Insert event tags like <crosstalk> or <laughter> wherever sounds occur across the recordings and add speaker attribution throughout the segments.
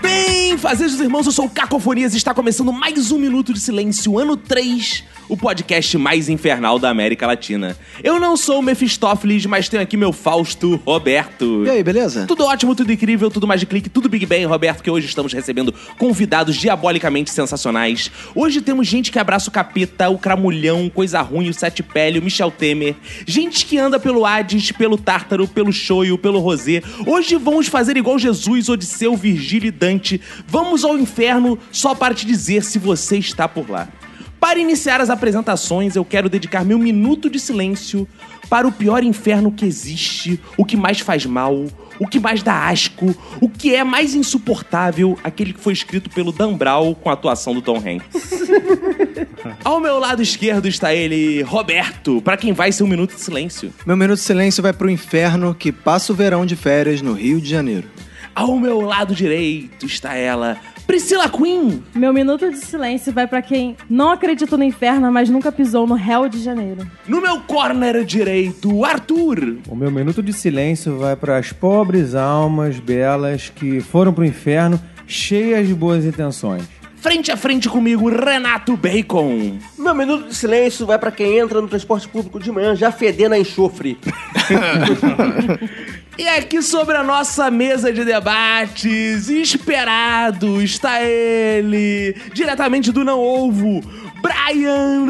Speaker 1: Bem, fazejos irmãos, eu sou o Cacofonias e está começando mais um Minuto de Silêncio, ano 3, o podcast mais infernal da América Latina. Eu não sou o Mefistófeles, mas tenho aqui meu Fausto Roberto.
Speaker 2: E aí, beleza?
Speaker 1: Tudo ótimo, tudo incrível, tudo mais de clique, tudo Big Bang, Roberto, que hoje estamos recebendo convidados diabolicamente sensacionais. Hoje temos gente que abraça o capeta, o cramulhão, coisa ruim, o sete pele, o Michel Temer. Gente que anda pelo Hades, pelo Tártaro, pelo Shoio, pelo Rosé. Hoje vamos fazer igual Jesus, Odisseu, Virgílio e Dante. Vamos ao inferno só para te dizer se você está por lá. Para iniciar as apresentações, eu quero dedicar meu minuto de silêncio para o pior inferno que existe, o que mais faz mal, o que mais dá asco, o que é mais insuportável, aquele que foi escrito pelo Dan Brown com a atuação do Tom Hanks. Ao meu lado esquerdo está ele, Roberto, para quem vai ser um minuto de silêncio.
Speaker 2: Meu minuto de silêncio vai pro inferno que passa o verão de férias no Rio de Janeiro.
Speaker 1: Ao meu lado direito está ela, Priscila Queen.
Speaker 3: Meu minuto de silêncio vai pra quem não acredita no inferno, mas nunca pisou no Hell de Janeiro.
Speaker 1: No meu corner direito, Arthur.
Speaker 4: O meu minuto de silêncio vai para as pobres almas belas que foram pro inferno cheias de boas intenções.
Speaker 1: Frente a frente comigo, Renato Bacon.
Speaker 5: Meu minuto de silêncio vai pra quem entra no transporte público de manhã já fedendo a enxofre.
Speaker 1: E aqui sobre a nossa mesa de debates, esperado está ele, diretamente do Não Ovo, Brian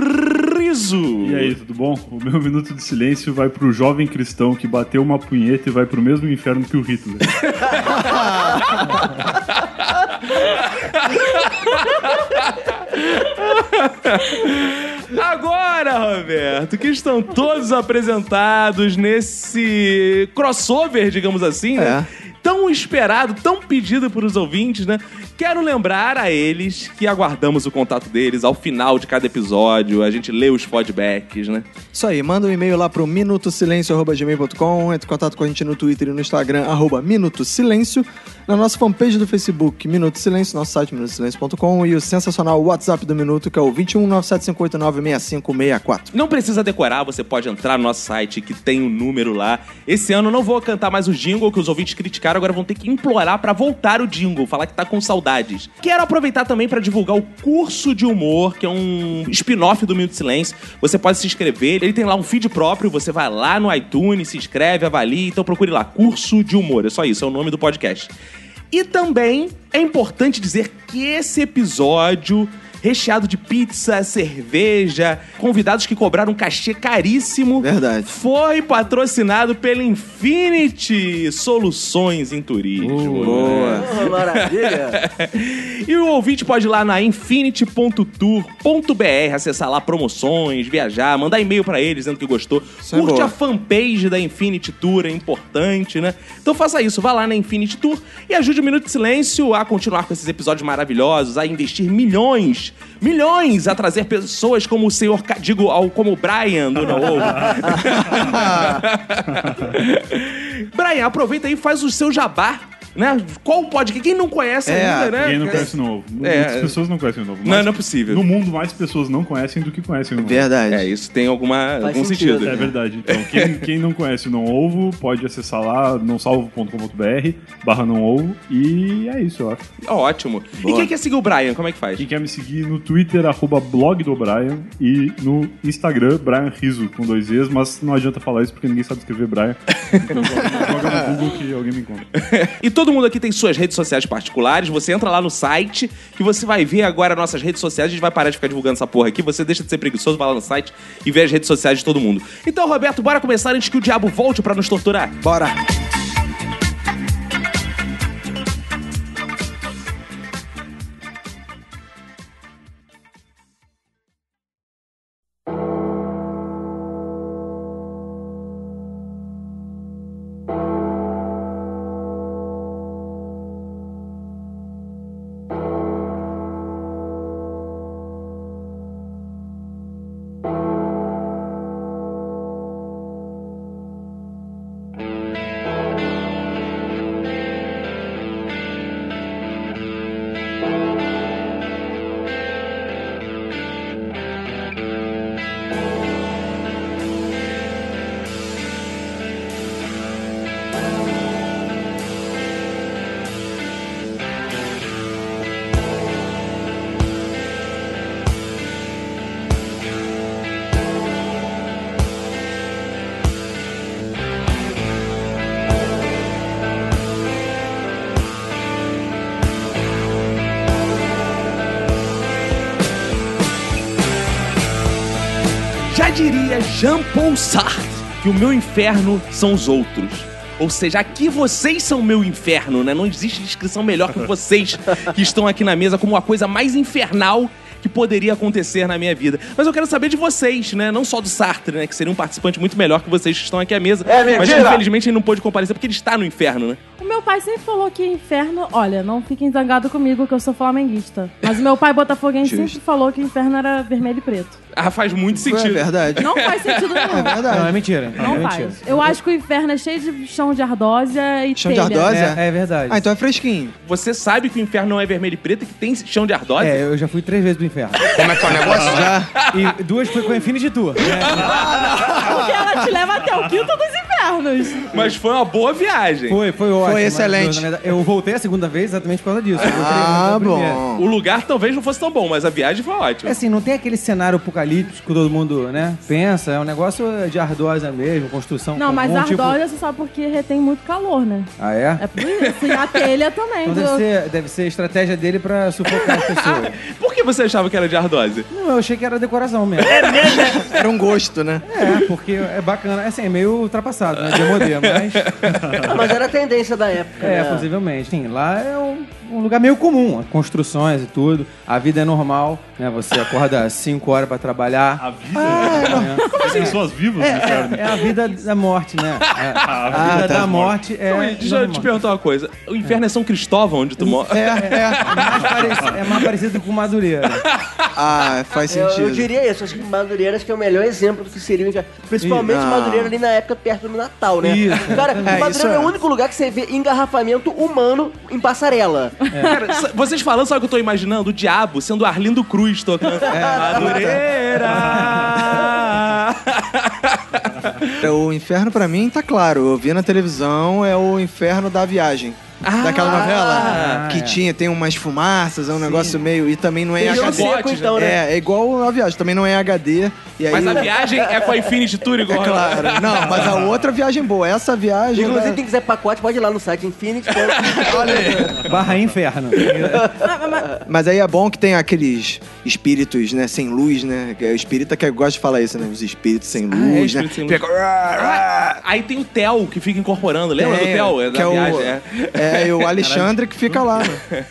Speaker 1: Rizzo.
Speaker 6: E aí, tudo bom? O meu minuto de silêncio vai pro jovem cristão que bateu uma punheta e vai pro mesmo inferno que o Hitler.
Speaker 1: Agora, Roberto, que estão todos apresentados nesse crossover, digamos assim, né?
Speaker 6: É.
Speaker 1: Tão esperado, tão pedido por os ouvintes, né? Quero lembrar a eles que aguardamos o contato deles ao final de cada episódio, a gente lê os feedbacks, né?
Speaker 2: Isso aí, manda um e-mail lá pro minutosilencio.gmail.com, entra em contato com a gente no Twitter e no Instagram, arroba Minuto Silêncio, na nossa fanpage do Facebook, Minuto Silêncio, nosso site minutosilencio.com e o sensacional WhatsApp do Minuto, que é o 21975896564.
Speaker 1: Não precisa decorar, você pode entrar no nosso site que tem o número lá. Esse ano eu não vou cantar mais o jingle que os ouvintes criticaram, agora vão ter que implorar pra voltar o jingle, falar que tá com saudades. Quero aproveitar também pra divulgar o curso de humor, que é um spin-off do Minuto de Silêncio. Você pode se inscrever, ele tem lá um feed próprio, você vai lá no iTunes, se inscreve, avalia, então procure lá curso de humor, é só isso, é o nome do podcast. E também é importante dizer que esse episódio recheado de pizza, cerveja, convidados que cobraram um cachê caríssimo.
Speaker 2: Verdade.
Speaker 1: Foi patrocinado pela Infinity Soluções em Turismo.
Speaker 2: Boa.
Speaker 5: <laughs> Porra, maravilha!
Speaker 1: <laughs> E o ouvinte pode ir lá na infinity.tour.br, acessar lá promoções, viajar, mandar e-mail pra eles dizendo que gostou.
Speaker 2: é
Speaker 1: Curte
Speaker 2: boa.
Speaker 1: a fanpage da Infinity Tour, é importante, né? Então faça isso, vá lá na Infinity Tour e ajude o Minuto de Silêncio a continuar com esses episódios maravilhosos, a investir milhões, milhões a trazer pessoas como o senhor, Ca- digo, ao, como o Brian do Não Ovo. Brian, aproveita aí e faz o seu jabá, né? Qual o podcast? Quem não conhece
Speaker 2: É,
Speaker 1: ainda, né?
Speaker 6: Quem não conhece o novo?
Speaker 1: É.
Speaker 6: Muitas pessoas não conhecem o novo.
Speaker 1: Não,
Speaker 6: Mas
Speaker 1: não é possível.
Speaker 6: No mundo, mais pessoas não conhecem do que conhecem o novo.
Speaker 2: Verdade.
Speaker 1: É, isso tem alguma, algum sentido.
Speaker 5: sentido.
Speaker 6: É verdade. Então,
Speaker 1: <laughs>
Speaker 6: quem, quem não conhece o Não Ovo, pode acessar lá nãosalvo.com.br barra não ovo. E é isso, eu acho.
Speaker 1: Ótimo. E quem quer seguir o Brian, como é que faz?
Speaker 6: Quem quer me seguir no Twitter, arroba blog do Brian e no Instagram, Brian Riso, com dois E's, mas não adianta falar isso porque ninguém sabe escrever
Speaker 1: <laughs>
Speaker 6: Brian. Então joga joga no Google que alguém me encontra.
Speaker 1: E todo mundo aqui tem suas redes sociais particulares. Você entra lá no site que você vai ver agora nossas redes sociais. A gente vai parar de ficar divulgando essa porra aqui. Você deixa de ser preguiçoso, vai lá no site e vê as redes sociais de todo mundo. Então, Roberto, bora começar antes que o diabo volte pra nos torturar.
Speaker 2: Bora.
Speaker 1: diria Jean Paul Sartre que o meu inferno são os outros. Ou seja, aqui vocês são meu inferno, né? Não existe descrição melhor que vocês que estão aqui na mesa como a coisa mais infernal que poderia acontecer na minha vida. Mas eu quero saber de vocês, né? Não só do Sartre, né? Que seria um participante muito melhor que vocês que estão aqui à mesa.
Speaker 5: É mentira!
Speaker 1: Mas infelizmente ele não pôde comparecer porque ele está no inferno, né?
Speaker 3: O meu pai sempre falou que inferno. Olha, não fiquem zangados comigo que eu sou flamenguista. Mas o meu pai botafoguense sempre falou que inferno era vermelho e preto.
Speaker 1: Ah, faz muito
Speaker 2: É
Speaker 1: sentido.
Speaker 2: verdade.
Speaker 3: Não faz sentido
Speaker 2: <laughs> É
Speaker 3: nenhum.
Speaker 4: Não, é
Speaker 2: verdade.
Speaker 4: mentira. é
Speaker 3: Não
Speaker 4: mentira.
Speaker 3: faz. Eu acho que o inferno é cheio de chão de ardósia e
Speaker 2: Chão de
Speaker 3: telha.
Speaker 2: ardósia?
Speaker 4: É, é verdade.
Speaker 2: Ah, então é fresquinho.
Speaker 1: Você sabe que o inferno não é vermelho e preto e que tem chão de ardósia?
Speaker 4: É, eu já fui três vezes do inferno.
Speaker 7: Como é que é o negócio?
Speaker 4: <laughs> E duas foi com a Infinity Tour.
Speaker 3: <laughs>
Speaker 4: né?
Speaker 3: Porque ela te leva até o quinto dos infernos.
Speaker 1: Mas foi uma boa viagem.
Speaker 4: Foi, foi ótimo.
Speaker 2: Foi excelente.
Speaker 4: maravilhoso, na verdade. Eu voltei a segunda vez exatamente por causa disso. Eu voltei
Speaker 2: Ah,
Speaker 4: na primeira.
Speaker 2: bom.
Speaker 1: O lugar talvez não fosse tão bom, mas a viagem foi
Speaker 4: É
Speaker 1: ótima.
Speaker 4: assim, não tem aquele cenário apocalíptico que todo mundo, né, pensa. É um negócio de ardósia mesmo, construção
Speaker 3: Não,
Speaker 4: comum,
Speaker 3: mas a
Speaker 4: tipo...
Speaker 3: ardósia você sabe porque retém muito calor, né?
Speaker 4: Ah, é?
Speaker 3: É por isso. E a telha também.
Speaker 4: Então
Speaker 3: do-
Speaker 4: deve ser, deve ser a estratégia dele pra sufocar as
Speaker 3: <laughs>
Speaker 4: pessoas.
Speaker 1: Por que você achava que era de ardose?
Speaker 4: não, eu achei que era decoração mesmo.
Speaker 2: Era um gosto, né?
Speaker 4: É, porque é bacana. É assim, é meio ultrapassado, né, de modelo, mas...
Speaker 5: Ah, Mas era a tendência da época.
Speaker 4: É,
Speaker 5: né?
Speaker 4: possivelmente. Sim, lá é um, um lugar meio comum, as construções e tudo. A vida é normal, né? Você acorda às 5 horas pra trabalhar.
Speaker 6: A vida. né? Como assim? Pessoas vivas,
Speaker 4: Ah, É,
Speaker 6: no inferno.
Speaker 4: é, é a vida da morte, né? É, a
Speaker 6: Ah,
Speaker 4: vida da morte é.
Speaker 1: Então, deixa eu te
Speaker 4: normal.
Speaker 1: perguntar uma coisa. O inferno é São Cristóvão, onde tu mora?
Speaker 2: É, é.
Speaker 4: mais parecido, é mais parecido com Madureira.
Speaker 2: Ah, faz
Speaker 5: Eu, eu
Speaker 2: sentido.
Speaker 5: diria isso, acho que Madureira acho que é o melhor exemplo do que seria o enga- Principalmente
Speaker 2: Ih, ah.
Speaker 5: Madureira ali na época perto do Natal, né?
Speaker 4: Isso.
Speaker 5: Cara,
Speaker 2: É,
Speaker 5: Madureira
Speaker 2: isso
Speaker 5: é.
Speaker 2: é.
Speaker 5: o único lugar que você vê engarrafamento humano em passarela.
Speaker 1: <laughs> Cara, sa- vocês falando, sabe o que eu tô imaginando? O diabo sendo Arlindo Cruz tocando. Madureira!
Speaker 2: É, O inferno pra mim tá claro. Eu vi na televisão, é o inferno da viagem. Daquela novela
Speaker 4: Ah,
Speaker 2: que
Speaker 4: é.
Speaker 2: tinha, tem umas fumaças, é um negócio meio. E também não é
Speaker 5: Feijão
Speaker 2: HD.
Speaker 1: bote,
Speaker 5: seco, então, né?
Speaker 2: É, é igual a viagem, também não é HD. E aí,
Speaker 1: Mas a viagem é com a Infinity Tour
Speaker 2: É
Speaker 1: igual.
Speaker 2: claro. Não, mas a outra viagem é boa. Essa viagem.
Speaker 5: Inclusive,
Speaker 2: né?
Speaker 5: quem quiser pacote, pode ir lá no site Infinity.
Speaker 7: <laughs>
Speaker 4: Barra Inferno.
Speaker 2: Mas aí é bom que tem aqueles espíritos, né, sem luz, né? Que é O espírita que gosta de falar isso, né? Os espíritos sem luz,
Speaker 1: é,
Speaker 2: né?
Speaker 1: espírito sem luz. Ah, Aí tem o Theo que fica incorporando. Lembra
Speaker 2: Tem,
Speaker 1: do Theo? É da
Speaker 2: que é
Speaker 1: viagem,
Speaker 2: o,
Speaker 1: é.
Speaker 2: é, o Alexandre que fica lá. né?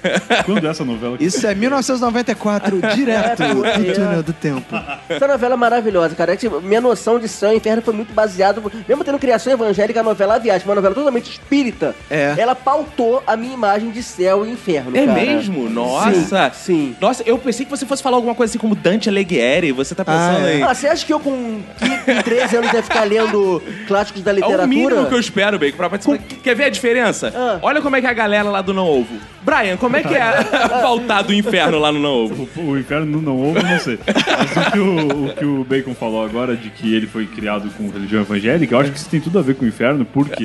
Speaker 6: Quando é essa novela?
Speaker 2: Isso é 1994, direto do túnel do tempo.
Speaker 5: Essa novela é maravilhosa, cara. Tipo, minha noção de céu e inferno foi muito baseada. Mesmo tendo criação evangélica, a novela A Viagem, uma novela totalmente espírita,
Speaker 2: É.
Speaker 5: ela pautou a minha imagem de céu e inferno.
Speaker 1: É
Speaker 5: cara.
Speaker 1: mesmo? Nossa!
Speaker 5: Sim, sim.
Speaker 1: Nossa, eu pensei que você fosse falar alguma coisa assim como Dante Alighieri. Você tá pensando
Speaker 2: Ah, é.
Speaker 1: aí.
Speaker 5: Ah, você acha que eu com 15, 13 anos ia ficar lendo clássicos da
Speaker 1: É o
Speaker 5: literatura?
Speaker 1: mínimo que eu espero, Bacon, pra participar. Quer ver a diferença?
Speaker 5: Ah.
Speaker 1: Olha como é que é a galera lá do Não Ovo. Brian, como é que <laughs> é voltar do inferno lá no Não Ovo?
Speaker 6: O, o inferno não ouve, não sei. Mas o que o, o que o Bacon falou agora de que ele foi criado com religião evangélica, eu acho que isso tem tudo a ver com o inferno, por quê?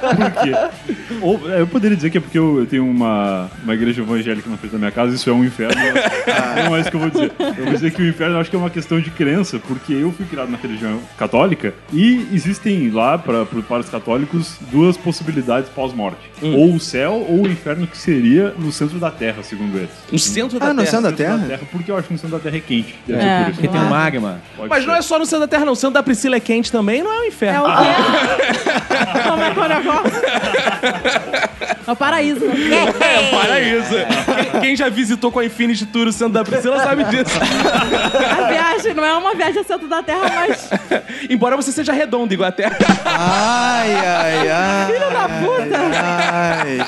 Speaker 6: por quê? Ou, é, eu poderia dizer que é porque eu, eu tenho uma, uma igreja evangélica na frente da minha casa, isso é um inferno. mas Não é isso que eu vou dizer. Eu vou dizer que o inferno eu acho que é uma questão de crença, porque eu fui criado na religião católica e existem lá, pra, pro- para os católicos, duas possibilidades pós-morte: ou o céu ou o inferno, que seria no centro da terra, segundo eles
Speaker 1: No centro da
Speaker 2: Ah, no
Speaker 1: Terra.
Speaker 2: centro da
Speaker 6: da
Speaker 2: Terra?
Speaker 6: Terra, porque eu acho que o centro da Terra é quente.
Speaker 3: É.
Speaker 6: Deve ser por isso.
Speaker 4: Porque tem um magma.
Speaker 6: Pode
Speaker 1: Mas
Speaker 6: ser.
Speaker 1: não é só no centro da Terra, não. O centro da Priscila é quente também, não é um
Speaker 3: É o
Speaker 1: inferno.
Speaker 3: quê? Como é que é o negócio? É o paraíso. né?
Speaker 1: É, <laughs> para isso. Quem- Quem já visitou com a Infinity Tour o centro da Priscila sabe disso.
Speaker 3: A viagem não é uma viagem ao centro da Terra, mas
Speaker 1: Embora você seja redondo igual a Terra.
Speaker 2: Ai, ai, ai. Filho da puta. Ai.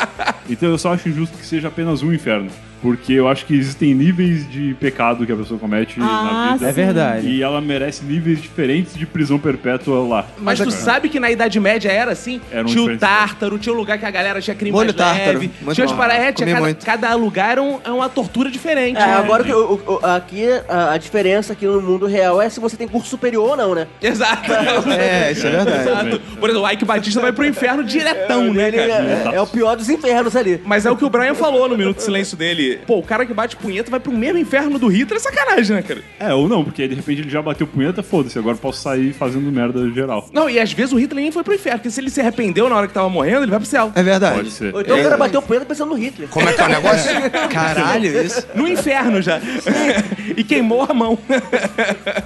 Speaker 6: Então eu só acho injusto que seja apenas um inferno. Porque eu acho que existem níveis de pecado que a pessoa comete
Speaker 3: Ah,
Speaker 6: na vida.
Speaker 4: É verdade.
Speaker 6: E ela merece níveis diferentes de prisão perpétua lá.
Speaker 1: Mas
Speaker 2: é
Speaker 1: tu sabe que na Idade Média era assim?
Speaker 6: Era um
Speaker 1: tinha o
Speaker 6: diferente.
Speaker 1: tártaro, tinha um lugar que a galera tinha crime
Speaker 2: Molho
Speaker 1: mais
Speaker 2: tártaro.
Speaker 1: leve.
Speaker 2: Muito
Speaker 1: tinha os
Speaker 2: bom.
Speaker 1: paraé, tinha
Speaker 2: Comi
Speaker 1: cada,
Speaker 2: muito.
Speaker 1: cada lugar é, um- é uma tortura diferente. né?
Speaker 5: É, agora que o- o- o- aqui a, a diferença aqui no mundo real é se você tem curso superior ou não, né?
Speaker 1: <laughs> Exato.
Speaker 2: É, isso é verdade.
Speaker 1: Exato. Por exemplo, o Ike Batista vai pro inferno diretão, né,
Speaker 5: Ele
Speaker 1: cara?
Speaker 5: é, é o pior dos infernos ali.
Speaker 1: Mas é o que o Brian falou no Minuto de Silêncio dele. que, pô, o cara que bate punheta vai pro mesmo inferno do Hitler, é sacanagem, né, cara?
Speaker 6: É, ou não, porque aí de repente ele já bateu punheta, foda-se, agora eu posso sair fazendo merda geral.
Speaker 1: Não, e às vezes o Hitler nem foi pro inferno, porque se ele se arrependeu na hora que tava morrendo, ele vai pro céu.
Speaker 2: É verdade.
Speaker 6: Pode ser.
Speaker 5: Ou então o cara bateu punheta pensando no Hitler.
Speaker 7: Como é que é o negócio?
Speaker 2: <laughs> Caralho, isso.
Speaker 1: No inferno já. <laughs> e queimou a mão.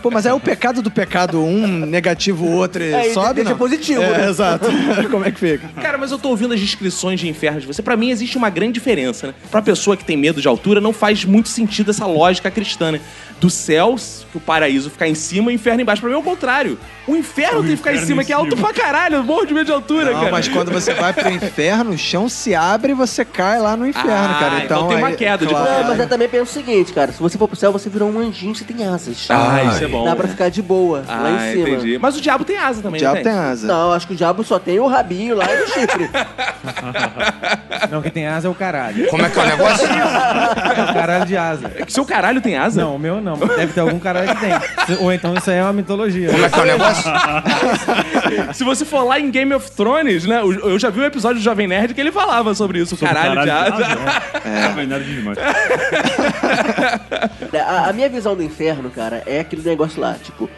Speaker 2: Pô, mas é o pecado do pecado, um negativo, o outro
Speaker 5: É, e
Speaker 2: sobe,
Speaker 5: deixa
Speaker 2: não?
Speaker 5: positivo,
Speaker 2: É,
Speaker 5: né?
Speaker 2: exato. Como é que fica?
Speaker 1: Cara, mas eu tô ouvindo as descrições de inferno de você. Pra mim existe uma grande diferença, né? Pra pessoa que tem medo de altura, não faz muito sentido essa lógica cristã, né? Do céu, que o paraíso ficar em cima e o inferno embaixo. Pra mim é o contrário. O inferno
Speaker 6: O
Speaker 1: tem que ficar em
Speaker 6: inferno
Speaker 1: cima,
Speaker 6: em
Speaker 1: que é alto
Speaker 6: cima.
Speaker 1: pra caralho. Eu morro de medo de altura,
Speaker 2: Não,
Speaker 1: cara.
Speaker 2: mas quando você vai pro inferno, o chão se abre e você cai lá no inferno,
Speaker 1: Ah,
Speaker 2: cara.
Speaker 1: então
Speaker 2: Então,
Speaker 1: tem uma
Speaker 2: aí-
Speaker 1: queda de
Speaker 2: claro.
Speaker 5: Não, mas eu também penso o seguinte, cara. Se você for pro céu, você virou um anjinho, você tem asas.
Speaker 1: Ah, isso é bom.
Speaker 5: Dá pra ficar de boa,
Speaker 1: Ah,
Speaker 5: lá em cima.
Speaker 1: entendi. Mas o diabo tem asa
Speaker 2: O
Speaker 1: também,
Speaker 2: diabo
Speaker 1: não
Speaker 2: tem asa.
Speaker 5: Não, acho que o diabo só tem o rabinho lá e o chifre. <laughs>
Speaker 4: Não, quem tem asa é o caralho.
Speaker 7: Como é que é o negócio?
Speaker 4: <laughs> É o caralho de asa.
Speaker 1: É que Seu caralho tem asa?
Speaker 4: Não, o meu não. mas Deve ter algum caralho que tem. Ou então isso aí é uma mitologia.
Speaker 7: Como é que é o negócio?
Speaker 1: Se você for lá em Game of Thrones, né? o- Eu já vi um episódio do Jovem Nerd que ele falava sobre isso. o
Speaker 6: Sobre
Speaker 1: caralho, de <laughs> asa.
Speaker 6: É. Não vai nada demais.
Speaker 5: A, a minha visão do inferno, cara, é aquele negócio lá, tipo,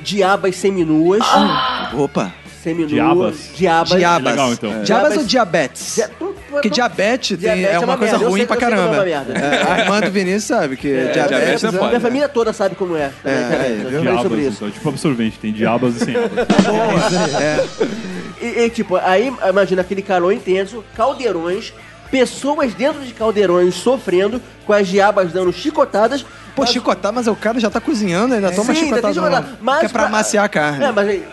Speaker 5: diabas seminuas,
Speaker 2: Opa.
Speaker 5: seminuas,
Speaker 6: Diabas.
Speaker 5: diabas.
Speaker 2: Ah! Diabas.
Speaker 6: legal, então.
Speaker 2: É. Diabas
Speaker 5: Diabas-
Speaker 2: ou diabetes?
Speaker 5: Dia-
Speaker 1: então.
Speaker 5: tu- tu-
Speaker 2: Porque
Speaker 5: tu-
Speaker 2: diabetes, tem,
Speaker 5: Diabetes
Speaker 2: é
Speaker 5: é
Speaker 2: uma
Speaker 5: uma
Speaker 2: coisa
Speaker 5: merda, eu
Speaker 2: ruim
Speaker 5: sei-
Speaker 2: pra
Speaker 5: eu sei que é
Speaker 2: caramba.
Speaker 5: uma merda. <laughs>
Speaker 2: É, a irmã do Vinícius sabe que diabetes...
Speaker 1: diabetes é foda.
Speaker 5: Minha família toda sabe como é.
Speaker 2: É, aí,
Speaker 5: É,
Speaker 2: viu?
Speaker 5: já falei
Speaker 6: Diabas,
Speaker 5: sobre isso.
Speaker 6: então, tipo absorvente, tem diabas assim, e sem abas.
Speaker 1: então.
Speaker 5: E, e, tipo, aí imagina aquele calor intenso, caldeirões, pessoas dentro de caldeirões sofrendo, com as diabas dando chicotadas.
Speaker 2: Pô, chicotar, mas o cara já tá cozinhando, ainda toma
Speaker 5: Sim, ainda tem
Speaker 2: chicotada.
Speaker 5: que
Speaker 2: no-
Speaker 5: jogar. Mas
Speaker 2: que é pra amaciar a carne.
Speaker 5: É, mas aí,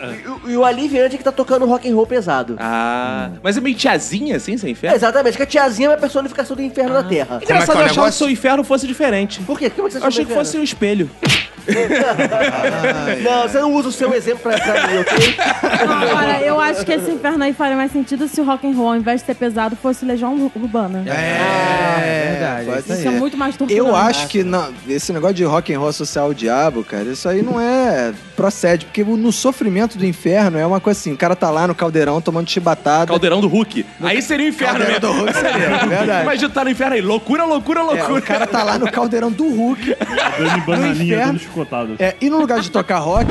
Speaker 5: e, e o aliviante é que tá tocando rock and roll pesado.
Speaker 1: Ah, mas é meio tiazinha assim, sem
Speaker 5: É,
Speaker 1: inferno?
Speaker 5: Exatamente, que a tiazinha é a personificação do inferno na Terra.
Speaker 7: Como é que é
Speaker 1: Engraçado,
Speaker 7: o
Speaker 1: eu achava que o
Speaker 7: negócio?
Speaker 1: seu inferno fosse diferente.
Speaker 5: Por quê? Como é que você
Speaker 1: Eu achei que
Speaker 5: do
Speaker 1: fosse um espelho.
Speaker 5: inferno? Não, você não usa o seu exemplo pra, pra mim, ok? <laughs>
Speaker 3: Agora, eu acho que esse inferno aí faria mais sentido se o rock and roll, ao invés de ser pesado, fosse Legião Ur- Urbana.
Speaker 5: Ah,
Speaker 2: É,
Speaker 4: verdade,
Speaker 2: pode
Speaker 4: isso aí
Speaker 2: ser.
Speaker 3: Isso é muito mais torturante.
Speaker 2: Eu acho que não- esse negócio de rock and roll associar o diabo, cara, isso aí não é procede, porque o- no sofrimento do inferno é uma coisa assim, o cara tá lá no caldeirão tomando chibatada.
Speaker 1: Caldeirão do Hulk. Aí seria o inferno
Speaker 2: Caldeirão
Speaker 1: mesmo.
Speaker 2: do Hulk seria, <laughs> verdade.
Speaker 1: <laughs> Imagina tá no inferno aí. Loucura, loucura,
Speaker 2: É, o
Speaker 1: loucura.
Speaker 2: cara tá lá no caldeirão do Hulk.
Speaker 6: Dando bananinha,
Speaker 2: inferno.
Speaker 6: dando chicotada. assim.
Speaker 2: É, e no lugar de tocar rock.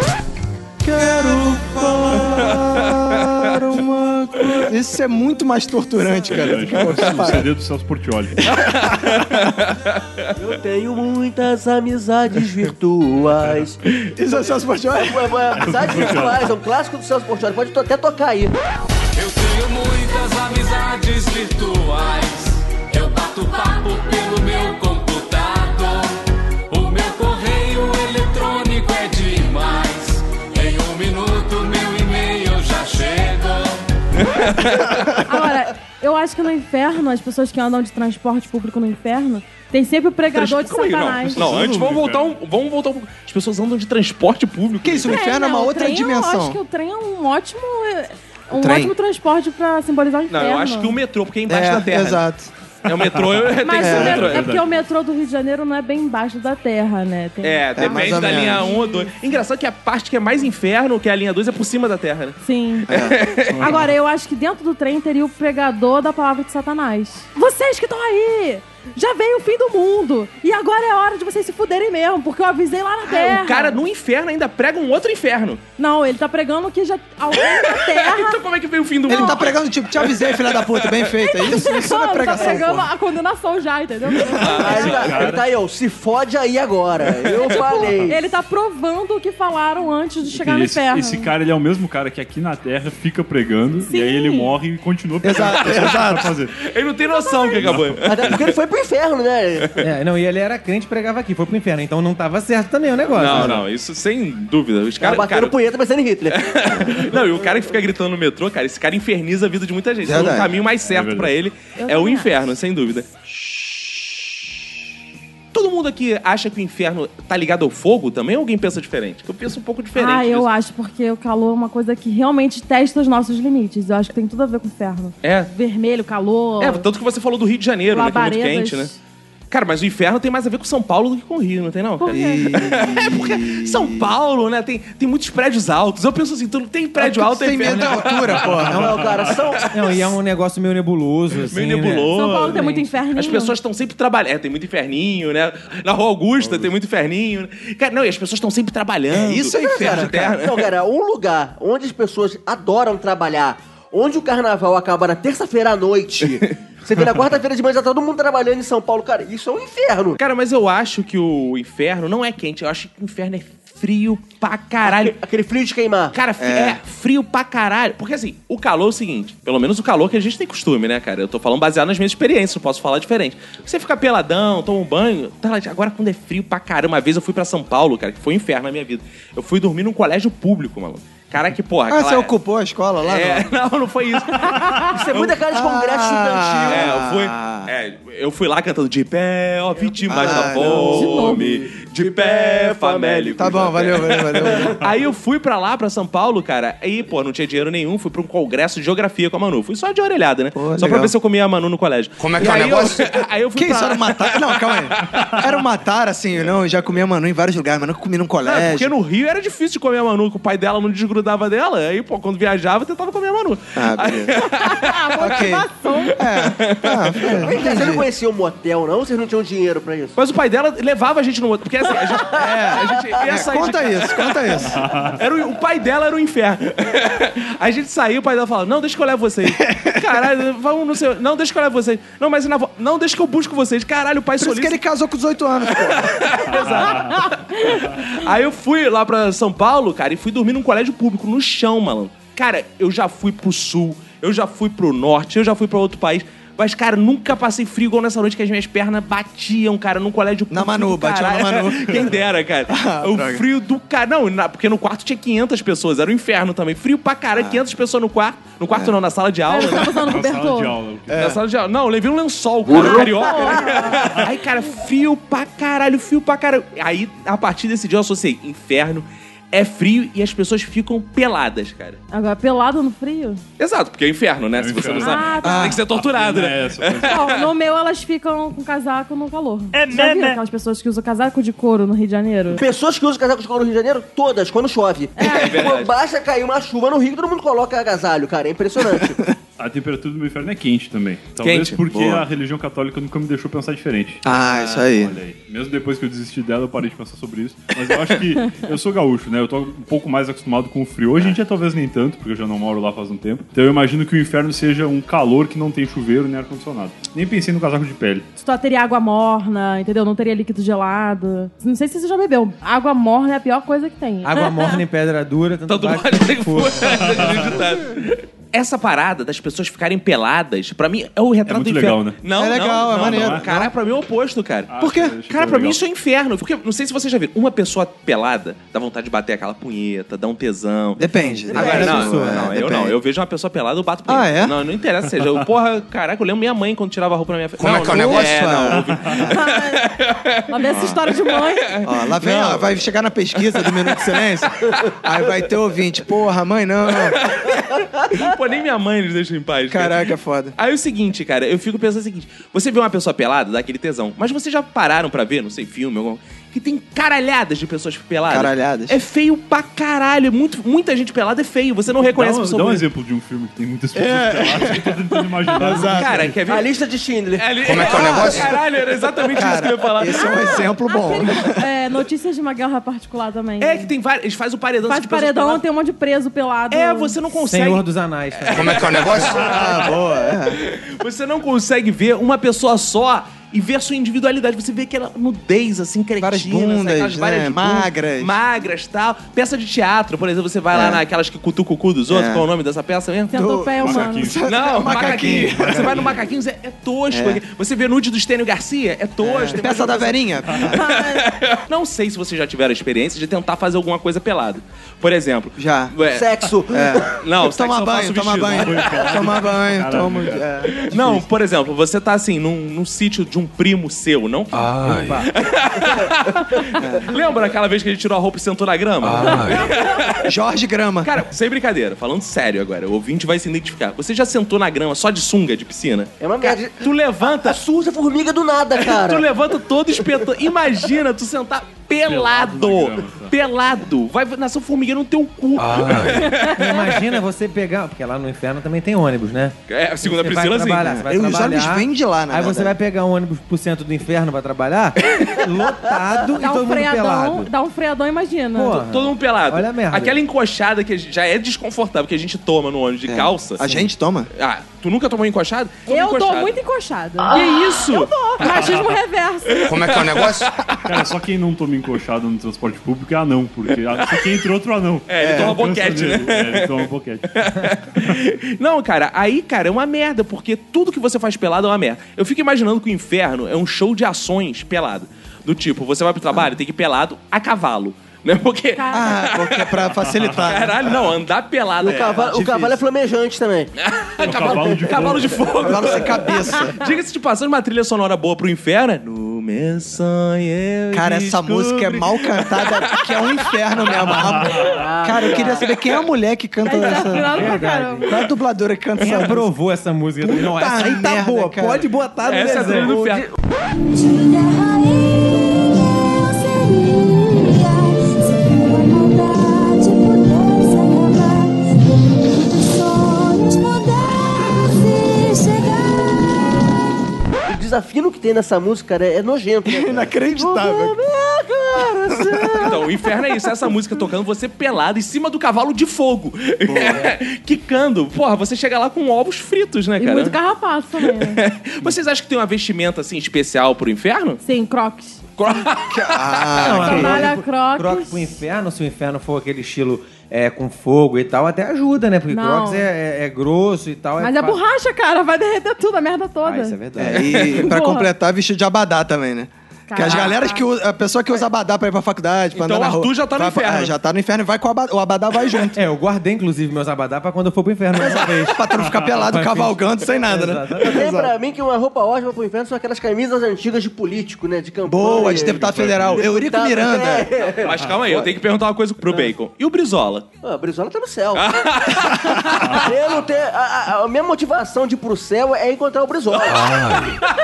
Speaker 2: Quero para uma coisa. Isso é muito mais torturante,
Speaker 1: é
Speaker 2: cara. do que qualquer
Speaker 6: É, tipo, assim, O
Speaker 2: parada.
Speaker 6: CD do Celso Portioli.
Speaker 5: Eu tenho muitas amizades virtuais.
Speaker 2: Isso é o Celso Portiolli?
Speaker 5: <laughs> É, é, amizades virtuais, é um clássico do Celso Portiolli, pode to- até tocar aí.
Speaker 8: Eu tenho muitas amizades virtuais. Eu bato papo pelo meu computador. O meu correio eletrônico é demais. Em um minuto, meu e-mail já chegou.
Speaker 3: Agora, eu acho que no inferno, as pessoas que andam de transporte público no inferno, tem sempre o
Speaker 1: <laughs>
Speaker 3: pregador um de
Speaker 1: Calma aí,
Speaker 3: satanás.
Speaker 1: é não. Não, antes vamos voltar um. Vamos voltar um. As pessoas andam de transporte público.
Speaker 2: Que isso, o
Speaker 3: É,
Speaker 2: inferno é,
Speaker 3: não,
Speaker 2: uma
Speaker 3: o
Speaker 2: outra
Speaker 3: trem, Eu acho
Speaker 2: dimensão.
Speaker 3: que o trem é um ótimo... é, Um
Speaker 2: Trem.
Speaker 3: ótimo transporte pra simbolizar o
Speaker 1: Não,
Speaker 3: inferno.
Speaker 1: eu acho que o metrô, porque é embaixo da
Speaker 2: É,
Speaker 1: terra.
Speaker 2: exato.
Speaker 1: É o metrô, eu tem que
Speaker 3: Mas
Speaker 1: ser
Speaker 3: o
Speaker 1: o
Speaker 3: metrô-
Speaker 1: metrô.
Speaker 3: é, porque o metrô do Rio de Janeiro não é bem embaixo da terra, né? Tem-
Speaker 1: É,
Speaker 2: mais
Speaker 1: depende
Speaker 2: ou
Speaker 1: da
Speaker 2: menos.
Speaker 1: linha 1 ou 2. Engraçado que a parte que é mais inferno, que é a linha 2, é por cima da terra, né?
Speaker 3: Sim. <laughs> Agora, eu acho que dentro do trem teria o pregador da palavra de Satanás. Vocês que estão aí! Já veio o fim do mundo! E agora é hora de vocês se fuderem mesmo, porque eu avisei lá na Terra.
Speaker 1: É, O cara no inferno ainda prega um outro inferno.
Speaker 3: Não, ele tá pregando que já alguém
Speaker 1: <laughs>
Speaker 3: na Terra.
Speaker 1: Então como é que veio o fim do
Speaker 2: Ele
Speaker 1: mundo?
Speaker 2: tá pregando tipo, te avisei, filha da puta, bem feito. É isso? Isso
Speaker 3: Não,
Speaker 2: não é
Speaker 3: ele tá
Speaker 2: pregação.
Speaker 3: pregando
Speaker 2: porra.
Speaker 3: a condenação já, entendeu?
Speaker 1: Ah,
Speaker 5: Aí ele tá, ele tá aí, ó, se fode aí agora. <laughs> Eu falei.
Speaker 3: ele tá provando o que falaram antes de chegar no
Speaker 6: esse,
Speaker 3: inferno.
Speaker 6: esse cara, ele é o mesmo cara que aqui na Terra fica pregando,
Speaker 3: Sim.
Speaker 6: e aí ele morre e continua pregando.
Speaker 2: Exato,
Speaker 6: Isso é o que ele Fazer.
Speaker 1: Ele não tem noção que acabou.
Speaker 5: Até porque ele foi pro inferno, né?
Speaker 4: É, não, e ele era crente e pregava aqui, foi pro inferno, então não tava certo também o negócio.
Speaker 1: Não,
Speaker 4: né?
Speaker 1: não, isso sem dúvida. Os
Speaker 5: Cara,
Speaker 1: caras.
Speaker 5: Tá batendo
Speaker 1: Cara,
Speaker 5: punheta pensando em Hitler.
Speaker 1: <laughs> não, e o cara que fica gritando no metrô, cara, esse cara inferniza a vida de muita gente. Então o
Speaker 2: Verdade.
Speaker 1: caminho mais certo
Speaker 6: É
Speaker 1: pra ele
Speaker 3: Eu
Speaker 1: é o
Speaker 3: também
Speaker 1: inferno, sem dúvida. Todo mundo aqui acha que o inferno tá ligado ao fogo também ou alguém pensa diferente? Que eu penso um pouco diferente.
Speaker 3: Ah, eu
Speaker 1: disso.
Speaker 3: acho, porque o calor é uma coisa que realmente testa os nossos limites. Eu acho que tem tudo a ver com o inferno.
Speaker 1: É.
Speaker 3: Vermelho, calor.
Speaker 1: É, tanto tá que você falou do Rio de Janeiro, né? Que é muito
Speaker 3: labaredas.
Speaker 1: quente, né? Cara, mas o inferno tem mais a ver com São Paulo do que com o Rio, não tem não?
Speaker 3: Por
Speaker 1: Cara?
Speaker 3: quê?
Speaker 1: <laughs> É porque São Paulo, né, tem, tem muitos prédios altos. Eu penso assim, tu não tem prédio alto, é
Speaker 2: tem medo
Speaker 1: inferno.
Speaker 2: da altura, porra.
Speaker 5: Não, cara, são.
Speaker 4: Não, e é um negócio meio nebuloso, assim.
Speaker 1: Meio
Speaker 4: né?
Speaker 1: nebuloso.
Speaker 3: São Paulo tem muito inferninho.
Speaker 1: As pessoas estão sempre trabalhando. É, tem muito inferninho, né? Na Rua Augusta tem muito inferninho. né? Cara, não, e as pessoas estão sempre trabalhando.
Speaker 2: Isso é inferno, cara.
Speaker 1: Terra.
Speaker 5: Não, cara, um lugar onde as pessoas adoram trabalhar, onde o carnaval acaba na terça-feira à
Speaker 1: <laughs>
Speaker 5: noite. Você vê na quarta-feira de manhã já tá todo mundo trabalhando em São Paulo, cara. Isso é um inferno.
Speaker 1: Cara, mas eu acho que o inferno não é quente. Eu acho que o inferno é frio pra caralho.
Speaker 5: Aquele frio de queimar.
Speaker 1: Cara, fi- é. frio pra caralho. Porque assim, o calor é o seguinte, pelo menos o calor que a gente tem costume, né, cara? Eu tô falando baseado nas minhas experiências, não posso falar diferente. Você fica peladão, toma um banho, tá lá, agora quando é frio pra caramba. Uma vez eu fui pra São Paulo, cara, que foi um inferno na minha vida. Eu fui dormir num colégio público, mano. Cara, que porra.
Speaker 2: Ah,
Speaker 1: aquela-
Speaker 2: você ocupou a escola lá?
Speaker 1: É, <laughs> não, não
Speaker 2: <laughs>
Speaker 1: foi isso.
Speaker 5: Isso é muita cara de congresso
Speaker 2: Ah.
Speaker 5: estudantil.
Speaker 1: É, eu fui. é, eu fui lá cantando de pé, ó, vítimas
Speaker 2: Ah,
Speaker 1: da
Speaker 2: não.
Speaker 1: fome. De pé, famélico.
Speaker 2: Tá bom, valeu, valeu, valeu.
Speaker 1: <laughs> Aí eu fui pra lá, pra São Paulo, cara. Aí, pô, não tinha dinheiro nenhum. Fui pra um congresso de geografia com a Manu. Fui só de orelhada, né?
Speaker 2: Pô,
Speaker 1: só pra
Speaker 2: legal.
Speaker 1: ver se eu comia a Manu no colégio. Como é que é o negócio? <laughs> aí eu fui
Speaker 2: Quem
Speaker 1: pra
Speaker 2: isso era
Speaker 1: lá.
Speaker 2: um matar? Não, calma aí. Era um matar, assim, não, eu já comia Manu em vários lugares, mas não comi num
Speaker 1: Não, é
Speaker 2: colégio.
Speaker 1: porque no Rio era difícil de comer a Manu, que o pai dela não desgrudava dela. Aí, pô, quando viajava, eu tentava comer a Manu.
Speaker 2: Ah, beleza. <laughs> ok. É. Ah, foi-
Speaker 5: Vem cá, Você não
Speaker 2: entendi.
Speaker 5: conhecia o motel, não? Vocês não tinham dinheiro pra isso?
Speaker 1: Mas o pai dela levava a gente no outro. Porque assim, a gente, a gente ia
Speaker 2: <laughs> É,
Speaker 1: sair de
Speaker 2: conta isso, conta isso.
Speaker 1: Era o, o pai dela era um
Speaker 2: <laughs>
Speaker 1: inferno. a gente saiu, o pai dela falou: Não, deixa que eu levo vocês. Caralho, vamos no seu. Não, deixa que eu levo vocês. Não, mas e na vo... Não, deixa que eu busco vocês. Caralho, o pai
Speaker 2: Por isso que
Speaker 1: solista.
Speaker 2: ele casou com 18 anos, pô.
Speaker 1: Aí eu fui lá pra São Paulo, cara, e fui dormir num colégio público, no chão, malandro. Cara, eu já fui pro sul, eu já fui pro norte, eu já fui pra outro país. Mas, cara, nunca passei frio igual nessa noite que as minhas pernas batiam, cara, num colégio público.
Speaker 2: Na Manu,
Speaker 1: do
Speaker 2: bateu na
Speaker 1: caralho.
Speaker 2: Manu.
Speaker 1: <laughs>
Speaker 2: Ah,
Speaker 1: Quem dera,
Speaker 2: <laughs>
Speaker 1: cara. o frio do cara. Não, na- porque no quarto tinha 500 pessoas, era um inferno também. Frio pra
Speaker 2: Ah.
Speaker 1: caralho, 500 pessoas no quarto. No
Speaker 2: É.
Speaker 1: quarto não, na sala de aula.
Speaker 3: Aí
Speaker 1: né?
Speaker 3: você tá usando
Speaker 6: Na sala é de
Speaker 3: cobertor.
Speaker 6: aula.
Speaker 1: Na sala de aula. Não, eu levei um lençol, cara,
Speaker 2: <laughs>
Speaker 1: carioca. né? Aí, cara, frio pra caralho, frio pra caralho. Aí, a partir desse dia, eu associei inferno, é frio e as pessoas ficam peladas, cara.
Speaker 3: Agora, pelado no frio?
Speaker 1: Exato, porque é inferno, né?
Speaker 6: É
Speaker 1: Se você não
Speaker 6: inferno.
Speaker 1: sabe.
Speaker 3: Ah,
Speaker 1: Tem que ser torturado, né?
Speaker 6: É, essa coisa.
Speaker 3: Ó, no meu, elas ficam com casaco no calor. É,
Speaker 1: né,
Speaker 3: Já viu aquelas pessoas que usam casaco de couro no Rio de Janeiro?
Speaker 5: Pessoas que usam casaco de couro no Rio de Janeiro, todas, quando chove.
Speaker 1: É, verdade.
Speaker 5: Basta cair uma chuva no Rio, todo mundo coloca agasalho, cara.
Speaker 1: <laughs>
Speaker 5: É impressionante.
Speaker 6: A temperatura do meu inferno é quente também. Talvez
Speaker 1: Quente.
Speaker 6: porque
Speaker 2: Boa.
Speaker 6: a religião católica nunca me deixou pensar diferente.
Speaker 2: Ah, isso aí.
Speaker 6: Olha aí. Mesmo depois que eu desisti dela, eu parei de pensar sobre isso. Mas eu acho que eu sou gaúcho, né? Eu tô um pouco mais acostumado com o frio.
Speaker 2: É.
Speaker 6: Hoje em dia talvez nem tanto, porque eu já não moro lá faz um tempo. Então eu imagino que o inferno seja um calor que não tem chuveiro nem ar-condicionado. Nem pensei no casaco de pele.
Speaker 3: Se tu teria água morna, entendeu? Não teria líquido gelado. Não sei se você já bebeu. Água morna é a pior coisa que tem.
Speaker 4: Água morna e pedra dura,
Speaker 6: Ah,
Speaker 4: tanto,
Speaker 1: Tanto
Speaker 4: bate
Speaker 1: bate que
Speaker 4: quanto
Speaker 1: <laughs>
Speaker 4: for.
Speaker 1: for. Essa parada das pessoas ficarem peladas, pra mim, é o retrato
Speaker 6: É muito
Speaker 1: do inferno.
Speaker 6: legal, né?
Speaker 1: Não,
Speaker 2: É legal,
Speaker 1: não,
Speaker 2: é
Speaker 1: não,
Speaker 2: maneiro.
Speaker 1: não. Caralho, pra mim é o oposto, cara.
Speaker 6: Ah,
Speaker 2: Por quê?
Speaker 6: achei que
Speaker 1: Cara,
Speaker 6: foi
Speaker 1: pra mim
Speaker 6: legal.
Speaker 1: isso é um inferno. Porque, não sei se vocês já viram, uma pessoa pelada dá vontade de bater aquela punheta, dá um tesão.
Speaker 2: É Depende.
Speaker 1: Agora,
Speaker 2: depende da
Speaker 1: não,
Speaker 2: pessoa,
Speaker 1: não, não,
Speaker 2: é,
Speaker 1: eu
Speaker 2: depende.
Speaker 1: não. Eu vejo uma pessoa pelada, eu bato
Speaker 2: Ah,
Speaker 1: ele.
Speaker 2: é?
Speaker 1: Não, não interessa. Seja, eu, porra, caraca, eu lembro minha mãe quando tirava a roupa na minha frente.
Speaker 7: Como é
Speaker 1: Não,
Speaker 7: que é o
Speaker 1: não-
Speaker 7: negócio?
Speaker 1: É, não.
Speaker 3: Lá dessa história de mãe.
Speaker 2: Ó, lá vem, ó, vai chegar na pesquisa do Minuto de Silêncio, aí vai ter ouvinte. Porra, mãe, não.
Speaker 1: Pô, nem minha mãe eles deixam em paz. cara.
Speaker 2: Caraca, é foda.
Speaker 1: Aí é o seguinte, cara, eu fico pensando o seguinte: você vê uma pessoa pelada, dá aquele tesão. Mas vocês já pararam pra ver, não sei, filme, alguma que tem caralhadas de pessoas peladas.
Speaker 2: Caralhadas.
Speaker 1: É feio pra caralho. é Muito, muita gente pelada é feio. Você não reconhece
Speaker 6: Dá
Speaker 1: a
Speaker 6: um,
Speaker 1: pessoa.
Speaker 6: dá um
Speaker 1: bonita.
Speaker 6: exemplo de um filme que tem muitas pessoas peladas. Eu tô tentando imaginar.
Speaker 1: Cara, quer ver?
Speaker 5: a lista de Schindler.
Speaker 1: É ali- Ah, Caralho, era exatamente isso que eu ia falar.
Speaker 2: Esse é um exemplo bom.
Speaker 3: Aquele, é, notícias de uma guerra particular também. né?
Speaker 1: É que tem várias. Eles fazem o paredão.
Speaker 3: Faz
Speaker 1: essas
Speaker 3: de
Speaker 1: pessoas
Speaker 3: paredão,
Speaker 1: peladas.
Speaker 3: tem um monte de preso pelado.
Speaker 1: É, você não
Speaker 4: Senhor
Speaker 1: consegue.
Speaker 4: dos Anais. tá?
Speaker 1: <laughs>
Speaker 7: Como é que é o negócio?
Speaker 2: Ah, boa. é.
Speaker 1: Você não consegue ver uma pessoa só e ver a sua individualidade. Você vê aquela nudez, assim, cretina.
Speaker 2: Várias
Speaker 1: sabe?
Speaker 2: bundas,
Speaker 1: Aquelas várias
Speaker 2: né?
Speaker 1: bundas,
Speaker 2: Magras.
Speaker 1: Magras e tal. Peça de teatro, por exemplo, você vai lá
Speaker 2: É.
Speaker 1: naquelas que cutuca o cu dos outros.
Speaker 2: É.
Speaker 1: Qual é o nome dessa peça mesmo?
Speaker 3: Tentou um pé humano.
Speaker 6: Macaquinho.
Speaker 1: Não, macaquinho.
Speaker 2: Macaquinho.
Speaker 1: Você vai no macaquinho, é, é tosco. Você vê nude do Estênio Garcia, é tosco. Tem mais
Speaker 2: Peça
Speaker 1: uma
Speaker 2: da
Speaker 1: coisa-
Speaker 2: verinha.
Speaker 1: Não sei se vocês já tiveram a experiência de tentar fazer alguma coisa pelado. Por exemplo.
Speaker 2: Já.
Speaker 1: é,
Speaker 5: Sexo.
Speaker 1: Não, sexo
Speaker 2: Toma
Speaker 1: eu
Speaker 2: banho,
Speaker 1: faço
Speaker 2: toma
Speaker 1: vestido.
Speaker 2: banho. <laughs> Toma banho, toma. é.
Speaker 1: Não, por exemplo, você tá assim, num, num sítio de de um primo seu, não?
Speaker 9: Ai,
Speaker 1: <laughs> Lembra aquela vez que a gente tirou a roupa e sentou na grama?
Speaker 2: Ah.
Speaker 9: ai.
Speaker 2: Jorge Grama.
Speaker 1: Cara, sem brincadeira, falando sério agora, o ouvinte vai se identificar. Você já sentou na grama só de sunga de piscina?
Speaker 5: É uma merda.
Speaker 1: Tu levanta,
Speaker 5: Tá suja formiga do nada,
Speaker 1: tu
Speaker 5: cara.
Speaker 1: levanta todo espetão. Imagina tu sentar pelado.
Speaker 6: Pelado na
Speaker 1: Pelado.
Speaker 6: grama, tá.
Speaker 1: Vai nascer um formigueiro no teu cu.
Speaker 2: Ah.
Speaker 4: Imagina você pegar. Porque lá no inferno também tem ônibus, né?
Speaker 1: É, segundo a
Speaker 4: Você vai
Speaker 1: Priscila, assim.
Speaker 4: trabalhar, você vai
Speaker 2: E os
Speaker 4: trabalhar,
Speaker 2: ônibus vêm de lá, né, na
Speaker 4: Aí você
Speaker 2: verdade.
Speaker 4: vai pegar um ônibus pro centro do inferno pra <laughs> trabalhar, lotado e
Speaker 3: Dá
Speaker 4: todo
Speaker 3: um
Speaker 4: mundo
Speaker 3: freadão,
Speaker 4: pelado.
Speaker 3: dá um freadão, imagina.
Speaker 4: Porra.
Speaker 1: Todo mundo pelado.
Speaker 4: Olha a merda.
Speaker 1: Aquela encoxada que já é desconfortável que a gente toma no ônibus de calça.
Speaker 2: É. A gente toma?
Speaker 1: Ah, tu nunca tomou encoxada? Toma
Speaker 3: Eu tô
Speaker 1: encoxada.
Speaker 3: muito encoxada.
Speaker 1: Que é isso?
Speaker 3: Ah, Eu tô.
Speaker 1: <laughs>
Speaker 3: Machismo reverso.
Speaker 7: Como é que é o negócio?
Speaker 6: Cara, só quem não toma encoxado no transporte público é anão, porque a- só quem entra outro anão.
Speaker 1: É, ele toma
Speaker 6: Cansa
Speaker 1: boquete,
Speaker 6: dele.
Speaker 1: né?
Speaker 6: É, ele toma boquete.
Speaker 1: Não, cara, aí, cara, é uma merda, porque tudo que você faz pelado é uma merda. Eu fico imaginando que o inferno é um show de ações pelado. Do tipo, você vai pro trabalho, tem que ir pelado a cavalo. Né? Porque.
Speaker 2: Ah, porque é pra facilitar.
Speaker 1: Caralho, não, andar pelado.
Speaker 5: O
Speaker 1: <laughs> é-
Speaker 5: cavalo, o cavalo é flamejante também.
Speaker 1: cavalo, cavalo de fogo.
Speaker 2: Agora sem assim, cabeça.
Speaker 1: Diga-se de passagem, uma trilha sonora boa pro inferno. é No meu sonho. eu
Speaker 2: Cara, essa
Speaker 1: descobri-
Speaker 2: música é mal cantada, que é um inferno mesmo. A-
Speaker 1: Ah.
Speaker 2: Cara, eu queria saber quem é a mulher que canta essa.
Speaker 3: Afinal, pra caramba.
Speaker 2: Qual é a dubladora que canta
Speaker 4: Quem
Speaker 2: essa música?
Speaker 4: aprovou essa música? não, essa aí tá
Speaker 2: merda,
Speaker 4: boa.
Speaker 2: cara.
Speaker 4: Pode botar no
Speaker 1: Essa é a trilha
Speaker 4: desenho.
Speaker 1: do inferno.
Speaker 5: O desafio que tem nessa música, cara, é
Speaker 2: <laughs>
Speaker 5: nojento. né, cara?
Speaker 2: Inacreditável.
Speaker 1: Então, o inferno é isso, é essa música tocando, você pelado em cima do cavalo de fogo. <laughs> Quicando. Porra, você chega lá com ovos fritos, né,
Speaker 3: E
Speaker 1: cara?
Speaker 3: muito carrapato também.
Speaker 1: <laughs>
Speaker 3: né?
Speaker 1: Vocês acham que tem uma vestimenta assim especial pro inferno?
Speaker 3: Sim, crocs.
Speaker 2: Ah,
Speaker 4: Não, ela
Speaker 3: Trabalha
Speaker 4: pode-
Speaker 3: Crocs.
Speaker 4: Crocs Ah, pro inferno, se o inferno for aquele estilo é, com fogo e tal, até ajuda, né? Porque
Speaker 3: Não.
Speaker 4: Crocs é, é- é grosso e tal.
Speaker 3: Mas é
Speaker 4: fa-
Speaker 3: borracha, cara. Vai derreter tudo, a merda toda.
Speaker 4: Ah, isso é verdade.
Speaker 2: É, e pra
Speaker 3: Porra.
Speaker 2: completar, vestido de abadá também, né? Que as
Speaker 3: Caraca.
Speaker 2: galeras que usa, a pessoa que usa abadá pra ir pra faculdade, pra
Speaker 1: Então
Speaker 2: andar na
Speaker 1: o Arthur
Speaker 2: rua.
Speaker 1: já tá no
Speaker 2: vai pra-
Speaker 1: inferno.
Speaker 2: é, já tá no inferno e vai com o abadá. O abadá vai junto.
Speaker 4: É, eu guardei, inclusive, meus abadá pra quando eu for pro inferno uma vez.
Speaker 2: pra tu não ficar pelado, cavalgando, sem <laughs> nada, né?
Speaker 5: Até É pra mim que uma roupa ótima pro inferno são aquelas camisas antigas de político, né? De campanha.
Speaker 2: Boa, de deputado federal. Eurico
Speaker 5: Deputado-
Speaker 2: Miranda.
Speaker 1: <laughs>
Speaker 5: É.
Speaker 1: Mas calma aí, eu tenho que perguntar uma coisa pro Bacon. E o Brizola?
Speaker 5: Ah, a Brizola tá
Speaker 2: <laughs>
Speaker 5: no céu. eu não tenho... A, a- a minha motivação de ir pro céu é encontrar o Brizola.
Speaker 2: Ah.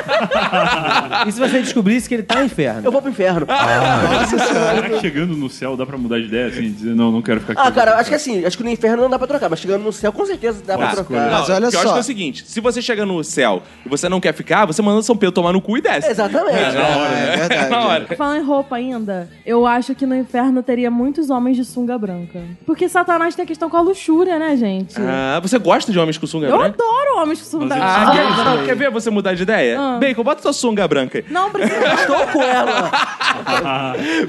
Speaker 4: E se você descobrisse que ele tá no inferno?
Speaker 5: Eu vou pro inferno.
Speaker 2: Ah.
Speaker 6: Será que chegando no céu dá pra mudar de ideia, assim, dizer, não, não quero ficar aqui.
Speaker 5: Ah, cara, acho que assim, acho que no inferno não dá pra trocar, mas chegando no céu com certeza dá pra trocar.
Speaker 2: Mas
Speaker 1: Não,
Speaker 2: olha
Speaker 1: o que Eu acho
Speaker 2: só.
Speaker 1: que é o seguinte: se você chega no céu e você não quer ficar, você manda São Pedro tomar no cu e desce.
Speaker 5: Exatamente.
Speaker 2: É verdade.
Speaker 1: Na hora.
Speaker 3: Falando em roupa ainda, eu acho que no inferno teria muitos homens de sunga branca. Porque Satanás tem a questão com a luxúria, né, gente?
Speaker 1: Ah, né? você gosta de homens com sunga
Speaker 3: Eu
Speaker 1: branca?
Speaker 3: adoro homens com sunga
Speaker 1: Ah,
Speaker 3: branca.
Speaker 1: quer, não, quer ver você mudar de ideia?
Speaker 3: Ah.
Speaker 1: Bacon, bota tua sunga branca aí.
Speaker 3: Não, precisa.
Speaker 5: Estou com ela.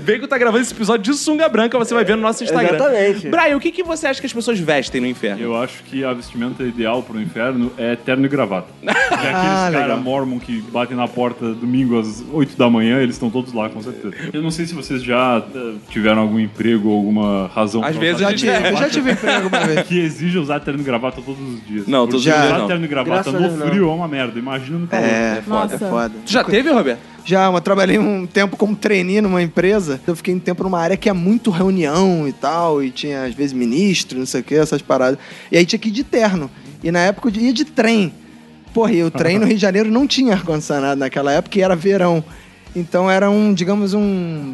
Speaker 1: Bacon tá gravando esse episódio de sunga branca, você vai ver no nosso Instagram.
Speaker 5: Exatamente.
Speaker 1: Brian, o que, que você acha que as pessoas vestem no inferno?
Speaker 6: Eu acho que a vestimenta ideal pro inferno é terno e gravata. É aqueles
Speaker 2: Ah, legal.
Speaker 6: caras mormon que batem na porta domingo às 8 da manhã, eles estão todos lá, com certeza. Eu não sei se vocês já eh, tiveram algum emprego ou alguma razão
Speaker 1: Às
Speaker 6: pra
Speaker 1: vezes
Speaker 6: usar
Speaker 2: Já tive, eu já tive emprego uma vez.
Speaker 6: <laughs> que exige usar terno e gravata todos os dias.
Speaker 1: Não, todos
Speaker 6: Porque
Speaker 2: os dias
Speaker 6: usar
Speaker 1: não.
Speaker 6: terno e gravata
Speaker 5: Graças a Deus,
Speaker 6: no
Speaker 5: não.
Speaker 6: frio é uma merda, imagina no calor.
Speaker 2: É,
Speaker 3: Nossa.
Speaker 2: foda, é foda.
Speaker 1: Tu já teve, Roberto?
Speaker 2: Já, mas trabalhei um tempo como trainee numa empresa. Eu fiquei um tempo numa área que é muito reunião e tal, e tinha às vezes ministro, não sei o que, essas paradas. E aí tinha que ir de terno. E na época eu ia de trem. Porra, e o trem no Rio de Janeiro não tinha ar-condicionado naquela época e era verão. Então era um, digamos, um,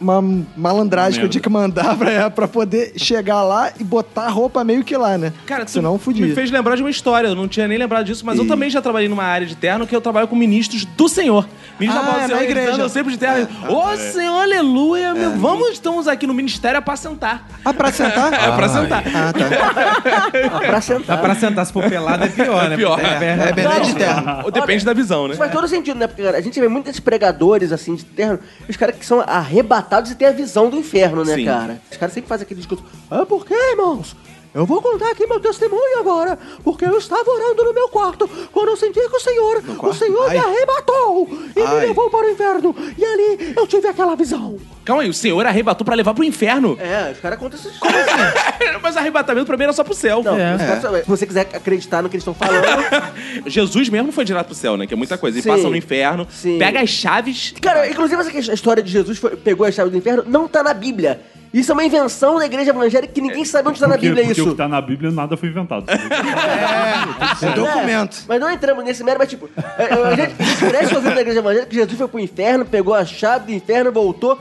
Speaker 2: uma malandragem que eu
Speaker 6: Merda.
Speaker 2: tinha que mandar pra, é, pra poder chegar lá e botar a roupa meio que lá, né?
Speaker 1: Cara, tu
Speaker 2: Senão eu fudia.
Speaker 1: me fez lembrar de uma história, eu não tinha nem lembrado disso, mas eu também já trabalhei numa área de terno que eu trabalho com ministros do Senhor. Ministro
Speaker 2: Ah,
Speaker 1: da Palavra do
Speaker 2: na
Speaker 1: Senhor, eles
Speaker 2: igreja. É.
Speaker 1: andam sempre de terno. Ô Senhor, aleluia, meu, vamos, estamos aqui no ministério apacentar.
Speaker 2: Ah, pra sentar?
Speaker 1: <laughs> É, pra sentar.
Speaker 2: Ah, tá.
Speaker 5: Pra sentar.
Speaker 4: Dá pra sentar, se for pelado é pior, né?
Speaker 1: É pior.
Speaker 4: Porque a perna-
Speaker 2: É Belém de terno.
Speaker 1: <laughs> Ou Depende da visão, né?
Speaker 5: Isso faz todo sentido, né? Porque, cara, a gente vê muitos pregadores, assim, de terno, os caras que são arrebatados e têm a visão do inferno, né,
Speaker 1: Sim.
Speaker 5: cara? Os caras sempre fazem aquele discurso, ah, por quê, irmãos? Eu vou contar aqui meu testemunho agora, porque eu estava orando no meu quarto, quando eu senti que o Senhor, o
Speaker 2: quarto?
Speaker 5: Senhor
Speaker 2: Ai.
Speaker 5: me arrebatou. Então
Speaker 2: Ai.
Speaker 5: me levou para o inferno. E ali eu tive aquela visão.
Speaker 1: Calma aí, o senhor arrebatou pra levar pro inferno. <laughs>
Speaker 5: É, os caras contam essas
Speaker 1: Mas arrebatamento pra mim era só pro céu.
Speaker 5: Não,
Speaker 4: É.
Speaker 5: os caras sabem. se você quiser acreditar no que eles estão falando.
Speaker 1: Jesus mesmo foi direto pro céu, né? Que é muita coisa. Ele
Speaker 5: Sim.
Speaker 1: passa no inferno,
Speaker 5: Sim.
Speaker 1: pega as chaves.
Speaker 5: Cara, inclusive essa que- a história de Jesus foi- pegou a chave do inferno não tá na Bíblia. Isso é uma invenção da igreja evangélica que ninguém sabe onde tá na
Speaker 6: É, porque,
Speaker 5: Bíblia
Speaker 6: porque o
Speaker 5: isso.
Speaker 6: que tá na Bíblia nada foi inventado.
Speaker 2: É
Speaker 5: É,
Speaker 2: documento.
Speaker 5: mas não entramos nesse mérito, mas tipo, é, é, a gente a gente cresce ouvindo na igreja evangélica que Jesus foi pro inferno, pegou a chave do inferno, voltou.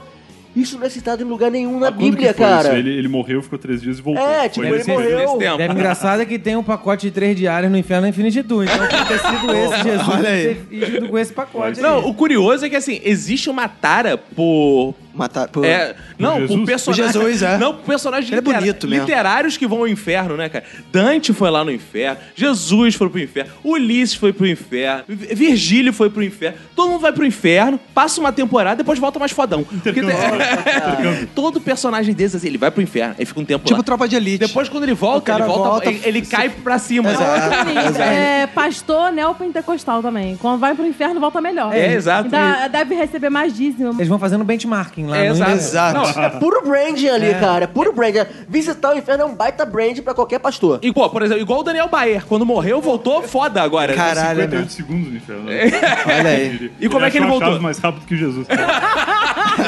Speaker 5: Isso não é citado em lugar nenhum na
Speaker 6: Ah, Quando que
Speaker 5: Bíblia,
Speaker 6: foi isso?
Speaker 5: cara.
Speaker 6: Ele, ele morreu, ficou três dias e voltou.
Speaker 5: É, tipo, ele
Speaker 6: Foi assim, nesse
Speaker 5: morreu.
Speaker 6: período.
Speaker 1: Nesse tempo.
Speaker 4: Deve engraçado é que tem um pacote de três diários no inferno na infinititud. Então pode ter sido esse Jesus
Speaker 2: Olha aí.
Speaker 4: ter ido com esse pacote.
Speaker 1: Não, o curioso é que assim, existe uma tara por.
Speaker 2: Matar. Por...
Speaker 1: É, não, por
Speaker 6: Jesus?
Speaker 1: personagens.
Speaker 2: Por Tipo, Jesus, é.
Speaker 1: Não, por personagens
Speaker 2: Ele é bonito mesmo.
Speaker 1: literários que vão ao inferno, né, cara? Dante foi lá no inferno, Jesus foi pro inferno, Ulisses foi pro inferno, Vi- Virgílio foi pro inferno. Todo mundo vai pro inferno, passa uma temporada, depois volta mais fodão. Porque tem- <laughs> todo personagem desses, assim, ele vai pro inferno, aí fica um tempo
Speaker 2: Tipo
Speaker 1: lá.
Speaker 2: tropa de elite.
Speaker 1: Depois, quando ele volta, ele
Speaker 2: cara
Speaker 1: volta,
Speaker 2: volta,
Speaker 1: ele, ele cai pra cima. <laughs>
Speaker 3: Assim, é, pastor neopentecostal também. Quando vai pro inferno, volta melhor.
Speaker 1: É, exato.
Speaker 3: Ainda deve receber mais dízimo.
Speaker 4: Eles vão fazendo benchmarking lá. né?
Speaker 1: É,
Speaker 4: no
Speaker 1: exato.
Speaker 2: Exato.
Speaker 1: Não,
Speaker 5: É puro branding ali, cara. É puro branding. Visitar o inferno é um baita brand pra qualquer pastor.
Speaker 1: Igual, por exemplo, igual o Daniel Baer. Quando morreu, voltou foda agora.
Speaker 2: Caralho,
Speaker 6: 58
Speaker 2: né?
Speaker 6: segundos no inferno. né?
Speaker 2: Olha aí.
Speaker 1: E como é que ele
Speaker 6: achou a
Speaker 1: voltou?
Speaker 6: chave mais rápido que Jesus.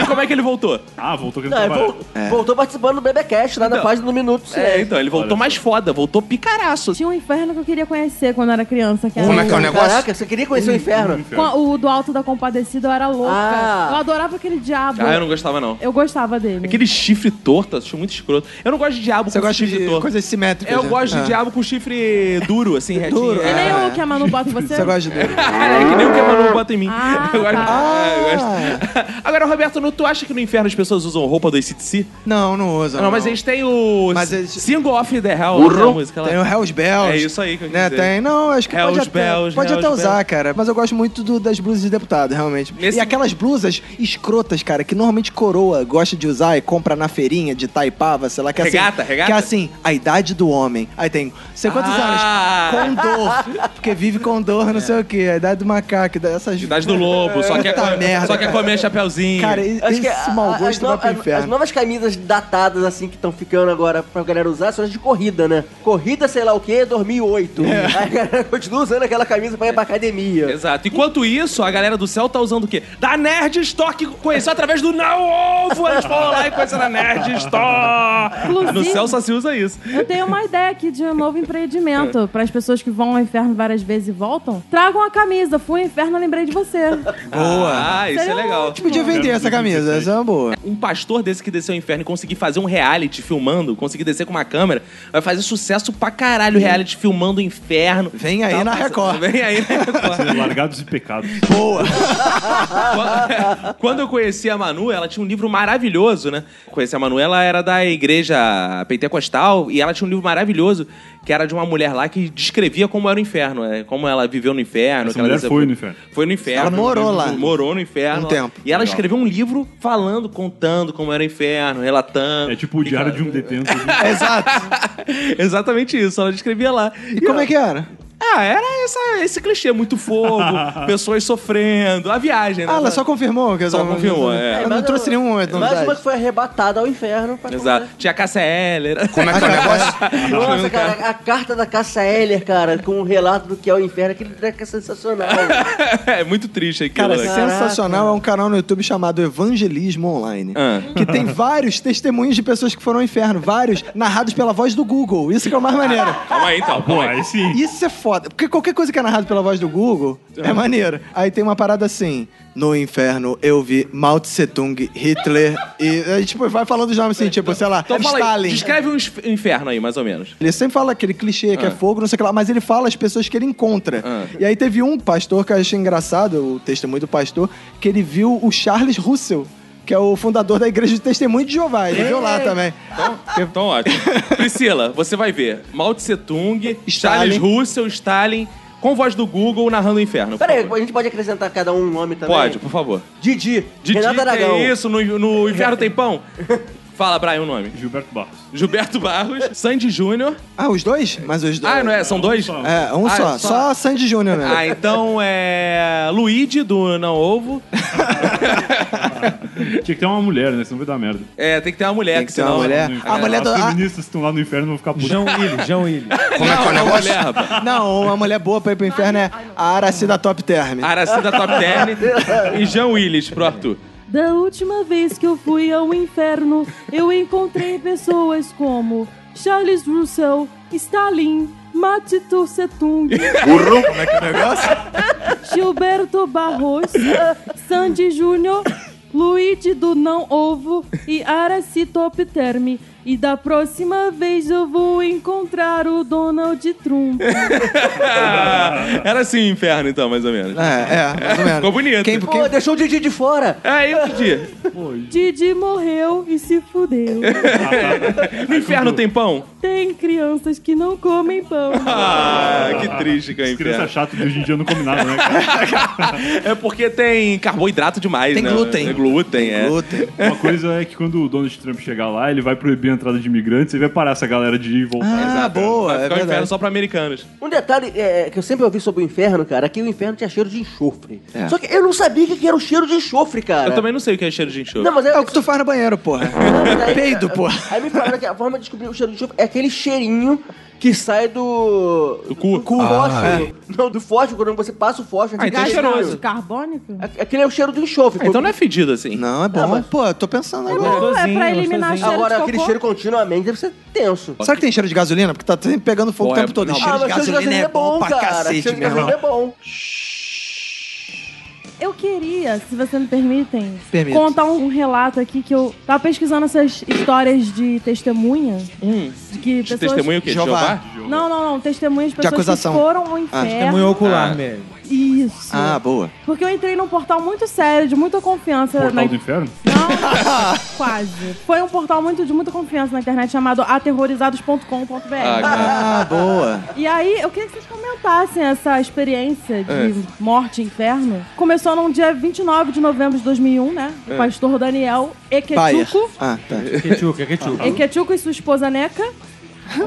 Speaker 1: E como é que ele voltou?
Speaker 6: ah, voltou querendo
Speaker 5: Não, ele
Speaker 6: trabalhar.
Speaker 5: vol- voltou participando do BBcast lá na
Speaker 1: Então.
Speaker 5: página do Minuto. do
Speaker 1: É,
Speaker 5: Silêncio.
Speaker 1: então, ele voltou mais foda, voltou picaraço. assim.
Speaker 3: Tinha um inferno que eu queria conhecer quando era criança. Que era
Speaker 2: Como é que é o negócio?
Speaker 5: Caraca, você queria conhecer o inferno?
Speaker 1: é?
Speaker 3: Com a- o do Alto da Compadecida eu era louca.
Speaker 5: Ah.
Speaker 3: Eu adorava aquele diabo.
Speaker 1: Ah, eu
Speaker 3: eu,
Speaker 1: não É gostava, não.
Speaker 3: gostava dele.
Speaker 1: Aquele chifre torto, acho muito escroto. Eu não gosto de diabo
Speaker 2: Você
Speaker 1: com
Speaker 2: gosta
Speaker 1: chifre
Speaker 2: de
Speaker 1: torto.
Speaker 2: coisas simétricas.
Speaker 1: Eu
Speaker 2: né?
Speaker 1: gosto de
Speaker 2: Ah.
Speaker 1: diabo com chifre duro, assim, retinho.
Speaker 2: Duro,
Speaker 3: Que
Speaker 1: é.
Speaker 3: nem
Speaker 2: Ah,
Speaker 3: o que a Manu bota em você.
Speaker 2: Você gosta de.
Speaker 1: É, que nem o que a Manu bota em mim.
Speaker 3: Ah,
Speaker 1: <laughs> eu gosto.
Speaker 3: tá.
Speaker 1: É, eu
Speaker 2: Ah.
Speaker 1: gosto. <laughs> Agora, Roberto, não, tu acha que no inferno as pessoas usam roupa do ICTC?
Speaker 2: Não, não usa.
Speaker 1: Não, mas eles têm o
Speaker 2: Mas
Speaker 1: s-
Speaker 2: eles-
Speaker 1: Single of the Hell, né, a música lá.
Speaker 2: Tem um- o Hells Bells.
Speaker 1: É isso aí que eu quis
Speaker 2: né?
Speaker 1: dizer.
Speaker 2: Tem, não, acho que
Speaker 1: Hells
Speaker 2: pode até,
Speaker 1: Bells,
Speaker 2: pode
Speaker 1: Hells
Speaker 2: até usar,
Speaker 1: Bells.
Speaker 2: cara. Mas eu gosto muito do- das blusas de deputado, realmente.
Speaker 1: Nesse-
Speaker 2: E aquelas blusas escrotas, cara, que normalmente coroa gosta de usar e compra na feirinha de Taipava, sei lá. Que é
Speaker 1: Regata,
Speaker 2: assim,
Speaker 1: regata?
Speaker 2: Que é assim, a idade do homem. Aí tem, sei quantos
Speaker 1: Ah!
Speaker 2: anos? Com dor. Porque vive com dor, não sei o quê. A idade do macaco, essas...
Speaker 1: Idade do lobo, só quer,
Speaker 2: Puta
Speaker 1: comer-
Speaker 2: merda,
Speaker 1: só é quer
Speaker 2: cara.
Speaker 1: comer chapeuzinho.
Speaker 2: Cara, e-
Speaker 5: Acho
Speaker 2: esse
Speaker 5: que a-
Speaker 2: mau
Speaker 5: a- as,
Speaker 2: gosto
Speaker 5: no-
Speaker 2: vai pro
Speaker 5: as- as
Speaker 2: inferno.
Speaker 5: novas camisas datadas, assim, que estão ficando agora pra galera usar, são as de corrida, né? Corrida, sei lá o quê, 2008.
Speaker 2: É.
Speaker 5: Aí <laughs> a galera continua usando aquela camisa pra ir pra academia.
Speaker 1: Exato. Enquanto isso, a galera do céu tá usando o quê? Da Nerd Store, que conheceu através do Não Ovo. Eles foram lá e conheceram a Nerd Store.
Speaker 3: Inclusive-
Speaker 1: No céu só se usa isso.
Speaker 3: Eu tenho uma ideia aqui de um novo empreendimento. Para as pessoas que vão ao inferno várias vezes e voltam, tragam a camisa. Fui ao inferno, lembrei de você.
Speaker 1: Boa. Ah, isso é
Speaker 3: Seria
Speaker 1: legal.
Speaker 2: A gente podia Tipo vender essa camisa, essa é uma boa.
Speaker 1: Um pastor desse que desceu ao inferno e conseguir fazer um reality filmando, conseguir descer com uma câmera, vai fazer sucesso pra caralho reality filmando o inferno.
Speaker 2: Vem aí
Speaker 1: Tá
Speaker 2: na
Speaker 1: passando-
Speaker 2: Record.
Speaker 1: Vem aí na Record.
Speaker 2: <laughs>
Speaker 6: Largados e pecados.
Speaker 2: Boa.
Speaker 1: Quando- <laughs> Quando eu conheci a Manu, ela tinha um livro maravilhoso, né? Conheci a Manu, ela era da igreja pentecostal e ela tinha um livro maravilhoso que era de uma mulher lá que descrevia como era o inferno, né? como ela viveu no inferno.
Speaker 6: Essa
Speaker 1: que ela
Speaker 6: mulher
Speaker 1: recebeu-
Speaker 6: foi no inferno.
Speaker 1: Foi no inferno.
Speaker 2: Ela morou lá.
Speaker 1: Morou no inferno.
Speaker 2: Um tempo.
Speaker 1: E ela escreveu um livro falando, contando como era o inferno, relatando.
Speaker 6: É tipo o diário de um detento.
Speaker 1: <laughs>
Speaker 2: Exato.
Speaker 1: Exatamente isso, ela descrevia lá.
Speaker 2: E como é que era?
Speaker 1: Ah, era essa- esse clichê, muito
Speaker 6: <laughs>
Speaker 1: fogo, pessoas sofrendo, a viagem, né?
Speaker 2: Ah, ela só confirmou que né? eu
Speaker 1: Só confirmou, é.
Speaker 2: Ela não trouxe nenhuma
Speaker 5: Mais uma
Speaker 2: novidade.
Speaker 5: que foi arrebatada ao inferno. Pra
Speaker 1: Exato. Tinha Cássia Heller. <laughs>
Speaker 2: Como é que é o negócio?
Speaker 5: Nossa, cara, a carta da Cássia Heller, cara, com um relato do que é o inferno, aquele treco é
Speaker 1: <laughs>
Speaker 5: sensacional.
Speaker 1: é muito triste aquilo.
Speaker 2: Cara,
Speaker 1: né?
Speaker 2: sensacional é um canal no YouTube chamado Evangelismo Online.
Speaker 1: Ah.
Speaker 2: Que tem vários testemunhos de pessoas que foram ao inferno, vários narrados pela voz do Google. Isso que é o mais maneiro.
Speaker 1: Calma aí, então.
Speaker 6: Pô,
Speaker 1: Calma aí.
Speaker 6: aí sim.
Speaker 2: Isso é foda. Porque qualquer coisa que é narrado pela voz do Google é maneiro. Aí tem uma parada assim. No inferno eu vi Mao Tse Tung, Hitler e. Aí, tipo, vai falando os nomes assim, tipo, sei lá,
Speaker 1: Então fala aí,
Speaker 2: Stalin.
Speaker 1: descreve um inf- inferno aí, mais ou menos.
Speaker 2: Ele sempre fala aquele clichê que
Speaker 1: Ah.
Speaker 2: é fogo, não sei o que lá, mas ele fala as pessoas que ele encontra.
Speaker 1: Ah.
Speaker 2: E aí teve um pastor que eu achei engraçado, o testemunho do pastor, que ele viu o Charles Russell, que é o fundador da igreja de testemunho de Jeová. Ele viu lá também.
Speaker 1: Então, <laughs> ótimo. Priscila, você vai ver. Mao Tse Tung, Charles
Speaker 2: Stalin.
Speaker 1: Russell, Stalin, com voz do Google narrando o inferno. por
Speaker 5: Pera aí,
Speaker 1: favor.
Speaker 5: a gente pode acrescentar cada um um nome também?
Speaker 1: Pode, por favor.
Speaker 5: Didi,
Speaker 1: Didi,
Speaker 5: Renato
Speaker 1: que
Speaker 5: Aragão.
Speaker 1: <laughs> é isso? No, no inferno tem pão? Fala, Brian, o nome.
Speaker 6: Gilberto Barros.
Speaker 1: Gilberto Barros, Sandy Júnior.
Speaker 2: Ah, os dois? Mas os dois.
Speaker 1: Ah, não é? São dois?
Speaker 6: só.
Speaker 2: É, um
Speaker 1: Ah,
Speaker 2: só.
Speaker 1: só.
Speaker 2: Só Sandy Júnior, né?
Speaker 1: Ah, então é. Luigi, do Não Ovo.
Speaker 6: Tinha que ter uma mulher, né? Senão vai dar merda.
Speaker 1: É, tem que ter uma mulher,
Speaker 2: Tem
Speaker 1: que
Speaker 2: que ser uma
Speaker 1: senão-
Speaker 2: mulher. Então, A mulher do.
Speaker 6: As
Speaker 2: a-
Speaker 6: feministas que estão lá no inferno vão ficar putas.
Speaker 4: João Willi, João Willi.
Speaker 1: Como é que é o negócio? Mulher, rapaz.
Speaker 2: Não, uma mulher boa pra ir pro inferno é a Aracida Top Term.
Speaker 1: Aracida Top Term e Jean Willis pro Arthur.
Speaker 3: Da última vez que eu fui ao inferno, eu encontrei pessoas como Charles Russell, Stalin, Mao Tse
Speaker 7: <laughs>
Speaker 3: Tung,
Speaker 7: Como é que é o negócio?
Speaker 3: Gilberto Barros, Sandy Júnior, Luigi do Não Ovo e Araci Top Term. E da próxima vez eu vou encontrar o Donald Trump.
Speaker 1: Era assim o inferno, então, mais ou menos.
Speaker 2: É, é, mais ou menos.
Speaker 1: <laughs> Ficou bonito.
Speaker 2: Quem,
Speaker 5: Pô,
Speaker 2: quem...
Speaker 5: deixou o Didi de fora.
Speaker 1: É, eu pedi.
Speaker 3: Didi morreu e se fudeu.
Speaker 1: No inferno tem pão?
Speaker 3: Tem crianças que não comem pão.
Speaker 1: Ah, que triste que é o
Speaker 6: As crianças
Speaker 1: inferno.
Speaker 6: chatas de hoje em dia não comem nada, né? cara?
Speaker 1: É porque tem carboidrato demais,
Speaker 2: Tem
Speaker 1: né?
Speaker 2: glúten.
Speaker 1: Tem glúten, é.
Speaker 2: Glúten.
Speaker 6: Uma coisa é que quando o Donald Trump chegar lá, ele vai proibir a entrada de imigrantes e vai parar essa galera de ir e voltar.
Speaker 2: Ah, boa,
Speaker 1: Vai ficar o
Speaker 2: é
Speaker 1: inferno
Speaker 2: verdade.
Speaker 1: só pra americanos.
Speaker 5: Um detalhe é, que eu sempre ouvi sobre o inferno, cara, é que o inferno tinha cheiro de enxofre.
Speaker 2: É.
Speaker 5: Só que eu não sabia o que que era o cheiro de enxofre, cara.
Speaker 1: Eu também não sei o que é cheiro de enxofre.
Speaker 5: Não, mas é,
Speaker 2: É o que tu faz no banheiro, porra. <laughs> Peido, porra.
Speaker 5: Aí me falaram que a forma de descobrir o cheiro de enxofre é aquele cheirinho que sai do... Do
Speaker 1: cu.
Speaker 2: Ah,
Speaker 5: fósforo.
Speaker 2: é.
Speaker 5: Não, do fósforo, quando você passa o fósforo.
Speaker 1: Ah,
Speaker 5: aquele
Speaker 1: então é
Speaker 5: cheiro.
Speaker 1: cheiroso.
Speaker 3: Carbônico?
Speaker 5: A- Aquele é o cheiro do enxofre.
Speaker 1: Ah, então não é fedido assim.
Speaker 2: Não, é bom. Pô, eu tô pensando agora.
Speaker 3: Não, é
Speaker 4: Gostosinho,
Speaker 3: pra eliminar
Speaker 4: gostosinho.
Speaker 3: cheiro
Speaker 5: Agora,
Speaker 3: de
Speaker 5: aquele
Speaker 3: cocô.
Speaker 5: cheiro continuamente deve ser tenso.
Speaker 2: Será que tem cheiro de gasolina? Porque tá sempre pegando fogo
Speaker 1: Pô,
Speaker 2: o tempo
Speaker 1: é-
Speaker 2: todo.
Speaker 1: não,
Speaker 5: Ah,
Speaker 2: cheiro, de gasolina é bom pra cacete,
Speaker 5: cheiro de
Speaker 2: meu
Speaker 5: gasolina é
Speaker 2: irmão.
Speaker 5: bom.
Speaker 3: Eu queria, se você me permitem,
Speaker 2: Permito.
Speaker 3: contar um relato aqui que eu tava pesquisando essas histórias de testemunha. de que
Speaker 1: De
Speaker 3: pessoas...
Speaker 1: testemunho o quê?
Speaker 2: Jeová.
Speaker 1: Jeová?
Speaker 3: Não, não, não. Testemunhas de pessoas
Speaker 2: acusação.
Speaker 3: que foram ao
Speaker 2: Ah,
Speaker 3: inferno.
Speaker 4: Testemunho ocular
Speaker 1: Ah.
Speaker 4: mesmo.
Speaker 3: Isso.
Speaker 2: Ah, boa.
Speaker 3: Porque eu entrei num portal muito sério, de muita confiança.
Speaker 6: Portal
Speaker 3: na-
Speaker 6: do inferno?
Speaker 3: Não, quase. Foi um portal muito, de muita confiança na internet chamado aterrorizados.com.br.
Speaker 1: Ah, cara.
Speaker 2: Ah, boa.
Speaker 3: E aí, eu queria que vocês comentassem essa experiência de morte e inferno. Começou num dia 29 de novembro de 2001, né? O pastor Daniel
Speaker 2: Bayer.
Speaker 3: Eketuko.
Speaker 2: Ah, tá.
Speaker 3: <laughs>
Speaker 4: Ketchuca, ketchuca.
Speaker 3: Eketuko e sua esposa Neca.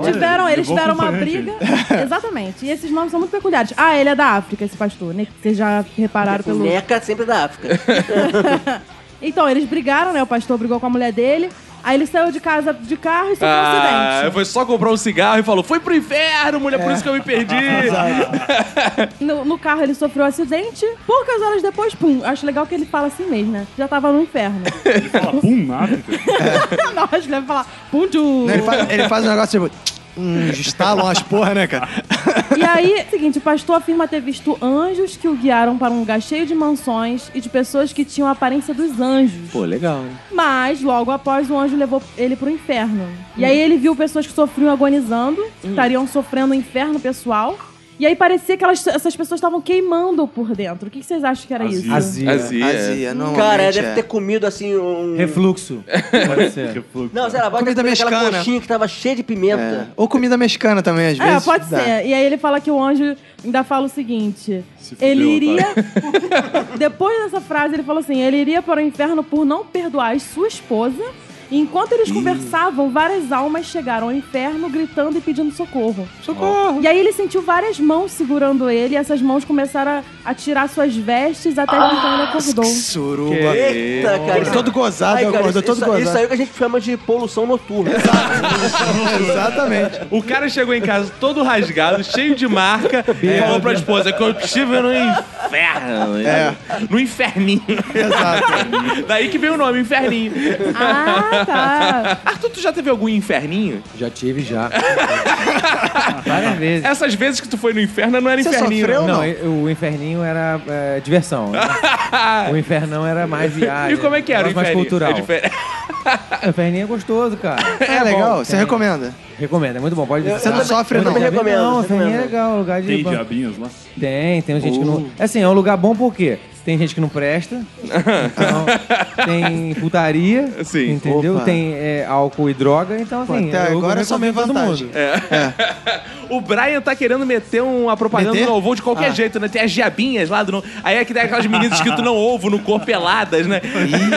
Speaker 3: tiveram, eles
Speaker 6: levou
Speaker 3: tiveram uma
Speaker 6: acompanhante.
Speaker 3: briga. Exatamente. E esses nomes são muito peculiares. Ah, ele é da África, esse pastor, né? Que Vocês já repararam pelo.
Speaker 5: Neca sempre da África.
Speaker 2: É
Speaker 3: Então, eles brigaram, né? O pastor brigou com a mulher dele. Aí ele saiu de casa de carro e sofreu um
Speaker 1: Ah,
Speaker 3: acidente.
Speaker 1: foi só comprar um cigarro e falou: foi pro inferno, mulher,
Speaker 2: É.
Speaker 1: por isso que eu me
Speaker 2: <laughs>
Speaker 1: perdi.
Speaker 3: No, no carro ele sofreu um acidente. Poucas horas depois, pum. Acho legal que ele fala assim mesmo, né? Já tava no inferno.
Speaker 6: Fala, pum, nada.
Speaker 3: <laughs>
Speaker 6: cara.
Speaker 3: não, acho que ele vai né, falar, pum, tchu.
Speaker 2: Não, ele, faz, ele faz um negócio tipo. <laughs> Hum, estalam as porra, né, cara?
Speaker 3: E aí, seguinte, o pastor afirma ter visto anjos que o guiaram para um lugar cheio de mansões e de pessoas que tinham a aparência dos anjos.
Speaker 2: Pô, legal, né?
Speaker 3: Mas, logo após, o anjo levou ele pro inferno. E
Speaker 2: Hum.
Speaker 3: aí ele viu pessoas que sofriam agonizando, que estariam sofrendo um inferno pessoal. E aí parecia que elas, essas pessoas estavam queimando por dentro. O que que vocês acham que era
Speaker 6: Azia.
Speaker 3: isso?
Speaker 4: Azia.
Speaker 1: Azia.
Speaker 2: Azia, normalmente
Speaker 5: Cara,
Speaker 2: é.
Speaker 5: deve ter comido assim um.
Speaker 4: Refluxo. Pode ser.
Speaker 6: tá
Speaker 5: Não, sei lá, pode
Speaker 2: Comida
Speaker 5: ter comido aquela
Speaker 2: mexicana.
Speaker 5: coxinha que tava cheia de pimenta.
Speaker 2: É. Ou comida mexicana também, às
Speaker 3: É,
Speaker 2: vezes.
Speaker 3: pode
Speaker 2: dá.
Speaker 3: ser. E aí ele fala que o anjo ainda fala o seguinte:
Speaker 6: Se fudeu,
Speaker 3: ele
Speaker 6: <laughs>
Speaker 3: iria. Depois dessa frase, ele falou assim: ele iria para o inferno por não perdoar sua esposa. E enquanto eles conversavam, várias almas chegaram ao inferno gritando e pedindo socorro. Socorro! E aí ele sentiu várias mãos segurando ele, e essas mãos começaram a, a tirar suas vestes até que então ele
Speaker 6: Ah. <laughs>
Speaker 3: acordou.
Speaker 2: Suruba.
Speaker 5: Eita, cara. isso-
Speaker 2: É. Todo gozado,
Speaker 5: Ai,
Speaker 2: eu
Speaker 5: cara,
Speaker 2: acordo,
Speaker 5: isso,
Speaker 2: todo
Speaker 5: isso, isso
Speaker 2: gozado.
Speaker 5: aí é o que a gente chama de poluição noturna.
Speaker 2: Exatamente.
Speaker 1: O cara chegou em casa todo rasgado, cheio de marca, e falou pra esposa: que eu estive no inferno.
Speaker 2: É.
Speaker 1: No inferninho.
Speaker 2: Exato.
Speaker 1: Daí que veio o nome, inferninho.
Speaker 3: Ah, tá.
Speaker 1: Arthur, tu já teve algum inferninho?
Speaker 4: Já tive, já. <laughs> Várias vezes.
Speaker 1: Essas vezes que tu foi no inferno não era
Speaker 2: Você
Speaker 1: inferninho.
Speaker 2: sofreu?
Speaker 1: É não.
Speaker 2: não.
Speaker 4: Não, e- o inferninho era é, diversão. né? o infernão era mais viagem.
Speaker 1: E como é que era o
Speaker 4: um negócio
Speaker 1: inferninho? É
Speaker 4: Mais cultural.
Speaker 1: diferente.
Speaker 4: o inferninho é gostoso, cara.
Speaker 2: É, legal, você
Speaker 4: tem.
Speaker 2: recomenda.
Speaker 4: Recomendo, é muito bom. Pode
Speaker 2: Você não sofre,
Speaker 4: Muito
Speaker 2: não.
Speaker 4: bem,
Speaker 5: Eu recomendo,
Speaker 4: Não, o inferninho é
Speaker 5: recomendo.
Speaker 4: legal. Lugar de
Speaker 6: Tem
Speaker 4: ban-
Speaker 6: diabinhos lá.
Speaker 4: Tem, tem gente que não. Assim, é um lugar bom porque tem gente que não presta. então, tem putaria.
Speaker 1: Sim.
Speaker 4: Entendeu?
Speaker 2: Opa.
Speaker 4: Tem é, álcool e droga. Então,
Speaker 2: Pô,
Speaker 4: assim.
Speaker 2: até
Speaker 4: eu
Speaker 2: agora só vem
Speaker 4: recomendo todo
Speaker 2: vantagem.
Speaker 4: mundo.
Speaker 1: O Brian tá querendo meter uma propaganda
Speaker 2: Meter? Ah.
Speaker 1: do Não Ovo de qualquer jeito, né? Tem as diabinhas lá do Não... Aí é que tem aquelas meninas escrito Não Ovo no corpo peladas, né?
Speaker 2: Ih,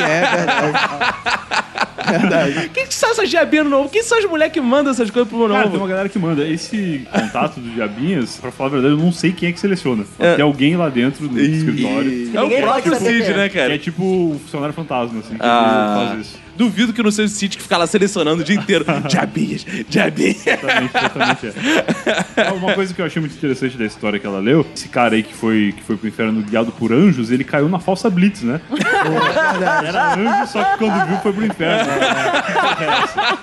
Speaker 2: é verdade.
Speaker 1: <laughs> Quem que são essas diabinhas novo? Quem são as mulheres que mandam essas coisas pro
Speaker 6: Cara, tem uma
Speaker 1: novo?
Speaker 6: galera que manda. Esse contato do Diabinhas, pra falar a verdade, eu não sei quem é que seleciona. Tem alguém lá dentro do escritório.
Speaker 1: É o
Speaker 5: Ninguém
Speaker 1: próprio
Speaker 5: pode saber
Speaker 1: Cid,
Speaker 5: quem é.
Speaker 1: né,
Speaker 6: Que é
Speaker 1: cara?
Speaker 6: tipo o funcionário fantasma, assim, que
Speaker 1: Ah.
Speaker 6: faz isso.
Speaker 1: Duvido que não seja o Cid que fica lá selecionando o dia
Speaker 6: <laughs>
Speaker 1: inteiro. Diabinhas, diabinhas.
Speaker 6: Exatamente, exatamente é. Ah, Uma coisa que eu achei muito interessante da história que ela leu, esse cara aí que foi, que foi pro inferno guiado por anjos, ele caiu na falsa Blitz, né? Era anjo, só que quando viu foi pro inferno.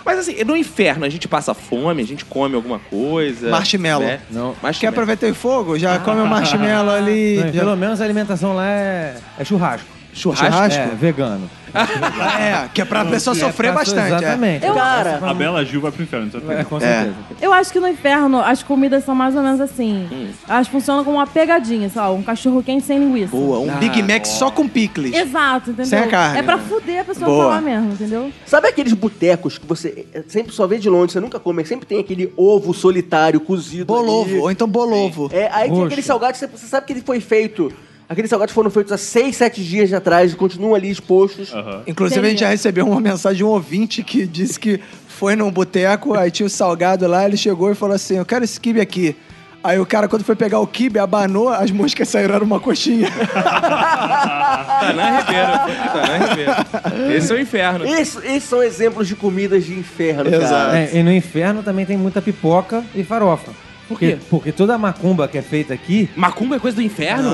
Speaker 1: Mas assim, no inferno a gente passa fome, a gente come alguma coisa.
Speaker 2: Marshmallow.
Speaker 1: Né?
Speaker 4: Não.
Speaker 1: Mas
Speaker 2: Quer aproveitar o fogo? Já come o marshmallow ali.
Speaker 4: Mas
Speaker 2: já-
Speaker 4: pelo menos a alimentação lá é, é churrasco.
Speaker 1: Churrasco?
Speaker 4: É, vegano.
Speaker 2: É, que é pra pessoa sofrer
Speaker 4: Pra-
Speaker 2: bastante. é.
Speaker 4: Exatamente.
Speaker 3: Eu-
Speaker 5: Cara,
Speaker 6: A Bela Gil vai pro inferno, tá
Speaker 4: É, com certeza.
Speaker 3: Eu acho que no inferno as comidas são mais ou menos assim.
Speaker 6: Hum.
Speaker 3: Elas funcionam como uma pegadinha, sei lá, um cachorro quente sem linguiça.
Speaker 2: Boa, um Big Mac só com picles.
Speaker 3: Exato, entendeu?
Speaker 2: Sem a carne.
Speaker 3: É pra fuder a pessoa
Speaker 2: Boa.
Speaker 3: pra lá mesmo, entendeu?
Speaker 5: sabe aqueles botecos que você eh, sempre só vê de longe, você nunca come, sempre tem aquele ovo solitário cozido.
Speaker 2: Bolovo, ou
Speaker 5: ali.
Speaker 2: então bolovo.
Speaker 5: É, aí tem
Speaker 4: Roxo.
Speaker 5: aquele salgado, você, você sabe que ele foi feito. Aqueles salgados foram feitos há 6, 7 dias atrás e continuam ali expostos.
Speaker 6: Ah.
Speaker 2: Inclusive, a gente já recebeu uma mensagem de um ouvinte que disse que foi num boteco, aí tinha o salgado lá, ele chegou e falou assim: Eu quero esse kibe aqui. Aí o cara, quando foi pegar o kibe, abanou, as moscas saíram era uma coxinha.
Speaker 1: Taná Ribeiro. Taná Ribeiro. tá Esse é o inferno.
Speaker 5: Esses, esses são exemplos de comidas de inferno, cara.
Speaker 4: É, e no inferno também tem muita pipoca e farofa. Por
Speaker 1: quê?
Speaker 4: Porque, porque toda a macumba que é feita aqui,
Speaker 1: Macumba é coisa do inferno?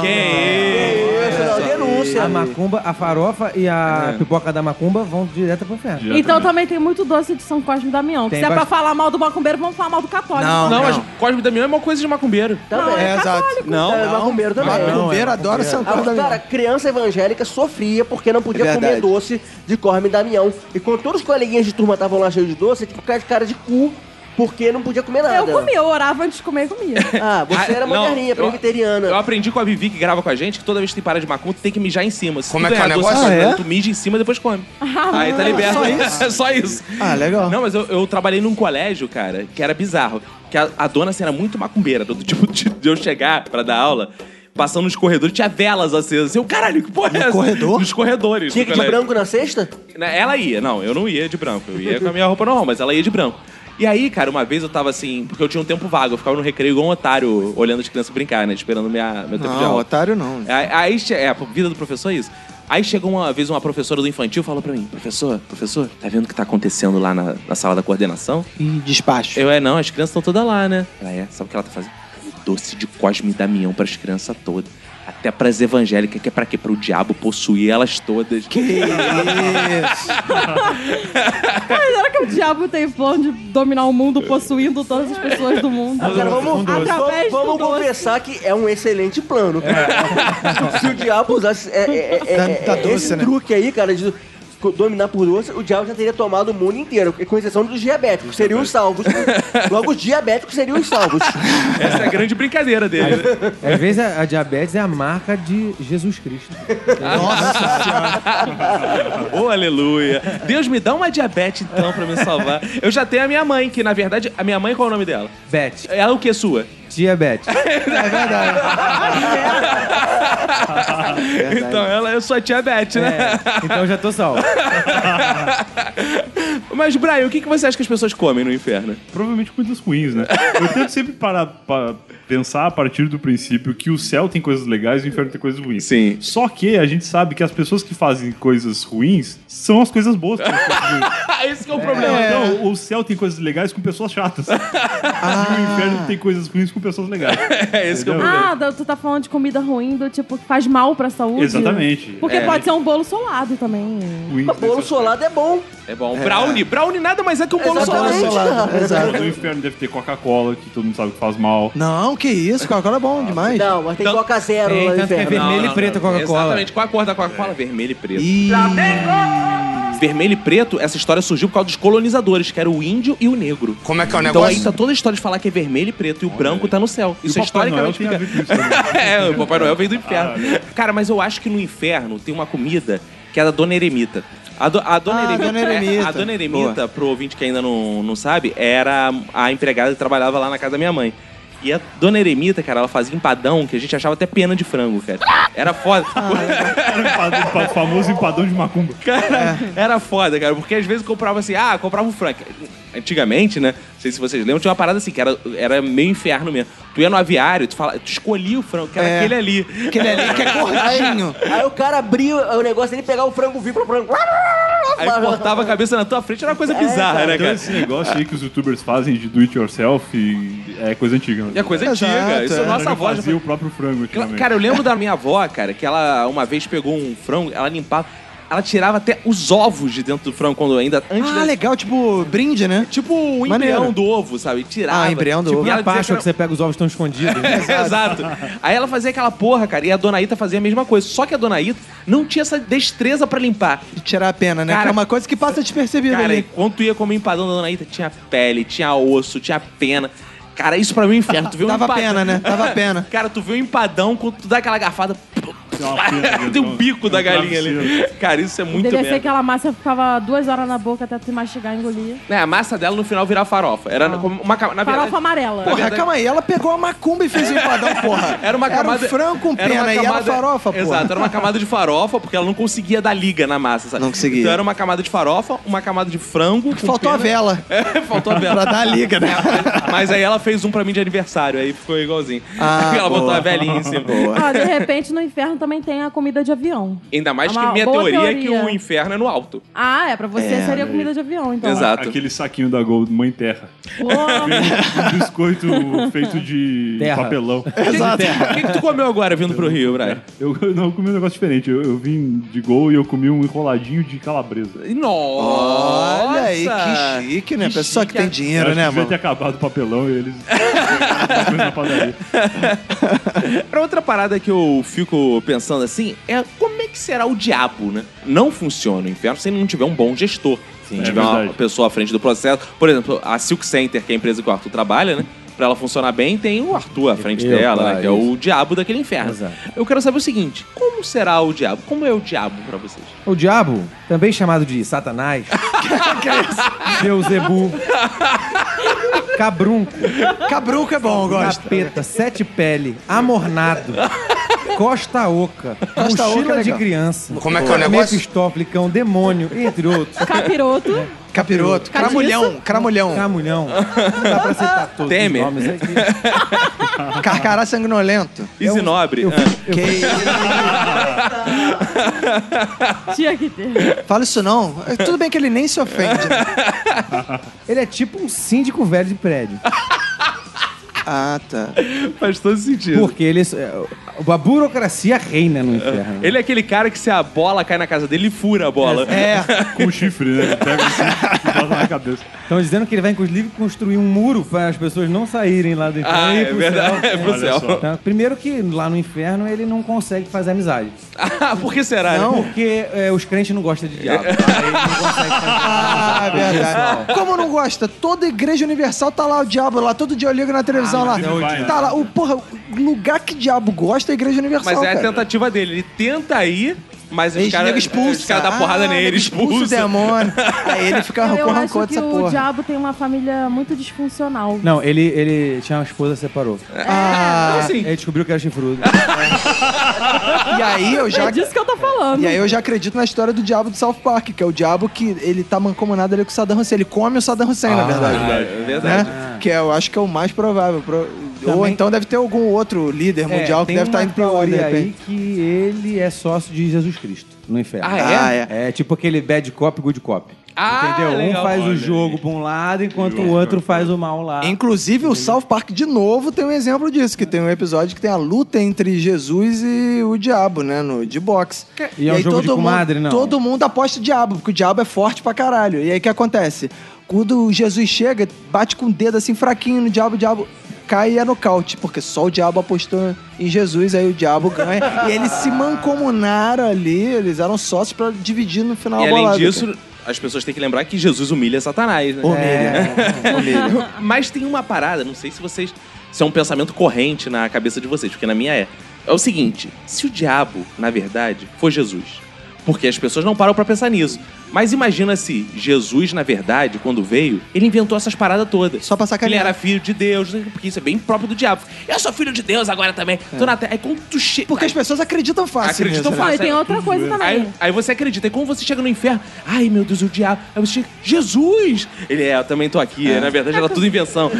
Speaker 1: que isso?
Speaker 5: Isso, não, É, denúncia.
Speaker 4: a macumba, a farofa e a pipoca da macumba vão direto pro inferno.
Speaker 3: Então também tem muito doce de São Cosme e Damião.
Speaker 4: Tem
Speaker 3: Se é pra
Speaker 4: bastante.
Speaker 3: falar mal do macumbeiro, vamos falar mal do católico.
Speaker 2: Não,
Speaker 1: Não, mas Cosme Damião é uma coisa de macumbeiro.
Speaker 5: Também.
Speaker 2: <laughs> é, exato.
Speaker 1: Não,
Speaker 5: É, macumbeiro também.
Speaker 2: Macumbeiro adora São
Speaker 5: Ah,
Speaker 2: Cosme e
Speaker 5: cara,
Speaker 2: Damião.
Speaker 5: criança evangélica sofria porque não podia
Speaker 2: É
Speaker 5: comer
Speaker 2: verdade.
Speaker 5: doce de Corme e Damião. E quando todos os coleguinhas de turma estavam lá cheios de doce, ele tinha que ficar de cara de cu porque não podia comer nada.
Speaker 3: Eu comia, eu orava antes de comer
Speaker 2: <laughs>
Speaker 3: e comia.
Speaker 5: Ah,
Speaker 1: <laughs>
Speaker 5: você
Speaker 1: Ah,
Speaker 5: era
Speaker 1: não,
Speaker 5: moderninha,
Speaker 1: eu-
Speaker 5: presbiteriana.
Speaker 1: Eu aprendi com a Vivi, que grava com a gente, que toda vez que tem parada de macumba, tu tem que mijar em cima. Se
Speaker 7: Como
Speaker 1: tu
Speaker 7: é que é o
Speaker 1: ganhar doce,
Speaker 7: negócio?
Speaker 1: Tu mija em cima e depois come. Aí tá liberto. <laughs> Só isso? Só isso.
Speaker 2: Ah, legal.
Speaker 1: Não, mas eu, eu trabalhei num colégio, cara, que era bizarro. Que a, a dona assim, era muito macumbeira. Do tipo de, de eu chegar pra dar aula, passando nos corredores, tinha velas acesas. Eu, caralho, que porra é essa?
Speaker 2: corredor?
Speaker 1: Nos corredores. do
Speaker 5: Tinha que ir de
Speaker 1: colégio.
Speaker 5: branco na sexta?
Speaker 1: Né, Ela ia, não, eu não ia de branco, eu ia com a minha roupa normal, mas ela ia de branco. E aí, cara, uma vez eu tava assim, porque eu tinha um tempo vago, eu ficava no recreio igual um otário, olhando as crianças brincar, né? Esperando minha, meu tempo de
Speaker 2: Não,
Speaker 1: aula.
Speaker 2: otário não. né?
Speaker 1: Aí, aí che- é, a vida do professor é isso. Aí chegou uma vez uma professora do infantil e falou pra mim: Professor, professor, tá vendo o que tá acontecendo lá na, na sala da coordenação?
Speaker 2: E despacho.
Speaker 1: Eu, é, não, as crianças estão todas lá, né? Ela é, sabe o que ela tá fazendo? Doce de Cosme e Damião pras crianças todas. Até pras evangélicas, que é pra quê? Pra o diabo possuir elas todas. Que
Speaker 3: Mas será que o diabo tem plano de dominar o mundo possuindo todas as pessoas do mundo?
Speaker 5: Cara, vamos,
Speaker 3: Através
Speaker 5: vamos, vamos
Speaker 3: do doce.
Speaker 5: confessar que é um excelente plano. cara. <laughs> Se o diabo usasse é, é, é,
Speaker 2: Tá-
Speaker 5: é,
Speaker 2: tá doce,
Speaker 5: esse
Speaker 2: né?
Speaker 5: truque aí, cara, de co- dominar por doce, o diabo já teria tomado o mundo inteiro, com exceção dos diabéticos, seriam os
Speaker 1: <laughs>
Speaker 5: salvos. Logo, os diabéticos seriam os salvos.
Speaker 1: Essa é a grande brincadeira dele. né?
Speaker 4: Às vezes a, a diabetes é a marca de Jesus Cristo.
Speaker 1: Ô, aleluia. Deus me dá uma diabetes, então, pra me salvar. Eu já tenho a minha mãe, que na verdade, a minha mãe, qual é o nome dela?
Speaker 4: Bet,
Speaker 1: Ela o que sua?
Speaker 4: diabetes.
Speaker 1: Então, ela é sua tia Beth, né?
Speaker 4: É, <laughs> então eu já tô salvo.
Speaker 1: Mas, Brian, o que, que você acha que as pessoas comem no inferno?
Speaker 6: Provavelmente coisas ruins, né? Eu tento sempre parar pra pensar a partir do princípio que o céu tem coisas legais e o inferno tem coisas ruins.
Speaker 1: Sim.
Speaker 6: Só que a gente sabe que as pessoas que fazem coisas ruins são as coisas boas. que elas fazem.
Speaker 1: Esse que é o problema.
Speaker 6: Então, o céu tem coisas legais com pessoas chatas. E o inferno tem coisas ruins com pessoas legais.
Speaker 1: É esse que é o
Speaker 6: Entendeu?
Speaker 1: problema.
Speaker 3: Ah, da- tu tá falando de comida ruim, do tipo, que faz mal pra saúde.
Speaker 6: Exatamente.
Speaker 3: Porque
Speaker 1: É.
Speaker 3: pode ser um bolo solado também.
Speaker 6: Ruim.
Speaker 5: Mas bolo solado é bom.
Speaker 1: É bom. Brownie. Brownie nada mais é que um bolo
Speaker 5: Exatamente.
Speaker 1: solado.
Speaker 5: cara. <laughs>
Speaker 6: No inferno deve ter Coca-Cola, que todo mundo sabe que faz mal.
Speaker 2: Não, que isso, Coca-Cola é bom demais.
Speaker 5: Não, mas tem
Speaker 1: Então, Tanto-
Speaker 5: coca zero
Speaker 4: Tem,
Speaker 5: lá no
Speaker 4: tanto que é
Speaker 5: inferno.
Speaker 4: vermelho. e preto, Coca-Cola.
Speaker 1: Ah, Exatamente. Qual a cor da Coca-Cola? Vermelho e preto.
Speaker 2: Ih,
Speaker 1: Vermelho e preto, essa história surgiu por causa dos colonizadores, que era o índio e o negro.
Speaker 7: Como é que é o
Speaker 1: Então
Speaker 7: negócio?
Speaker 1: aí tá toda a história de falar que é vermelho e preto e o branco tá no céu. Isso é
Speaker 6: Papai Noel
Speaker 1: historicamente
Speaker 6: tem a ver com
Speaker 1: <laughs>
Speaker 6: isso
Speaker 1: é, o Papai Noel vem do inferno. Cara, mas eu acho que no inferno tem uma comida que é da Dona Eremita. A, do- a Dona
Speaker 2: Ah,
Speaker 1: Eremita, é,
Speaker 2: Dona Eremita.
Speaker 1: a Dona Eremita pro ouvinte que ainda não, não sabe, era a empregada que trabalhava lá na casa da minha mãe. E a dona Eremita, cara, ela fazia empadão que a gente achava até pena de frango, cara. Era foda.
Speaker 2: Ah, é.
Speaker 6: Era um empadão- empa- famoso empadão de macumba.
Speaker 1: Cara,
Speaker 2: É.
Speaker 1: era foda, cara, porque às vezes comprava assim, ah, comprava um frango. Antigamente, né? Não sei se vocês lembram, tinha uma parada assim, que era, era meio inferno mesmo. Tu ia no aviário, tu, fala, tu escolhia o frango, que era
Speaker 2: É.
Speaker 1: aquele ali.
Speaker 2: Aquele
Speaker 1: <laughs>
Speaker 2: ali que é gordinho.
Speaker 5: Aí o cara abriu o negócio, ele pegava o frango vivo, o frango...
Speaker 1: Aí cortava a cabeça na tua frente, era uma
Speaker 2: É,
Speaker 1: coisa bizarra, né,
Speaker 6: Então
Speaker 1: cara?
Speaker 6: esse negócio aí que os youtubers fazem de do it yourself e- é coisa antiga. né?
Speaker 1: É coisa antiga.
Speaker 2: Exato,
Speaker 1: Isso é
Speaker 2: é.
Speaker 1: nossa
Speaker 6: Ele
Speaker 1: avó. já
Speaker 6: fazia o próprio frango
Speaker 1: Cla-
Speaker 6: antigamente.
Speaker 1: Cara, eu lembro da minha avó, cara, que ela uma vez pegou um frango, ela limpava, ela tirava até os ovos de dentro do frango quando ainda antes
Speaker 2: Ah,
Speaker 1: da-
Speaker 2: legal, tipo brinde, né?
Speaker 1: Tipo o embrião
Speaker 2: Maneiro.
Speaker 1: do ovo, sabe? Tirava.
Speaker 2: Ah, embrião do
Speaker 1: Tipo,
Speaker 2: ovo.
Speaker 1: e
Speaker 2: E
Speaker 1: ela
Speaker 2: a
Speaker 4: A
Speaker 1: dizia
Speaker 4: Páscoa que
Speaker 1: que
Speaker 4: você pega os ovos estão escondidos. né?
Speaker 1: era- <laughs> Exato. Aí ela fazia aquela porra, cara, e a dona Ita fazia a mesma coisa. Só que a dona Ita não tinha essa destreza pra limpar.
Speaker 2: De tirar a pena, né?
Speaker 1: Cara,
Speaker 2: que é uma coisa que passa despercebida
Speaker 1: Cara,
Speaker 2: ali.
Speaker 1: enquanto ia comer empadão da dona Ita, tinha pele, tinha osso, tinha pena. Cara, isso pra mim é um inferno. Tu vê um
Speaker 2: Dava
Speaker 1: empadão-
Speaker 2: pena,
Speaker 1: <laughs>
Speaker 2: né? Dava pena.
Speaker 1: Cara, tu vê um empadão, quando tu dá aquela garfada,
Speaker 6: Tem uma pena
Speaker 1: <laughs>
Speaker 6: dentro,
Speaker 1: tem um bico
Speaker 6: tem
Speaker 1: da
Speaker 6: um
Speaker 1: galinha ali.
Speaker 6: travesseiro.
Speaker 1: Cara, isso é muito
Speaker 3: Devia ser
Speaker 1: merda.
Speaker 3: aquela massa que ficava duas horas na boca até tu mastigar e engolir.
Speaker 1: É, a massa dela no final virar farofa. Era como uma ca- na verdade,
Speaker 3: Ah. Farofa amarela.
Speaker 2: Porra,
Speaker 1: verdade-
Speaker 2: calma aí, ela pegou a macumba e fez o empadão,
Speaker 1: <laughs>
Speaker 2: porra.
Speaker 1: Era uma camada.
Speaker 2: Era um frango com
Speaker 1: era uma
Speaker 2: pena e era
Speaker 1: camada-
Speaker 2: farofa, porra.
Speaker 1: Exato, era uma camada de farofa, porque ela não conseguia dar liga na massa, sabe?
Speaker 2: Não conseguia.
Speaker 1: Então era uma camada de farofa, uma camada de frango. com
Speaker 2: Faltou a
Speaker 1: pena.
Speaker 2: vela.
Speaker 1: É, <laughs> faltou a vela.
Speaker 2: Pra dar a liga, né?
Speaker 1: <laughs> Mas aí ela fez um pra mim de aniversário, aí ficou igualzinho.
Speaker 2: Ah,
Speaker 1: <laughs> ela botou
Speaker 2: boa.
Speaker 1: a velhinha em cima.
Speaker 3: Ó, de repente no inferno também tem a comida de avião.
Speaker 1: Ainda mais
Speaker 3: Uma
Speaker 1: que minha
Speaker 3: boa
Speaker 1: teoria, é que
Speaker 3: teoria.
Speaker 1: o inferno é no alto.
Speaker 3: Ah, é, pra você
Speaker 2: É,
Speaker 3: seria comida de avião, então.
Speaker 1: Exato.
Speaker 6: Aquele saquinho da Gold, Mãe Terra.
Speaker 1: <laughs>
Speaker 2: <laughs>
Speaker 3: Pô,
Speaker 6: Um biscoito feito de
Speaker 4: Terra.
Speaker 6: papelão.
Speaker 1: Exato. O que, que tu comeu agora vindo pro Rio, Brian?
Speaker 6: Eu, eu não eu comi um negócio diferente. Eu, eu vim de gol e eu comi um enroladinho de calabresa.
Speaker 1: Nossa!
Speaker 2: Olha aí, que chique, né?
Speaker 1: Que
Speaker 2: Pessoa que tem
Speaker 1: chique.
Speaker 2: dinheiro,
Speaker 6: eu acho
Speaker 2: né,
Speaker 6: que devia
Speaker 2: mano?
Speaker 6: ter acabado o papelão e eles... Coisa na padaria.
Speaker 1: Pra outra parada que eu fico pensando assim é como é que será o diabo, né? Não funciona o inferno se ele não tiver um bom gestor. Se não
Speaker 6: É
Speaker 1: tiver uma
Speaker 6: verdade.
Speaker 1: pessoa à frente do processo. Por exemplo, a Silk Center, que é a empresa que o Arthur trabalha, né? Pra ela funcionar bem, tem o Arthur à frente
Speaker 4: Eu,
Speaker 1: dela,
Speaker 4: tá,
Speaker 1: né? Que é
Speaker 4: isso.
Speaker 1: o diabo daquele inferno.
Speaker 4: Exato.
Speaker 1: Eu quero saber o seguinte: como será o diabo? Como é o diabo pra vocês?
Speaker 4: O diabo, também chamado de Satanás, Beuzebu, Cabrunco,
Speaker 2: Cabruco é bom, eu gosto.
Speaker 4: Capeta, Sete Pele, Amornado, Costa Oca,
Speaker 2: Costa Oca é
Speaker 4: Mochila de
Speaker 2: legal.
Speaker 4: Criança,
Speaker 7: Como é que é o negócio?
Speaker 4: Mephistophelicão, Demônio, entre outros.
Speaker 3: capiroto.
Speaker 2: Capiroto. Cramulhão, cramulhão.
Speaker 4: Camulhão. Não dá pra citar todos
Speaker 7: <laughs>
Speaker 1: Temer.
Speaker 4: os nomes aqui.
Speaker 2: Carcará sanguinolento.
Speaker 1: Isinobre.
Speaker 4: Eu,
Speaker 1: ah.
Speaker 4: <laughs>
Speaker 2: Que
Speaker 3: Tinha que ter.
Speaker 2: Fala isso não. Tudo bem que ele nem se
Speaker 1: <laughs>
Speaker 2: ofende. né?
Speaker 4: ele é tipo um síndico velho de prédio.
Speaker 2: Ah, tá.
Speaker 1: Faz todo sentido.
Speaker 4: Porque ele, é- a burocracia reina no inferno.
Speaker 1: Ele é aquele cara que se a bola cai na casa dele, ele fura a bola.
Speaker 2: É,
Speaker 6: Com chifre, né? Ele Pega assim e bota na cabeça.
Speaker 4: Estão dizendo que ele vai, inclusive, construir um muro para as pessoas não saírem lá do inferno.
Speaker 1: Ah,
Speaker 4: e ir
Speaker 1: é
Speaker 4: pro
Speaker 1: verdade.
Speaker 4: céu.
Speaker 1: É pro
Speaker 6: Olha
Speaker 1: céu.
Speaker 6: só.
Speaker 4: Tá? Primeiro que lá no inferno ele não consegue fazer amizade.
Speaker 1: <laughs> Ah, por que será? né?
Speaker 4: Porque é, os crentes não gostam de diabo. Aí ele não consegue
Speaker 1: É
Speaker 4: fazer
Speaker 2: ah, verdade. Como não gosta? Toda igreja universal tá lá o diabo lá. Todo dia eu ligo na televisão lá.
Speaker 6: mas ele vai, né?
Speaker 2: Tá lá. O, porra, o lugar que diabo gosta é a igreja universal,
Speaker 1: Mas é a
Speaker 2: cara.
Speaker 1: tentativa dele. Ele tenta ir, mas os
Speaker 2: Eles
Speaker 1: caras
Speaker 2: nego expulsa.
Speaker 1: os caras dão porrada
Speaker 2: Ah,
Speaker 1: nele,
Speaker 2: nego
Speaker 1: expulsa.
Speaker 2: o demônio. Aí ele fica
Speaker 3: <laughs> Eu
Speaker 2: arrancou,
Speaker 3: acho
Speaker 2: arrancou
Speaker 3: que
Speaker 2: dessa
Speaker 3: o
Speaker 2: porra.
Speaker 3: diabo tem uma família muito disfuncional.
Speaker 4: Não, ele, ele tinha uma esposa, separou.
Speaker 1: Então,
Speaker 2: Ah,
Speaker 1: assim,
Speaker 4: Ele descobriu que era chifrudo.
Speaker 2: e aí eu
Speaker 3: <laughs>
Speaker 2: já
Speaker 3: É disso que eu tô falando.
Speaker 2: E aí eu já acredito na história do diabo do South Park, que é o diabo que ele tá mancomunado ali com o Saddam Hussein. Ele come o Saddam Hussein, na verdade.
Speaker 1: é verdade.
Speaker 2: Né? Que eu acho que é o mais provável. Pro- Ou
Speaker 4: Também-
Speaker 2: então deve ter algum outro
Speaker 1: É,
Speaker 2: líder mundial Um que
Speaker 4: É, tem
Speaker 1: um
Speaker 2: deve estar
Speaker 4: uma
Speaker 2: indo pra onde, de
Speaker 4: teoria aí
Speaker 2: repente.
Speaker 4: que ele é sócio de Jesus Cristo no inferno.
Speaker 1: Ah, é?
Speaker 4: É tipo aquele bad cop, good cop.
Speaker 1: Ah,
Speaker 4: Entendeu?
Speaker 1: legal.
Speaker 4: Um faz
Speaker 6: Olha
Speaker 4: o
Speaker 6: aí.
Speaker 4: jogo pra um lado, enquanto o outro faz o mal
Speaker 1: Tá.
Speaker 4: lá.
Speaker 2: Então, Inclusive, o South Park, de novo, tem um exemplo disso, que
Speaker 1: É.
Speaker 2: tem um episódio que tem a luta entre Jesus e o diabo, né? No, de boxe.
Speaker 4: E é um jogo de comadre,
Speaker 2: mundo,
Speaker 4: não?
Speaker 2: Todo mundo aposta o diabo, porque o diabo é forte pra caralho. E aí o que acontece? Quando o Jesus chega, bate com o dedo assim fraquinho no diabo, o diabo cai e é nocaute, porque só o diabo apostou em Jesus, aí o diabo ganha.
Speaker 1: <laughs>
Speaker 2: e eles se mancomunaram ali, eles eram sócios pra dividir no final
Speaker 1: E
Speaker 2: a
Speaker 1: além
Speaker 2: bolada.
Speaker 1: disso, as pessoas têm que lembrar que Jesus humilha Satanás, né?
Speaker 2: Humilha, né? humilha.
Speaker 1: <laughs> Mas tem uma parada, não sei se vocês. Se é um pensamento corrente na cabeça de vocês, porque na minha é. É o seguinte: se o diabo, na verdade, for Jesus, Porque as pessoas não param pra pensar nisso. Mas imagina se Jesus, na verdade, quando veio, ele inventou essas paradas todas.
Speaker 2: Só pra sacanear.
Speaker 1: Ele era filho de Deus, porque isso é bem próprio do diabo. Eu sou filho de Deus agora também. Tô na terra. Aí quando tu chega.
Speaker 2: Porque as pessoas acreditam fácil.
Speaker 1: Acreditam
Speaker 2: nisso, né?
Speaker 3: Não,
Speaker 1: fácil.
Speaker 3: e tem outra coisa
Speaker 1: Aí,
Speaker 3: também.
Speaker 1: aí você acredita. E como você chega no inferno? Ai, meu Deus, o diabo. Aí você chega, Jesus! Ele é, eu também tô aqui. Na verdade, era tudo invenção.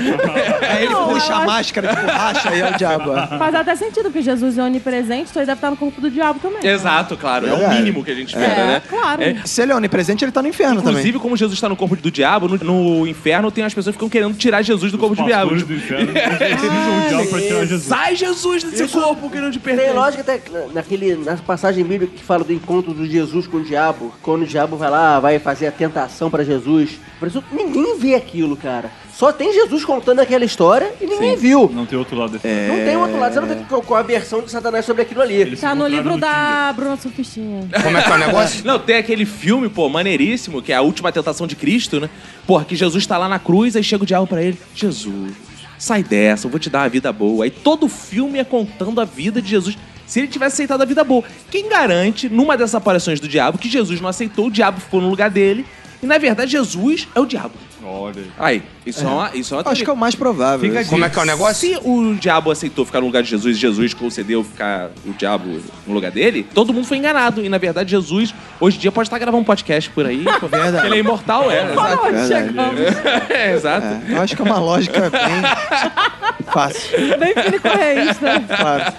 Speaker 2: Aí ele
Speaker 3: Não,
Speaker 2: puxa
Speaker 3: eu
Speaker 2: a
Speaker 3: acho-
Speaker 2: máscara de borracha e é o diabo. é.
Speaker 3: Faz até sentido, porque Jesus é onipresente, então ele deve estar no corpo do diabo também.
Speaker 1: Exato, claro. É o mínimo que a gente espera,
Speaker 3: É,
Speaker 1: né?
Speaker 3: claro.
Speaker 1: É,
Speaker 2: Se ele é onipresente, ele tá no inferno
Speaker 1: Inclusive,
Speaker 2: também.
Speaker 1: como Jesus está no corpo do diabo, no, no inferno tem as pessoas que ficam querendo tirar Jesus do corpo do diabo. Tipo,
Speaker 6: Pastores do inferno. Eles utilizam o diabo pra tirar Jesus.
Speaker 1: Sai Jesus desse corpo que não te pertence.
Speaker 5: Tem lógica até naquele, na passagem bíblica que fala do encontro do Jesus com o diabo, quando o diabo vai lá, vai fazer a tentação pra Jesus. Por isso, ninguém vê aquilo, cara. Só tem Jesus contando aquela história e ninguém viu.
Speaker 6: Não tem outro lado desse.
Speaker 5: Não tem outro lado, você não tem qual- qual a versão de Satanás sobre aquilo ali.
Speaker 6: Eles
Speaker 3: Tá
Speaker 6: se
Speaker 3: no
Speaker 6: encontraram
Speaker 3: livro da
Speaker 6: Tinder.
Speaker 3: Bruna
Speaker 2: <laughs>
Speaker 3: Surfistinha.
Speaker 2: Ah,
Speaker 7: Como é que é o negócio?
Speaker 1: Não, tem aquele filme, pô, maneiríssimo, que é a última tentação de Cristo, né? Porra, que Jesus tá lá na cruz, aí chega o diabo pra ele, Jesus, sai dessa, eu vou te dar uma vida boa. Aí todo filme é contando a vida de Jesus. Se ele tivesse aceitado a vida boa, quem garante, numa dessas aparições do diabo, que Jesus não aceitou, o diabo ficou no lugar dele, e na verdade Jesus é o diabo.
Speaker 6: Olha aí.
Speaker 1: Aí, isso é, uma. Isso é uma
Speaker 2: Acho que é o mais provável.
Speaker 1: Fica a
Speaker 7: Como é que é o negócio?
Speaker 1: se o diabo aceitou ficar no lugar de Jesus e Jesus concedeu ficar o diabo no lugar dele, todo mundo foi enganado. E na verdade, Jesus, hoje em dia, pode estar gravando um podcast por aí.
Speaker 2: <laughs> Verdade.
Speaker 1: Ele é imortal, é.
Speaker 3: Olha
Speaker 1: Exato.
Speaker 3: onde
Speaker 2: <laughs> Verdade.
Speaker 1: <laughs>
Speaker 3: chegamos.
Speaker 1: É, exato.
Speaker 2: É, eu acho que é uma lógica bem <laughs> fácil.
Speaker 3: Bem
Speaker 2: <laughs>
Speaker 3: Felipe
Speaker 2: Tá
Speaker 3: Correista.
Speaker 2: Claro.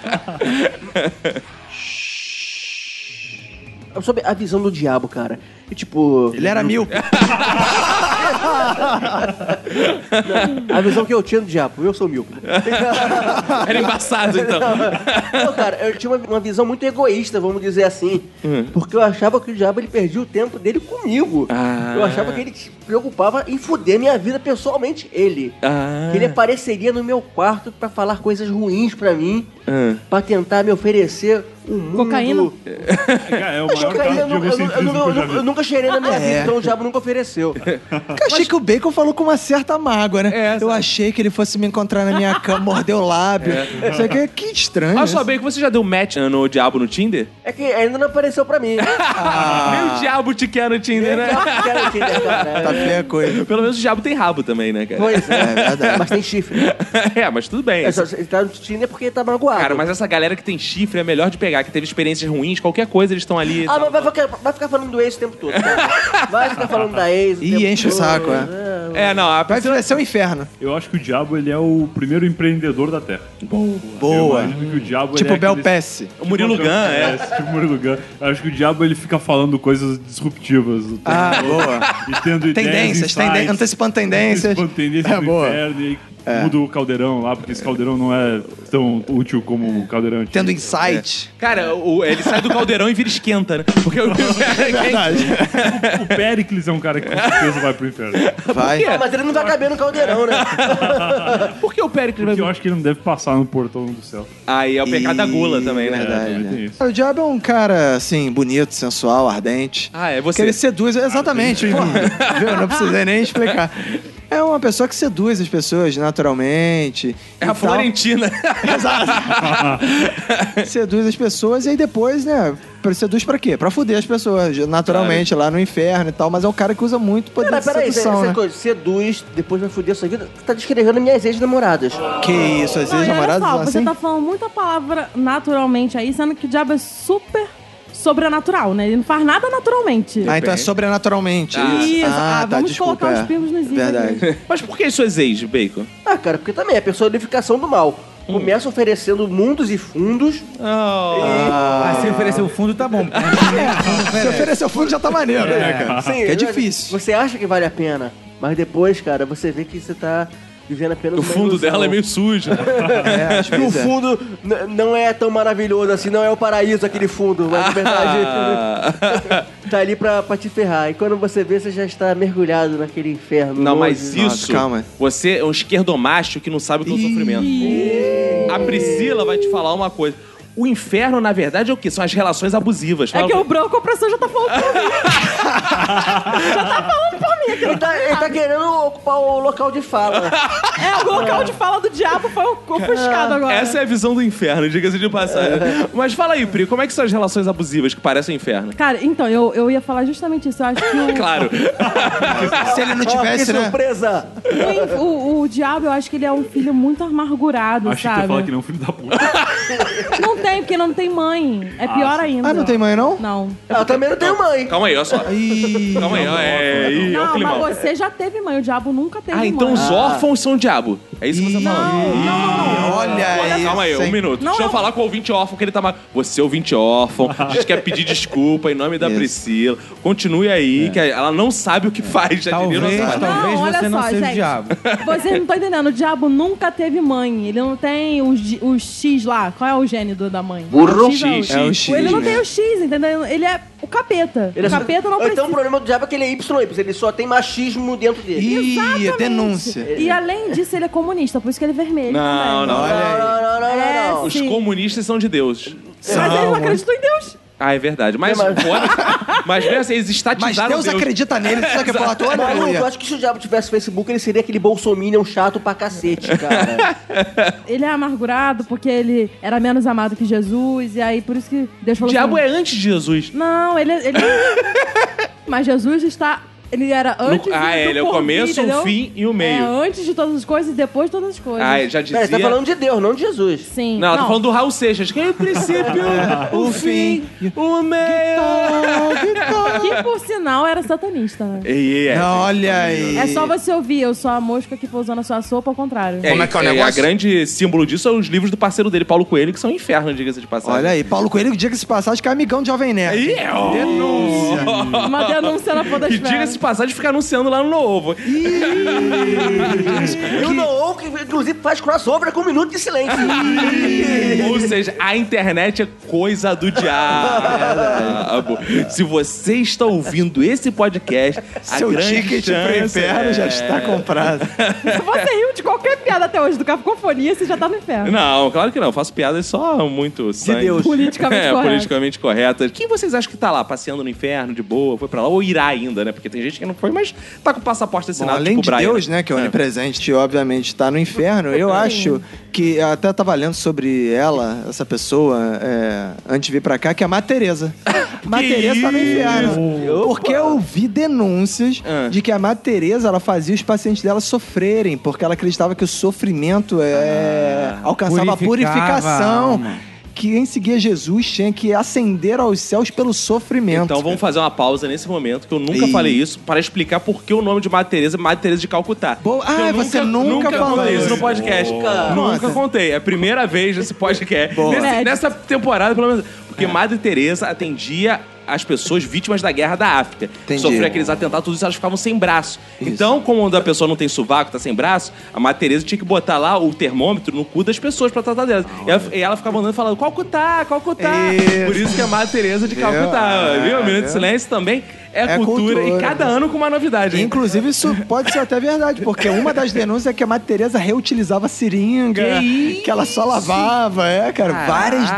Speaker 5: É Sobre a visão do diabo, cara. E tipo.
Speaker 2: Ele era mil.
Speaker 5: A visão que eu tinha do diabo, eu sou míope. <laughs>
Speaker 1: Era embaçado,
Speaker 2: <laughs>
Speaker 1: então.
Speaker 5: Não, cara, eu tinha uma, uma visão muito egoísta, vamos dizer assim. Porque eu achava que o diabo ele perdia o tempo dele comigo.
Speaker 1: Ah.
Speaker 5: Eu achava que ele se preocupava em foder minha vida pessoalmente, ele.
Speaker 1: Ah.
Speaker 5: Que ele apareceria no meu quarto pra falar coisas ruins pra mim,
Speaker 1: Ah.
Speaker 5: pra tentar me oferecer um mundo.
Speaker 3: Cocaína?
Speaker 6: Cara, é o maior
Speaker 5: Cocaína,
Speaker 6: caso
Speaker 5: eu, nu- eu,
Speaker 6: de
Speaker 5: nu- eu,
Speaker 6: egocentrismo
Speaker 5: nu-
Speaker 6: que eu já
Speaker 5: eu
Speaker 6: vi.
Speaker 5: nunca cheirei na minha vida, então o diabo nunca ofereceu.
Speaker 2: Eu achei que o Bacon falou com uma certa mágoa, né?
Speaker 1: É,
Speaker 2: eu achei que ele fosse me encontrar na minha cama, morder o lábio. Isso aqui é que estranho.
Speaker 1: Olha
Speaker 2: isso.
Speaker 1: só, bem que você já deu match no diabo no Tinder?
Speaker 5: É que ainda não apareceu pra mim.
Speaker 1: <laughs>
Speaker 2: Ah.
Speaker 1: Nem o diabo te quer no Tinder, né?
Speaker 5: Cara, que- cara,
Speaker 2: Tá feia a
Speaker 1: <laughs>
Speaker 2: coisa.
Speaker 1: Pelo menos o diabo tem rabo também, né, cara? <laughs>
Speaker 5: né? Pois é,
Speaker 2: verdade.
Speaker 5: mas tem chifre.
Speaker 1: É, mas tudo bem.
Speaker 5: É, só- Ele tá no Tinder porque ele tá magoado.
Speaker 1: Cara, mas essa galera que tem chifre é melhor de pegar, que teve experiências ruins, qualquer coisa, eles estão ali.
Speaker 5: Ah, mas vai, ficar- vai ficar falando do ex o tempo todo. Cara. Vai ficar falando da ex.
Speaker 2: Ih,
Speaker 5: tempo
Speaker 2: enche o
Speaker 5: todo. né?
Speaker 2: saco, é.
Speaker 1: É, não, a
Speaker 2: Vai ser um inferno.
Speaker 6: Eu acho que o diabo ele é o primeiro empreendedor da Terra. Eu
Speaker 2: Boa.
Speaker 6: imagino que o diabo ele
Speaker 2: Tipo
Speaker 6: é
Speaker 2: Bel
Speaker 6: aquele-
Speaker 2: Pass.
Speaker 1: O Murilo Gun, é.
Speaker 6: Tipo Murilo Gun. Eu acho que o diabo ele fica falando coisas disruptivas. o tempo
Speaker 2: Ah,
Speaker 6: todo.
Speaker 2: boa.
Speaker 6: E
Speaker 2: Tendências,
Speaker 6: tendo ideias,
Speaker 2: tenden-
Speaker 6: insights,
Speaker 2: antecipando tendências.
Speaker 6: Antecipando tendências
Speaker 2: É,
Speaker 6: do
Speaker 2: boa. É.
Speaker 6: inferno e muda o caldeirão lá, porque esse caldeirão não é tão útil como o caldeirão antigo.
Speaker 2: Tendo insight.
Speaker 1: Cara, o- ele sai do caldeirão e vira esquenta, né? Porque <laughs> o.
Speaker 6: O Pericles é um cara que com certeza vai pro inferno.
Speaker 2: Vai.
Speaker 5: Ah, mas ele não vai caber no caldeirão, né?
Speaker 1: É. Por que o Péricles vai
Speaker 6: Porque eu
Speaker 1: vir?
Speaker 6: acho que ele não deve passar no portão do céu.
Speaker 1: Aí é o pecado da gula também, né?
Speaker 2: Verdade.
Speaker 6: É, também
Speaker 2: né?
Speaker 6: tem isso.
Speaker 2: O diabo é um cara, assim, bonito, sensual, ardente.
Speaker 1: Ah, é
Speaker 2: Porque
Speaker 1: você.
Speaker 2: ele seduz, exatamente. porra. Viu? Não precisei nem explicar. É uma pessoa que seduz as pessoas naturalmente.
Speaker 1: É
Speaker 2: e
Speaker 1: a
Speaker 2: tal. <laughs>
Speaker 1: Florentina. <laughs>
Speaker 2: Seduz as pessoas e aí depois, né? pra- Seduz pra quê? Pra fuder as pessoas, naturalmente, lá no inferno e tal. Mas é um cara que usa muito poder
Speaker 5: Peraí,
Speaker 2: de
Speaker 5: peraí, essa,
Speaker 2: sedução,
Speaker 5: essa
Speaker 2: né?
Speaker 5: coisa, seduz, depois vai foder sua vida. Tá descrevendo minhas ex-namoradas.
Speaker 2: Que isso, às
Speaker 3: Não,
Speaker 2: vezes
Speaker 3: e olha
Speaker 2: namorados
Speaker 3: só,
Speaker 2: são
Speaker 3: você
Speaker 2: assim.
Speaker 3: tá falando muita palavra naturalmente aí, sendo que o diabo é super sobrenatural, né? Ele não faz nada naturalmente.
Speaker 2: Ah, então é sobrenaturalmente.
Speaker 1: Ah,
Speaker 3: Isso,
Speaker 2: Ah,
Speaker 3: ah,
Speaker 2: tá,
Speaker 3: vamos
Speaker 2: desculpa.
Speaker 3: colocar
Speaker 2: é.
Speaker 3: os pingos nos is
Speaker 2: Verdade.
Speaker 3: aqui.
Speaker 1: Mas por que suas ex, Bacon?
Speaker 5: Ah, cara, porque também é a personificação do mal.
Speaker 1: Hum.
Speaker 5: Começa oferecendo mundos e fundos.
Speaker 4: Ah, se oferecer o fundo, tá bom.
Speaker 2: Se oferecer o fundo já tá maneiro, né,
Speaker 1: Ah,
Speaker 2: cara?
Speaker 5: Sim,
Speaker 2: que é
Speaker 5: né?
Speaker 2: difícil.
Speaker 5: Você acha que vale a pena, mas depois, cara, você vê que você tá vivendo apenas
Speaker 1: O
Speaker 5: uma
Speaker 1: fundo
Speaker 5: ilusão.
Speaker 1: dela é meio sujo.
Speaker 2: É, acho que
Speaker 5: Que o
Speaker 2: é.
Speaker 5: fundo n- não é tão maravilhoso assim, não é o paraíso aquele fundo, mas na verdade
Speaker 1: Ah.
Speaker 5: tá ali pra, pra te ferrar. E quando você vê, você já está mergulhado naquele inferno.
Speaker 1: <laughs> Não,
Speaker 5: nojo.
Speaker 1: mas isso.
Speaker 2: calma.
Speaker 1: Você um é um esquerdomacho que não sabe o que é o sofrimento. A Priscila vai te falar uma coisa. O inferno, na verdade, é o quê? São as relações abusivas.
Speaker 3: É que o branco opressor já tá falando por mim. já tá falando por mim.
Speaker 5: Ele tá, ele tá querendo ocupar o local de
Speaker 1: <laughs>
Speaker 5: fala.
Speaker 3: É, o local de fala do diabo foi ofuscado agora.
Speaker 1: Essa é a visão do inferno, diga-se de passagem. Mas fala aí, Pri, como é que são as relações abusivas que parecem o inferno?
Speaker 3: Cara, então, eu, eu ia falar justamente isso. Eu
Speaker 1: <laughs>
Speaker 3: acho que o,
Speaker 1: Claro.
Speaker 7: Se ele não
Speaker 5: que
Speaker 7: tivesse, né?
Speaker 5: surpresa!
Speaker 3: o, o- o diabo, eu acho que ele é um filho muito amargurado,
Speaker 6: Acho que
Speaker 3: sabe?
Speaker 6: tu fala que não é um filho da puta.
Speaker 3: Não tem, porque não tem mãe. É pior ainda.
Speaker 2: Ah, não tem mãe, não?
Speaker 3: Não.
Speaker 5: Ah, eu também não tenho mãe.
Speaker 1: Calma aí, olha só.
Speaker 2: Ih,
Speaker 1: Calma aí, ó, é, ih, é o
Speaker 3: Não,
Speaker 1: climão.
Speaker 3: mas você é. já teve mãe. O diabo nunca teve
Speaker 1: Ah,
Speaker 3: mãe.
Speaker 1: então os órfãos são o diabo. É isso que você tá falando.
Speaker 3: Não, não, não.
Speaker 7: Olha aí.
Speaker 1: Calma aí, um minuto.
Speaker 3: Não,
Speaker 1: Deixa eu
Speaker 3: não.
Speaker 1: falar com o ouvinte órfão que ele tá mal. Você, ouvinte órfão, diz que quer pedir desculpa em nome da Priscila. Continue aí, que ela não sabe o que faz. Já diria o
Speaker 4: Talvez,
Speaker 1: nosso pai.
Speaker 4: talvez
Speaker 3: Não, olha
Speaker 4: você não
Speaker 3: só,
Speaker 4: seja o
Speaker 3: gente.
Speaker 4: diabo.
Speaker 3: Ah, Vocês não estão entendendo. O diabo nunca teve mãe. Ele não tem os, di- os X lá. Qual é o gene do- da mãe?
Speaker 1: Burro.
Speaker 3: O X, é o-
Speaker 1: X, é o X,
Speaker 3: Ele não
Speaker 2: né?
Speaker 3: tem o X, entendeu? Ele é o capeta.
Speaker 5: Ele é
Speaker 3: o
Speaker 5: só-
Speaker 3: capeta não
Speaker 5: Então
Speaker 3: precisa.
Speaker 5: o problema do diabo é que ele é YY, ele só tem machismo dentro dele.
Speaker 7: Ih,
Speaker 3: Exatamente.
Speaker 7: denúncia.
Speaker 3: E além disso, ele é comunista, por isso que ele é vermelho.
Speaker 1: Não,
Speaker 3: também.
Speaker 1: não.
Speaker 5: Não, não, não, não,
Speaker 3: É,
Speaker 5: não.
Speaker 1: Os
Speaker 3: sim.
Speaker 1: comunistas são de Deus.
Speaker 3: Mas ele não acredita em Deus.
Speaker 1: Ah, é verdade. Mas,
Speaker 5: Mas-
Speaker 1: fora, mas mesmo assim, eles
Speaker 7: Mas
Speaker 1: estatizaram
Speaker 7: Deus acredita nele, sabe que é falar toda?
Speaker 5: Mas, Lu, eu acho que se o diabo tivesse Facebook, ele seria aquele bolsominion chato pra cacete,
Speaker 1: <laughs>
Speaker 5: cara. É,
Speaker 3: Ele é amargurado porque ele era menos amado que Jesus, e aí por isso que
Speaker 1: O
Speaker 3: Deus falou
Speaker 1: diabo
Speaker 3: assim,
Speaker 1: é antes de Jesus.
Speaker 3: Não, ele...
Speaker 1: <laughs>
Speaker 3: ele... Mas Jesus está... Ele era antes
Speaker 1: No- ah,
Speaker 3: do
Speaker 1: ele é o
Speaker 3: porvir,
Speaker 1: começo, o
Speaker 3: entendeu?
Speaker 1: fim e o meio.
Speaker 3: É, antes de todas as coisas e depois de todas as coisas.
Speaker 1: Ah, já dizia...
Speaker 5: Pera, você tá falando de Deus, não de Jesus.
Speaker 3: Sim.
Speaker 1: Não, ela tá falando do Raul Seixas. Que é o princípio, o fim, o meio...
Speaker 3: Que, por sinal, era satanista, né?
Speaker 1: E é.
Speaker 7: Olha aí.
Speaker 3: É só você ouvir, eu sou a mosca que pousou na sua sopa, ao contrário.
Speaker 7: Como é que é o
Speaker 1: A
Speaker 7: negócio?
Speaker 1: grande símbolo disso são os livros do parceiro dele, Paulo Coelho, que são um inferno, diga-se de passagem.
Speaker 2: Olha aí, Paulo Coelho, diga-se de passagem, que é amigão de Jovem Nerd.
Speaker 1: Ih, é, ó.
Speaker 3: Uma
Speaker 1: <laughs>
Speaker 3: denúncia na
Speaker 1: Que
Speaker 3: podosfera.
Speaker 1: diga-se de passagem ficar anunciando lá no Novo.
Speaker 5: E o Noon, que inclusive faz crossover com um minuto de silêncio.
Speaker 1: <laughs>
Speaker 7: <laughs>
Speaker 1: Ou seja, a internet é coisa do diabo. <laughs> Se você está ouvindo esse podcast, a
Speaker 2: Seu
Speaker 1: grande
Speaker 2: ticket pro
Speaker 1: chance
Speaker 2: inferno
Speaker 1: é-
Speaker 2: já está comprado.
Speaker 3: Se você riu de qualquer piada até hoje do Cacofonia, você já tá no inferno.
Speaker 1: Não, claro que não. Eu faço piadas só muito sangue.
Speaker 2: Deus.
Speaker 3: Politicamente
Speaker 1: <laughs> é,
Speaker 3: correto.
Speaker 1: politicamente corretas. Quem vocês acham que tá lá, passeando no inferno, de boa, foi pra lá? Ou irá ainda, né? Porque tem gente que não foi, mas tá com o passaporte
Speaker 2: Bom,
Speaker 1: assinado,
Speaker 2: além
Speaker 1: tipo
Speaker 2: de
Speaker 1: Brian.
Speaker 2: Deus, né, que é onipresente e obviamente tá no inferno, eu acho que eu até tava lendo sobre ela, essa pessoa, é, antes de vir pra cá, que é a Má Tereza. Má Tereza tá no inferno. Porque eu ouvi denúncias
Speaker 1: Ah.
Speaker 2: de que a Má Tereza, ela fazia os pacientes dela sofrerem, porque ela acreditava que o sofrimento é, alcançava a
Speaker 4: Purificava a
Speaker 2: purificação.
Speaker 4: alma.
Speaker 2: Que quem seguia Jesus tinha que ascender aos céus pelo sofrimento.
Speaker 1: Então vamos fazer uma pausa nesse momento, que eu nunca
Speaker 2: Ih.
Speaker 1: falei isso, para explicar por que o nome de Madre Teresa é Madre Teresa de Calcutá.
Speaker 2: Boa. Ah,
Speaker 1: Eu
Speaker 2: você nunca falou
Speaker 1: contei
Speaker 2: isso.
Speaker 1: isso no podcast. Nunca
Speaker 2: Nossa.
Speaker 1: contei. É a primeira vez nesse podcast.
Speaker 2: Boa. É.
Speaker 1: Nesse-
Speaker 3: Inédito.
Speaker 1: nessa temporada, pelo menos. Porque Madre Teresa atendia as pessoas vítimas da guerra da África.
Speaker 2: Entendi.
Speaker 1: Sofreu aqueles atentados, tudo isso, elas ficavam sem braço. Então, como a pessoa não tem sovaco, tá sem braço, a Madre Teresa tinha que botar lá o termômetro no cu das pessoas pra tratar delas.
Speaker 2: Ah,
Speaker 1: E ela, e ela ficava andando falando, Calcutá, Calcutá.
Speaker 2: Isso.
Speaker 1: Por isso que é Madre Teresa de Calcutá.
Speaker 2: É,
Speaker 1: Viu? Minuto de
Speaker 2: viu?
Speaker 1: Silêncio também é,
Speaker 2: É
Speaker 1: cultura, E
Speaker 2: cultura.
Speaker 1: cada ano com uma novidade. hein?
Speaker 2: Inclusive, isso pode ser até verdade, porque uma das denúncias é que a Madre Teresa reutilizava a seringa,
Speaker 1: Que
Speaker 2: que, ela só lavava, é, cara. Várias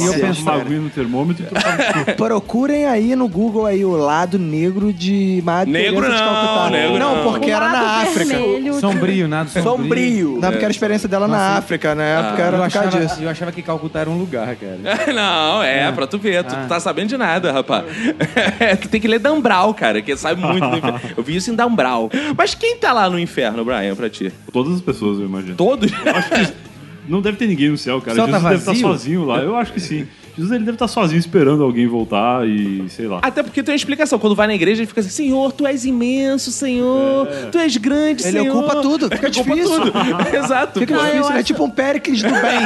Speaker 6: E eu penso uma
Speaker 2: denúncias.
Speaker 6: aguinha no termômetro e trocava de cu.
Speaker 2: Procurem aí no Google aí o lado negro de Madre
Speaker 1: Negro
Speaker 2: Teresa de
Speaker 1: não,
Speaker 2: Calcutá.
Speaker 1: negro
Speaker 2: não,
Speaker 1: não.
Speaker 2: porque era na
Speaker 3: Lado
Speaker 2: África.
Speaker 3: vermelho de-
Speaker 4: Sombrio, nada sombrio.
Speaker 5: Sombrio.
Speaker 2: Não, porque era a experiência dela na África, na
Speaker 1: Ah.
Speaker 2: época era
Speaker 4: Eu
Speaker 2: por causa disso.
Speaker 4: achava, eu achava que Calcutá era um lugar, cara.
Speaker 1: <laughs> Não, é, pra tu ver.
Speaker 2: Ah.
Speaker 1: Tu tá sabendo de nada, rapaz. <laughs> É, tu tem que ler Dambral, cara, que sabe muito. do inferno. Eu vi isso em Dambral. Mas quem tá lá no inferno, Brian, pra ti?
Speaker 6: Todas as pessoas, eu imagino.
Speaker 1: Todos?
Speaker 6: Não deve ter ninguém no céu, cara.
Speaker 4: O céu
Speaker 6: Jesus
Speaker 4: tá
Speaker 6: deve estar
Speaker 4: vazio?
Speaker 6: sozinho lá. Eu acho que sim. Jesus ele deve estar sozinho esperando alguém voltar e sei
Speaker 2: Ah,
Speaker 6: lá.
Speaker 1: Até porque tem uma explicação. Quando vai na igreja, ele fica assim: Senhor, tu és imenso, Senhor. Tu és grande,
Speaker 2: É. Ele
Speaker 1: Senhor.
Speaker 2: ocupa
Speaker 1: <laughs>
Speaker 2: tudo, fica
Speaker 1: ocupa
Speaker 2: difícil.
Speaker 1: tudo. <laughs> Exato.
Speaker 2: Fica
Speaker 3: Não, eu
Speaker 2: difícil, né?
Speaker 3: acho-
Speaker 2: Tipo um Péricles do bem.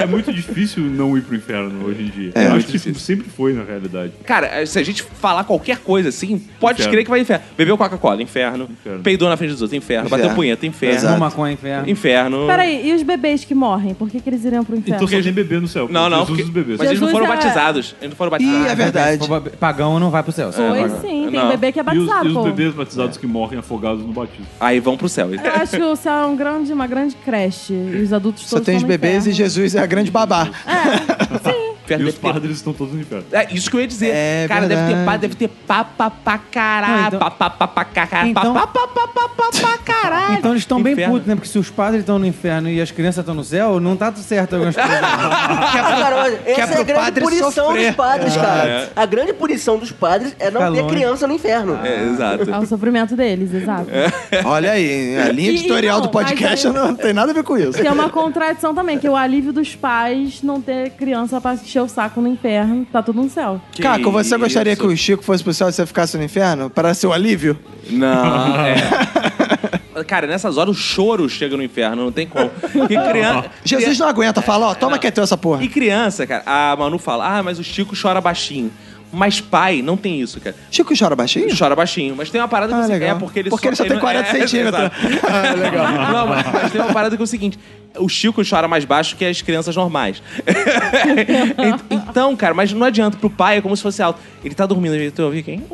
Speaker 6: É muito difícil não ir pro inferno hoje em
Speaker 2: É,
Speaker 6: dia. eu acho que isso sempre foi, na realidade.
Speaker 1: Cara, eh, se a gente falar qualquer coisa assim, pode
Speaker 6: Inferno.
Speaker 1: crer que vai inferno. Bebeu Coca-Cola, inferno.
Speaker 6: Inferno.
Speaker 1: Peidou na frente dos outros, inferno. Bateu
Speaker 2: Inferno.
Speaker 1: punheta, inferno.
Speaker 2: Exato.
Speaker 4: Uma maconha inferno.
Speaker 1: Inferno.
Speaker 3: Peraí, e os bebês que morrem? Por que, que eles iriam pro inferno?
Speaker 6: Então só tem bebê no céu.
Speaker 1: Não, não, não,
Speaker 6: Jesus
Speaker 1: porque,
Speaker 6: dos bebês.
Speaker 1: É. mas eles não
Speaker 3: Jesus
Speaker 1: foram
Speaker 3: é-
Speaker 1: batizados. Eles não foram batizados.
Speaker 7: Ih, é verdade.
Speaker 4: Pagão não vai pro céu. só
Speaker 3: Pois
Speaker 4: pagão.
Speaker 3: sim, tem
Speaker 1: Não.
Speaker 3: bebê que é
Speaker 6: E os,
Speaker 3: batizado,
Speaker 6: e os
Speaker 3: pô.
Speaker 6: bebês batizados que morrem afogados no batismo.
Speaker 1: Aí vão pro céu.
Speaker 3: Eu acho que o céu é um grande, uma grande creche. E os adultos
Speaker 2: Só
Speaker 3: todos
Speaker 2: tem os
Speaker 3: estão no
Speaker 2: bebês e
Speaker 3: inferno.
Speaker 2: Jesus é a grande babá.
Speaker 6: E
Speaker 1: Inferno
Speaker 6: os
Speaker 1: deve ter-
Speaker 6: padres estão todos no inferno.
Speaker 1: É isso que eu ia dizer.
Speaker 2: É
Speaker 1: cara, deve ter
Speaker 2: verdade.
Speaker 1: pá, deve ter papa pra
Speaker 4: Não,
Speaker 1: caralho.
Speaker 4: então-
Speaker 1: Pá, pá, pá, cá, cá,
Speaker 4: Então-
Speaker 1: pá, pá, pá, pá, pá, pá, caralho.
Speaker 4: Então eles estão bem
Speaker 1: Inferno.
Speaker 4: putos, né? Porque se os padres estão no inferno e as crianças estão no céu, não tá tudo certo algumas coisas.
Speaker 5: Cara, olha,
Speaker 7: é
Speaker 5: essa é,
Speaker 7: pro
Speaker 5: a grande
Speaker 7: padre
Speaker 5: punição
Speaker 7: sofrer. É. Tá
Speaker 5: dos padres, cara. A grande punição dos padres é não
Speaker 4: Calúnia.
Speaker 5: ter criança no inferno.
Speaker 1: É, exato.
Speaker 3: <laughs> É o sofrimento deles, exato.
Speaker 6: É.
Speaker 2: Olha aí, a linha
Speaker 3: um E-
Speaker 2: editorial
Speaker 3: então,
Speaker 2: do podcast
Speaker 3: mas
Speaker 2: não tem nada a ver com isso.
Speaker 3: Que é uma contradição também, que é o alívio dos pais não ter criança pra encher o saco no inferno, tá tudo no céu.
Speaker 1: Que
Speaker 2: Caco, você gostaria
Speaker 1: isso?
Speaker 2: que o Chico fosse pro céu e você ficasse no inferno? Para seu alívio?
Speaker 1: Não,
Speaker 6: Ah.
Speaker 1: é. Cara, nessas horas o choro chega no inferno, não tem
Speaker 6: <laughs>
Speaker 1: como. E criança,
Speaker 2: Jesus não aguenta, fala, ó, toma que é teu essa porra.
Speaker 1: e criança, cara, a Manu fala: ah, mas o Chico chora baixinho. Mas pai, não tem isso, cara.
Speaker 2: Chico chora baixinho?
Speaker 1: Ele chora baixinho, mas tem uma parada que
Speaker 2: Ah,
Speaker 1: você
Speaker 2: legal.
Speaker 1: é porque ele
Speaker 2: Porque ele só tem
Speaker 1: não-
Speaker 2: 40
Speaker 1: é, <laughs>
Speaker 2: centímetros.
Speaker 1: exato.
Speaker 2: Ah, legal.
Speaker 1: <laughs> Não, mas, mas tem uma parada que é o seguinte: o Chico chora mais baixo que as crianças normais. <laughs> Ent- então, cara, mas não adianta. Pro pai é como se fosse alto. Ele tá dormindo, ele tu ouviu quem?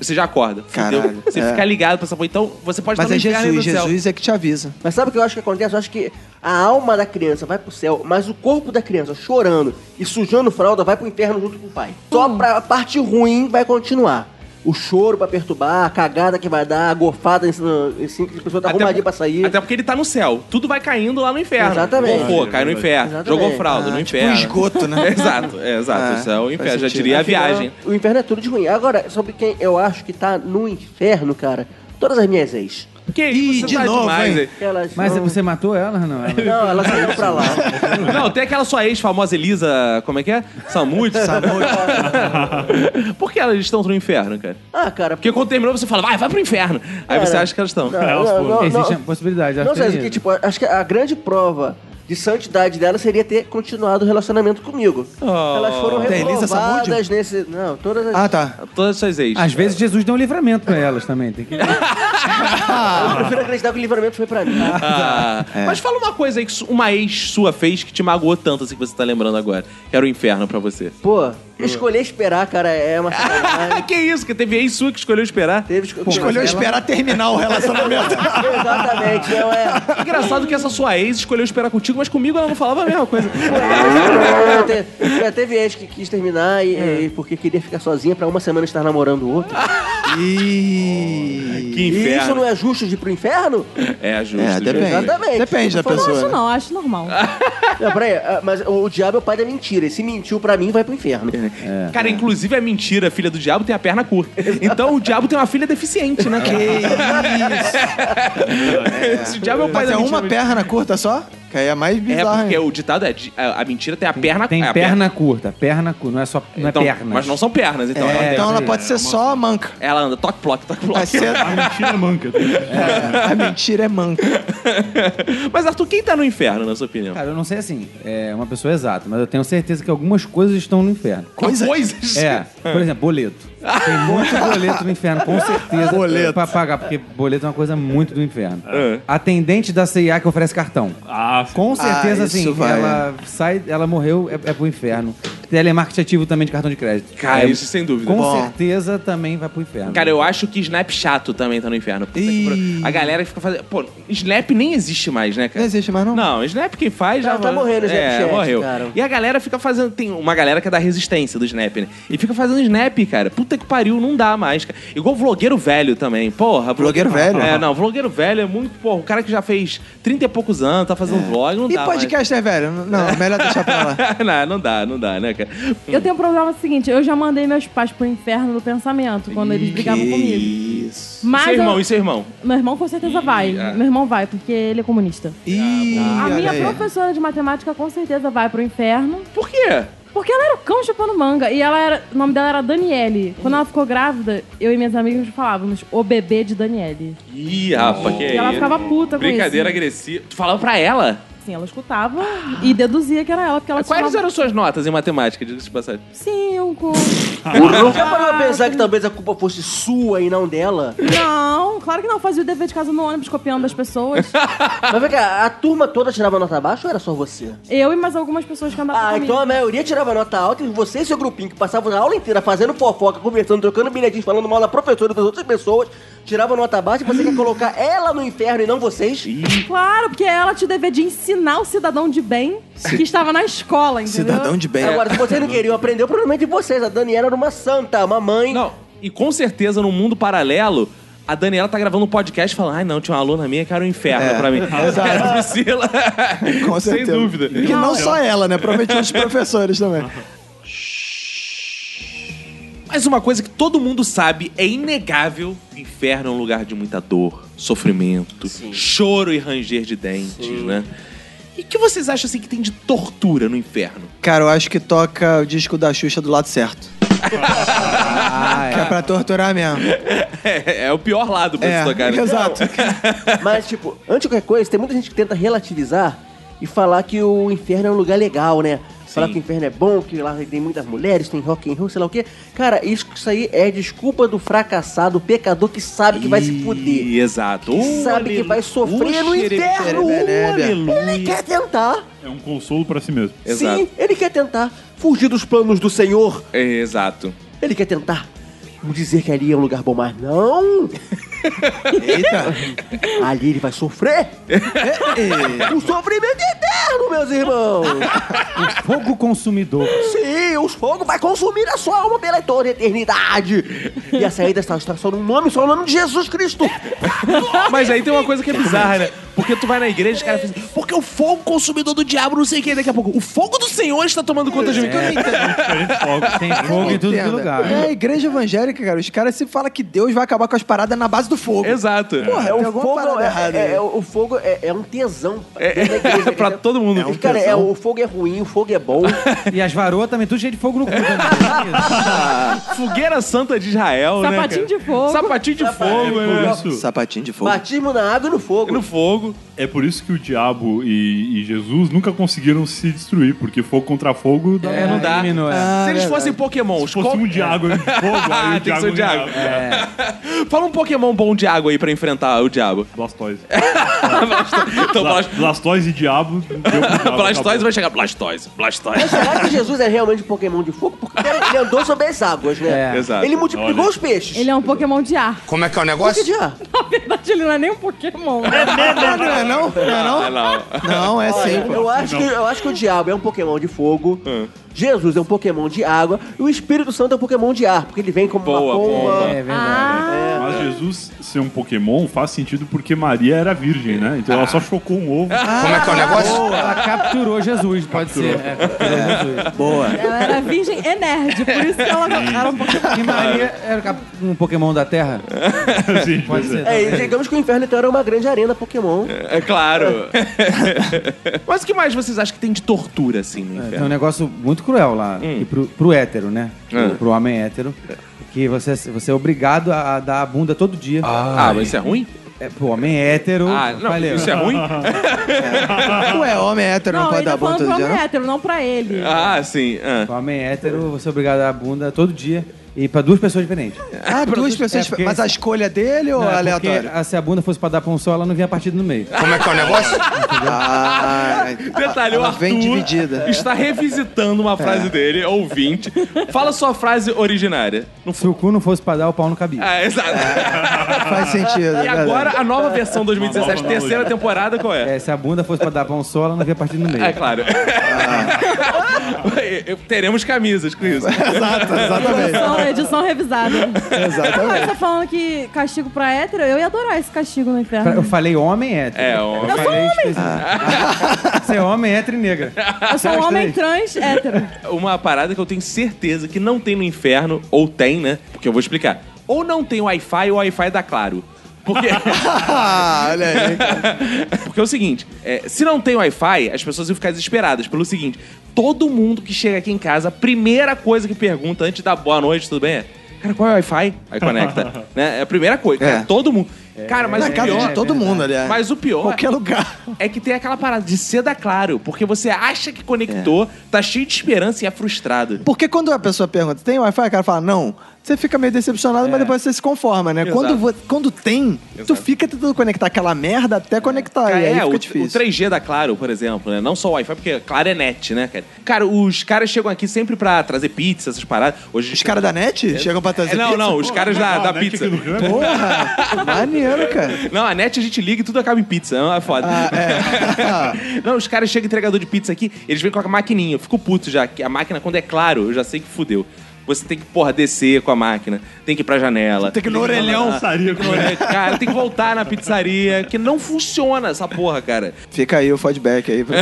Speaker 1: Você já acorda. fudeu.
Speaker 2: Caralho,
Speaker 1: Você
Speaker 2: é.
Speaker 1: fica ligado pra essa porra. Então, você pode
Speaker 2: Mas
Speaker 1: estar
Speaker 2: é
Speaker 1: no inferno e no
Speaker 2: Jesus,
Speaker 1: céu.
Speaker 2: Jesus é que te avisa.
Speaker 5: Mas sabe o que eu acho que acontece? Eu acho que a alma da criança vai pro céu, mas o corpo da criança chorando e sujando fralda vai pro inferno junto com o pai.
Speaker 7: Hum.
Speaker 5: Só pra parte ruim vai continuar. O choro pra perturbar, a cagada que vai dar, a gorfada em cima em cima que a pessoa tá arrumadinha pra sair.
Speaker 1: até porque ele tá no céu. Tudo vai caindo lá no inferno.
Speaker 5: Exatamente.
Speaker 1: Gorfou, cai no inferno.
Speaker 5: Exatamente. Ah, tipo um
Speaker 1: Jogou fralda no inferno.
Speaker 2: esgoto, né?
Speaker 1: <laughs> exato, é, exato.
Speaker 2: Ah,
Speaker 1: o céu e o
Speaker 2: faz
Speaker 1: inferno. Já
Speaker 2: sentido.
Speaker 1: diria a
Speaker 5: Afinal,
Speaker 1: viagem.
Speaker 5: O inferno é tudo de ruim. Agora, sobre quem eu acho que tá no inferno, cara, todas as minhas ex.
Speaker 1: Que
Speaker 2: Ih,
Speaker 1: isso,
Speaker 2: de novo, hein?
Speaker 5: Elas <laughs>
Speaker 4: Mas
Speaker 5: são-
Speaker 4: você matou ela? Não, ela...
Speaker 5: Não, elas foram pra lá.
Speaker 1: Não, tem aquela sua ex famosa Elisa, como é que é?
Speaker 2: <laughs>
Speaker 1: Samut. Por que elas estão no inferno, cara?
Speaker 5: Ah, cara...
Speaker 1: Porque quando terminou você fala, vai, vai pro inferno. Aí
Speaker 5: Cara,
Speaker 1: você acha que elas estão.
Speaker 5: não,
Speaker 6: Elas
Speaker 5: não,
Speaker 6: foram.
Speaker 5: não,
Speaker 4: Existe
Speaker 5: não.
Speaker 4: a possibilidade. acho
Speaker 5: Não,
Speaker 4: que
Speaker 5: César,
Speaker 4: tem
Speaker 5: que,
Speaker 4: isso.
Speaker 5: tipo, acho que a grande prova de santidade dela seria ter continuado o relacionamento comigo. Elas foram
Speaker 2: Da Elisa
Speaker 5: reprovadas nesse... Não, todas as...
Speaker 2: Ah, tá.
Speaker 1: Todas as suas ex.
Speaker 4: Às vezes Jesus deu um livramento pra elas também. Tem que...
Speaker 2: tá.
Speaker 5: Eu prefiro acreditar que o livramento foi pra mim.
Speaker 1: Ah,
Speaker 2: É.
Speaker 1: Mas fala uma coisa aí que su- uma ex sua fez que te magoou tanto assim que você tá lembrando agora. Que era o inferno pra você. Ah,
Speaker 5: Pô, escolher esperar, cara, é uma sacanagem.
Speaker 1: que isso? Que teve ex sua que escolheu esperar.
Speaker 5: Teve esco-
Speaker 2: Escolheu esperar terminar o relacionamento.
Speaker 5: Exatamente, não é...
Speaker 1: Engraçado que essa sua ex escolheu esperar contigo, mas comigo ela não falava a mesma
Speaker 2: <laughs>
Speaker 1: coisa.
Speaker 2: É,
Speaker 5: Já teve, já teve ex que quis terminar e,
Speaker 1: É.
Speaker 5: e porque queria ficar sozinha pra uma semana estar namorando o outro.
Speaker 2: Ih.
Speaker 1: Que
Speaker 5: E isso
Speaker 1: inferno.
Speaker 5: não é justo de ir pro inferno?
Speaker 1: É, justo.
Speaker 2: <laughs> É,
Speaker 1: justo.
Speaker 2: depende.
Speaker 5: Exatamente.
Speaker 2: Depende da
Speaker 6: Tá
Speaker 5: Foi
Speaker 3: Não
Speaker 2: pessoa.
Speaker 3: acho
Speaker 2: né?
Speaker 3: não, acho normal.
Speaker 5: Não, peraí, ah, mas o, o diabo é o pai da mentira. E se mentiu pra mim, vai pro inferno.
Speaker 1: É. Cara, inclusive é mentira, a filha do diabo tem a perna curta. Então o diabo tem uma filha deficiente, né? <laughs> Se o diabo é o pai da
Speaker 2: Mas é uma
Speaker 1: mentira-
Speaker 2: perna curta só? Que aí é mais
Speaker 1: É
Speaker 2: bizarro.
Speaker 1: porque
Speaker 2: hein?
Speaker 1: o ditado é di- a a mentira tem a perna é
Speaker 4: Tem
Speaker 1: a
Speaker 4: perna curta, perna curta. Não é só não é
Speaker 1: Então,
Speaker 4: pernas.
Speaker 1: Mas não são pernas, então. ela,
Speaker 2: É,
Speaker 1: tem-
Speaker 2: então ela pode ser
Speaker 1: é,
Speaker 2: só a manca.
Speaker 1: ela anda toque ploc toque ploc.
Speaker 2: Mas, ser-
Speaker 6: A mentira é manca.
Speaker 2: a mentira é manca.
Speaker 1: <laughs> Mas Arthur, quem tá no inferno, na sua opinião?
Speaker 4: Cara, eu não sei assim, é uma pessoa exata, mas eu tenho certeza que algumas coisas estão no inferno.
Speaker 1: Coisas.
Speaker 4: É, por exemplo, boleto. Tem muito boleto no inferno, com certeza. Boleto. Pra pagar, porque boleto é uma coisa muito do inferno.
Speaker 1: É.
Speaker 4: Atendente da CIA que oferece cartão.
Speaker 6: Ah, sim.
Speaker 4: Com certeza,
Speaker 2: Ah, isso
Speaker 4: assim,
Speaker 2: vai.
Speaker 4: ela
Speaker 1: é.
Speaker 4: sai, ela morreu, é, é pro inferno. Telemarketing ativo também de cartão de crédito.
Speaker 1: Cara,
Speaker 4: É,
Speaker 1: isso sem dúvida.
Speaker 4: Com
Speaker 2: Bom.
Speaker 4: certeza também vai pro inferno.
Speaker 1: Cara, eu acho que Snap chato também tá no inferno. Puta que
Speaker 2: Ih.
Speaker 1: pro- A galera fica fazendo. Pô, Snap nem existe mais, né, cara?
Speaker 2: Não existe mais, não?
Speaker 1: Não, Snap quem faz já.
Speaker 5: Tá- tá morrendo o
Speaker 1: É,
Speaker 5: Snapchat,
Speaker 1: morreu.
Speaker 5: cara.
Speaker 1: E a galera fica fazendo. Tem uma galera que é da resistência do Snap, né? E fica fazendo Snap, cara. Puta que pariu, não dá mais, cara. Igual vlogueiro velho também. Porra.
Speaker 2: Vlogueiro velho?
Speaker 1: É, não, vlogueiro velho é muito. Porra, o cara que já fez 30 e poucos anos, tá fazendo vlog, não
Speaker 2: É. E
Speaker 1: dá.
Speaker 2: podcaster, velho? Não, melhor deixar pra lá.
Speaker 1: Mais. <laughs> não, não dá, não dá, né, cara?
Speaker 3: Eu tenho um problema seguinte, eu já mandei meus pais pro inferno do pensamento, quando eles brigavam comigo.
Speaker 2: Isso.
Speaker 3: Mas
Speaker 1: seu irmão, Ah.
Speaker 3: eu-
Speaker 1: e seu irmão?
Speaker 3: meu irmão com certeza vai. Meu irmão vai, porque ele é comunista.
Speaker 1: Ah,
Speaker 2: Ih,
Speaker 3: a
Speaker 2: olha
Speaker 3: minha
Speaker 2: aí.
Speaker 3: professora de matemática com certeza vai pro inferno.
Speaker 1: Por quê?
Speaker 3: Porque ela era o cão chupando manga. E ela era. O nome dela era Daniele. Quando ela ficou grávida, eu e minhas amigas falávamos o bebê de Daniele.
Speaker 1: Ih, rapaz, que
Speaker 3: E ela
Speaker 1: isso?
Speaker 3: ficava puta com
Speaker 1: Brincadeira agressiva. Tu falava pra ela?
Speaker 3: isso. Sim, ela escutava e deduzia que era ela, porque ela
Speaker 1: Quais
Speaker 3: chamava-
Speaker 1: eram suas notas em matemática, diga-se de passagem?
Speaker 3: Cinco.
Speaker 5: Já parou pra pensar que talvez a culpa fosse sua e não dela?
Speaker 3: Não, Não, claro que não. Eu Fazia o dever de casa no ônibus, copiando as pessoas.
Speaker 5: Mas vem cá, a turma toda tirava nota baixa ou era só você?
Speaker 3: Eu e mais algumas pessoas que andavam
Speaker 5: Ah,
Speaker 3: comigo.
Speaker 5: então a maioria tirava nota alta e você e seu grupinho que passavam a aula inteira fazendo fofoca, conversando, trocando bilhetinhos, falando mal da professora e das outras pessoas, tirava nota baixa e você quer colocar ela no inferno e não vocês?
Speaker 3: Claro, porque ela tinha o dever de ensinar o cidadão de bem que estava na escola, entendeu?
Speaker 1: É.
Speaker 5: Agora,
Speaker 1: <laughs>
Speaker 5: se vocês não queriam aprender, o problema é de vocês. A Daniela era uma santa, uma mãe.
Speaker 1: Não, <laughs> e com certeza, num mundo paralelo, a Daniela tá gravando um podcast falando: ai não, tinha uma aluna minha que era um inferno
Speaker 2: É, <laughs>
Speaker 1: pra mim.
Speaker 2: exato.
Speaker 1: Era a Priscila. <laughs>
Speaker 2: Com
Speaker 1: Sem
Speaker 2: certeza.
Speaker 1: dúvida.
Speaker 2: E não só ela, né? Provavelmente os professores também.
Speaker 1: Mas uma coisa que todo mundo sabe, é inegável: o inferno é um lugar de muita dor, sofrimento, choro e ranger de dentes, né? E o que vocês acham assim que tem de tortura no inferno? <laughs>
Speaker 2: Cara, eu acho que toca o disco da Xuxa do lado certo. que é pra torturar mesmo.
Speaker 1: É, é o pior lado pra
Speaker 2: É,
Speaker 1: se tocar. né?
Speaker 2: exato.
Speaker 5: Mas, tipo, antes de qualquer coisa, tem muita gente que tenta relativizar e falar que o inferno é um lugar legal, né? Falar que o inferno é bom, que lá tem muitas mulheres, tem rock and roll, sei lá o quê. Cara, isso, isso aí é desculpa do fracassado, do pecador que sabe que vai se fuder.
Speaker 1: Ih, Exato. Um
Speaker 5: Que sabe que vai sofrer no inferno. Ele quer tentar.
Speaker 6: É um consolo pra si mesmo.
Speaker 1: Exato.
Speaker 5: Sim, ele quer tentar. Fugir dos planos do Senhor.
Speaker 1: É, Exato.
Speaker 5: Ele quer tentar. Dizer que ali é um lugar bom, mas não! Eita! Ali ele
Speaker 1: <laughs>
Speaker 5: vai sofrer! O sofrimento é eterno, meus irmãos!
Speaker 4: Fogo consumidor.
Speaker 5: Sim, o fogo vai consumir a sua alma pela toda eternidade! E a saída está está só no nome, só no nome de Jesus Cristo!
Speaker 1: Mas aí tem uma coisa que é bizarra, né? Porque tu vai na igreja e os caras fazem. Porque o fogo consumidor do diabo, não sei o que, daqui a pouco. O fogo do Senhor está tomando conta de mim. <laughs>
Speaker 4: Tem fogo em tudo que é lugar.
Speaker 2: É a igreja evangélica, cara. Os caras se falam que Deus vai acabar com as paradas na base do fogo.
Speaker 1: Exato.
Speaker 2: Porra,
Speaker 5: É
Speaker 2: tem
Speaker 5: o
Speaker 2: alguma
Speaker 5: fogo,
Speaker 2: parada
Speaker 5: é,
Speaker 2: errada.
Speaker 5: é-
Speaker 2: aí.
Speaker 5: é- o fogo é, é um tesão.
Speaker 1: né? É, é,
Speaker 5: Dentro
Speaker 1: pra
Speaker 5: da entendeu?
Speaker 1: todo mundo.
Speaker 5: É um cara, é, o fogo é ruim, o fogo
Speaker 1: <laughs>
Speaker 5: é bom.
Speaker 4: E as varoas também, tudo cheio de fogo no cu. também.
Speaker 1: Ah, Fogueira Santa de Israel, né?
Speaker 3: Sapatinho
Speaker 1: cara?
Speaker 3: de fogo.
Speaker 1: Sapatinho de fogo,
Speaker 6: É
Speaker 1: né?
Speaker 6: por isso,
Speaker 2: Sapatinho de fogo.
Speaker 5: Batismo na água e no fogo.
Speaker 1: No fogo.
Speaker 6: é por isso que o diabo e, e Jesus nunca conseguiram se destruir, porque fogo contra fogo dá.
Speaker 1: É, não dá.
Speaker 4: eliminou, é.
Speaker 1: Se eles fossem pokémons,
Speaker 6: Se fosse
Speaker 1: qual-
Speaker 6: um de água e de fogo,
Speaker 1: <laughs> Ah,
Speaker 6: aí o
Speaker 1: tem que
Speaker 6: diabo
Speaker 1: ser o diabo. É.
Speaker 6: ganhava.
Speaker 1: Fala um pokémon bom de água aí pra enfrentar o diabo.
Speaker 6: Blastoise.
Speaker 1: É, Então,
Speaker 6: Bla-
Speaker 1: Blast-
Speaker 6: Blastoise e diabo. deu pro diabo,
Speaker 1: Blastoise
Speaker 6: acabou.
Speaker 1: vai chegar. Blastoise, Blastoise.
Speaker 5: Será que Jesus é realmente um Pokémon de fogo? Porque cara, ele andou sobre as águas, né?
Speaker 4: É.
Speaker 1: Exato.
Speaker 5: Ele multiplicou
Speaker 6: Olha.
Speaker 5: os peixes.
Speaker 3: Ele é um Pokémon de ar.
Speaker 9: Como é que é o
Speaker 5: Por que
Speaker 9: negócio?
Speaker 5: diabo?
Speaker 3: Na verdade, <laughs> ele não é nem um Pokémon. né?
Speaker 6: <laughs>
Speaker 2: Não, não é não? Não é não?
Speaker 1: Ah, não.
Speaker 2: Não, é sim, pô.
Speaker 5: Eu acho, que, eu acho que o diabo é um Pokémon de fogo, Jesus é um Pokémon de água e o Espírito Santo é um Pokémon de ar, porque ele vem como
Speaker 1: Boa,
Speaker 5: uma pomba.
Speaker 4: É verdade.
Speaker 3: Ah,
Speaker 6: Mas Jesus ser um Pokémon faz sentido porque Maria era virgem, né? Então ela só chocou um ovo.
Speaker 7: Ah,
Speaker 9: Como é que é o negócio?
Speaker 4: Ela capturou Jesus, pode ser. É, capturou
Speaker 1: <laughs>
Speaker 4: Jesus.
Speaker 2: Boa.
Speaker 3: ela era virgem e nerd, por isso que ela era um Pokémon.
Speaker 4: E Maria era cap- um Pokémon da Terra?
Speaker 6: <laughs> Assim,
Speaker 4: Pode ser.
Speaker 5: É, e digamos que o inferno então era uma grande arena Pokémon.
Speaker 1: É claro. Mas o que mais vocês acham que tem de tortura, assim, no
Speaker 4: É, tem um
Speaker 1: inferno?
Speaker 4: negócio muito cruel lá,
Speaker 1: Hum.
Speaker 4: e pro, pro hétero, né?
Speaker 1: Ah.
Speaker 4: Pro homem hétero. Que você, você é obrigado a, a dar a bunda todo dia.
Speaker 1: Ah, mas isso é ruim?
Speaker 4: É, pro homem hétero.
Speaker 1: Ah, não,
Speaker 4: valeu.
Speaker 1: isso é ruim?
Speaker 2: Ué, homem hétero não,
Speaker 3: Não,
Speaker 2: pode
Speaker 3: ele
Speaker 2: dar
Speaker 3: tá
Speaker 2: bom
Speaker 3: falando
Speaker 2: todo
Speaker 3: pro homem
Speaker 2: dia.
Speaker 3: hétero, não pra ele.
Speaker 1: Ah, sim. ah.
Speaker 4: Pro homem hétero, você é obrigado a dar a bunda todo dia. E pra duas pessoas diferentes.
Speaker 2: Ah, duas pessoas.
Speaker 4: porque-
Speaker 2: Mas a escolha dele ou
Speaker 4: Não, é
Speaker 2: aleatório?
Speaker 4: Porque, se a bunda fosse pra dar pra um só, ela não vinha partida no meio.
Speaker 9: Como é que é o negócio?
Speaker 2: Ah,
Speaker 1: Detalhe, o
Speaker 2: ela
Speaker 1: Arthur
Speaker 2: vem dividida.
Speaker 1: <laughs>
Speaker 2: É.
Speaker 1: está revisitando uma frase dele, ouvinte. Fala sua frase originária. Não f...
Speaker 4: Se o cu não fosse pra dar, o pau não cabia.
Speaker 1: Ah, exato.
Speaker 2: Faz sentido.
Speaker 1: E
Speaker 2: é verdade.
Speaker 1: agora, a nova versão 2017,
Speaker 6: Uma nova
Speaker 1: terceira temporada, qual é?
Speaker 4: É, se a bunda fosse pra dar pra um só, ela não vinha partida no meio.
Speaker 1: É claro.
Speaker 2: Ah.
Speaker 1: <laughs> Teremos camisas com isso.
Speaker 2: Exato,
Speaker 3: <laughs>
Speaker 2: exatamente.
Speaker 3: Edição, edição revisada. Agora,
Speaker 2: Exatamente.
Speaker 3: você falando que castigo pra hétero, eu ia adorar esse castigo no
Speaker 4: Pra- Eu
Speaker 3: inferno.
Speaker 4: falei homem hétero.
Speaker 1: É, homem.
Speaker 4: Eu
Speaker 3: Eu sou
Speaker 4: falei específico. Você é homem hétero e negra.
Speaker 3: Eu
Speaker 4: é
Speaker 3: sou um homem trans hétero.
Speaker 1: Uma parada que eu tenho certeza que não tem no inferno, ou tem, né? Porque eu vou explicar. Ou não tem Wi-Fi ou Wi-Fi da Claro. Porque,
Speaker 2: <laughs> Ah, olha aí.
Speaker 1: <laughs> porque é o seguinte, é, se não tem Wi-Fi, as pessoas iam ficar desesperadas pelo seguinte: todo mundo que chega aqui em casa, a primeira coisa que pergunta antes da boa noite, tudo bem? É, cara, qual é o Wi-Fi? Aí conecta. né? É a primeira coisa.
Speaker 2: É.
Speaker 1: cara, todo mundo. Cara, mas
Speaker 2: Na
Speaker 1: o
Speaker 2: casa
Speaker 1: pior.
Speaker 2: de todo mundo, aliás.
Speaker 1: Mas o pior
Speaker 2: Qualquer um. lugar.
Speaker 1: é que tem aquela parada de ser da Claro, porque você acha que conectou, tá cheio de esperança e é frustrado.
Speaker 2: Porque quando a pessoa pergunta, tem Wi-Fi? O cara fala, não. você fica meio decepcionado, mas depois você se conforma, né?
Speaker 1: É. Exato.
Speaker 2: Quando, vo- quando tem, tu fica tentando conectar aquela merda até conectar.
Speaker 1: Cara,
Speaker 2: e aí
Speaker 1: é,
Speaker 2: fica
Speaker 1: o,
Speaker 2: difícil.
Speaker 1: o 3G da Claro, por exemplo, né? Não só o Wi-Fi, porque Claro é net, né, cara? Cara, os caras chegam aqui sempre pra trazer pizza, essas paradas. Hoje
Speaker 2: Os caras da net chegam pra trazer
Speaker 1: É, não,
Speaker 2: pizza?
Speaker 1: não, os caras da,
Speaker 2: né,
Speaker 1: da pizza. <laughs>
Speaker 2: Porra, maneiro, cara.
Speaker 1: Não, a net a gente liga e tudo acaba em pizza, não é foda.
Speaker 2: Ah,
Speaker 1: <laughs>
Speaker 2: é.
Speaker 1: não, os caras chegam entregador de pizza aqui, eles vêm com a maquininha. Eu fico puto já, que a máquina, quando é claro, eu já sei que fudeu. Você tem que, porra, descer com a máquina, tem que ir pra janela.
Speaker 2: Tem que ir no orelhão.
Speaker 6: Saria com
Speaker 1: <laughs> É, cara, tem que voltar na pizzaria, que não funciona essa porra, cara.
Speaker 2: Fica aí o
Speaker 1: <laughs>
Speaker 2: feedback aí. pra-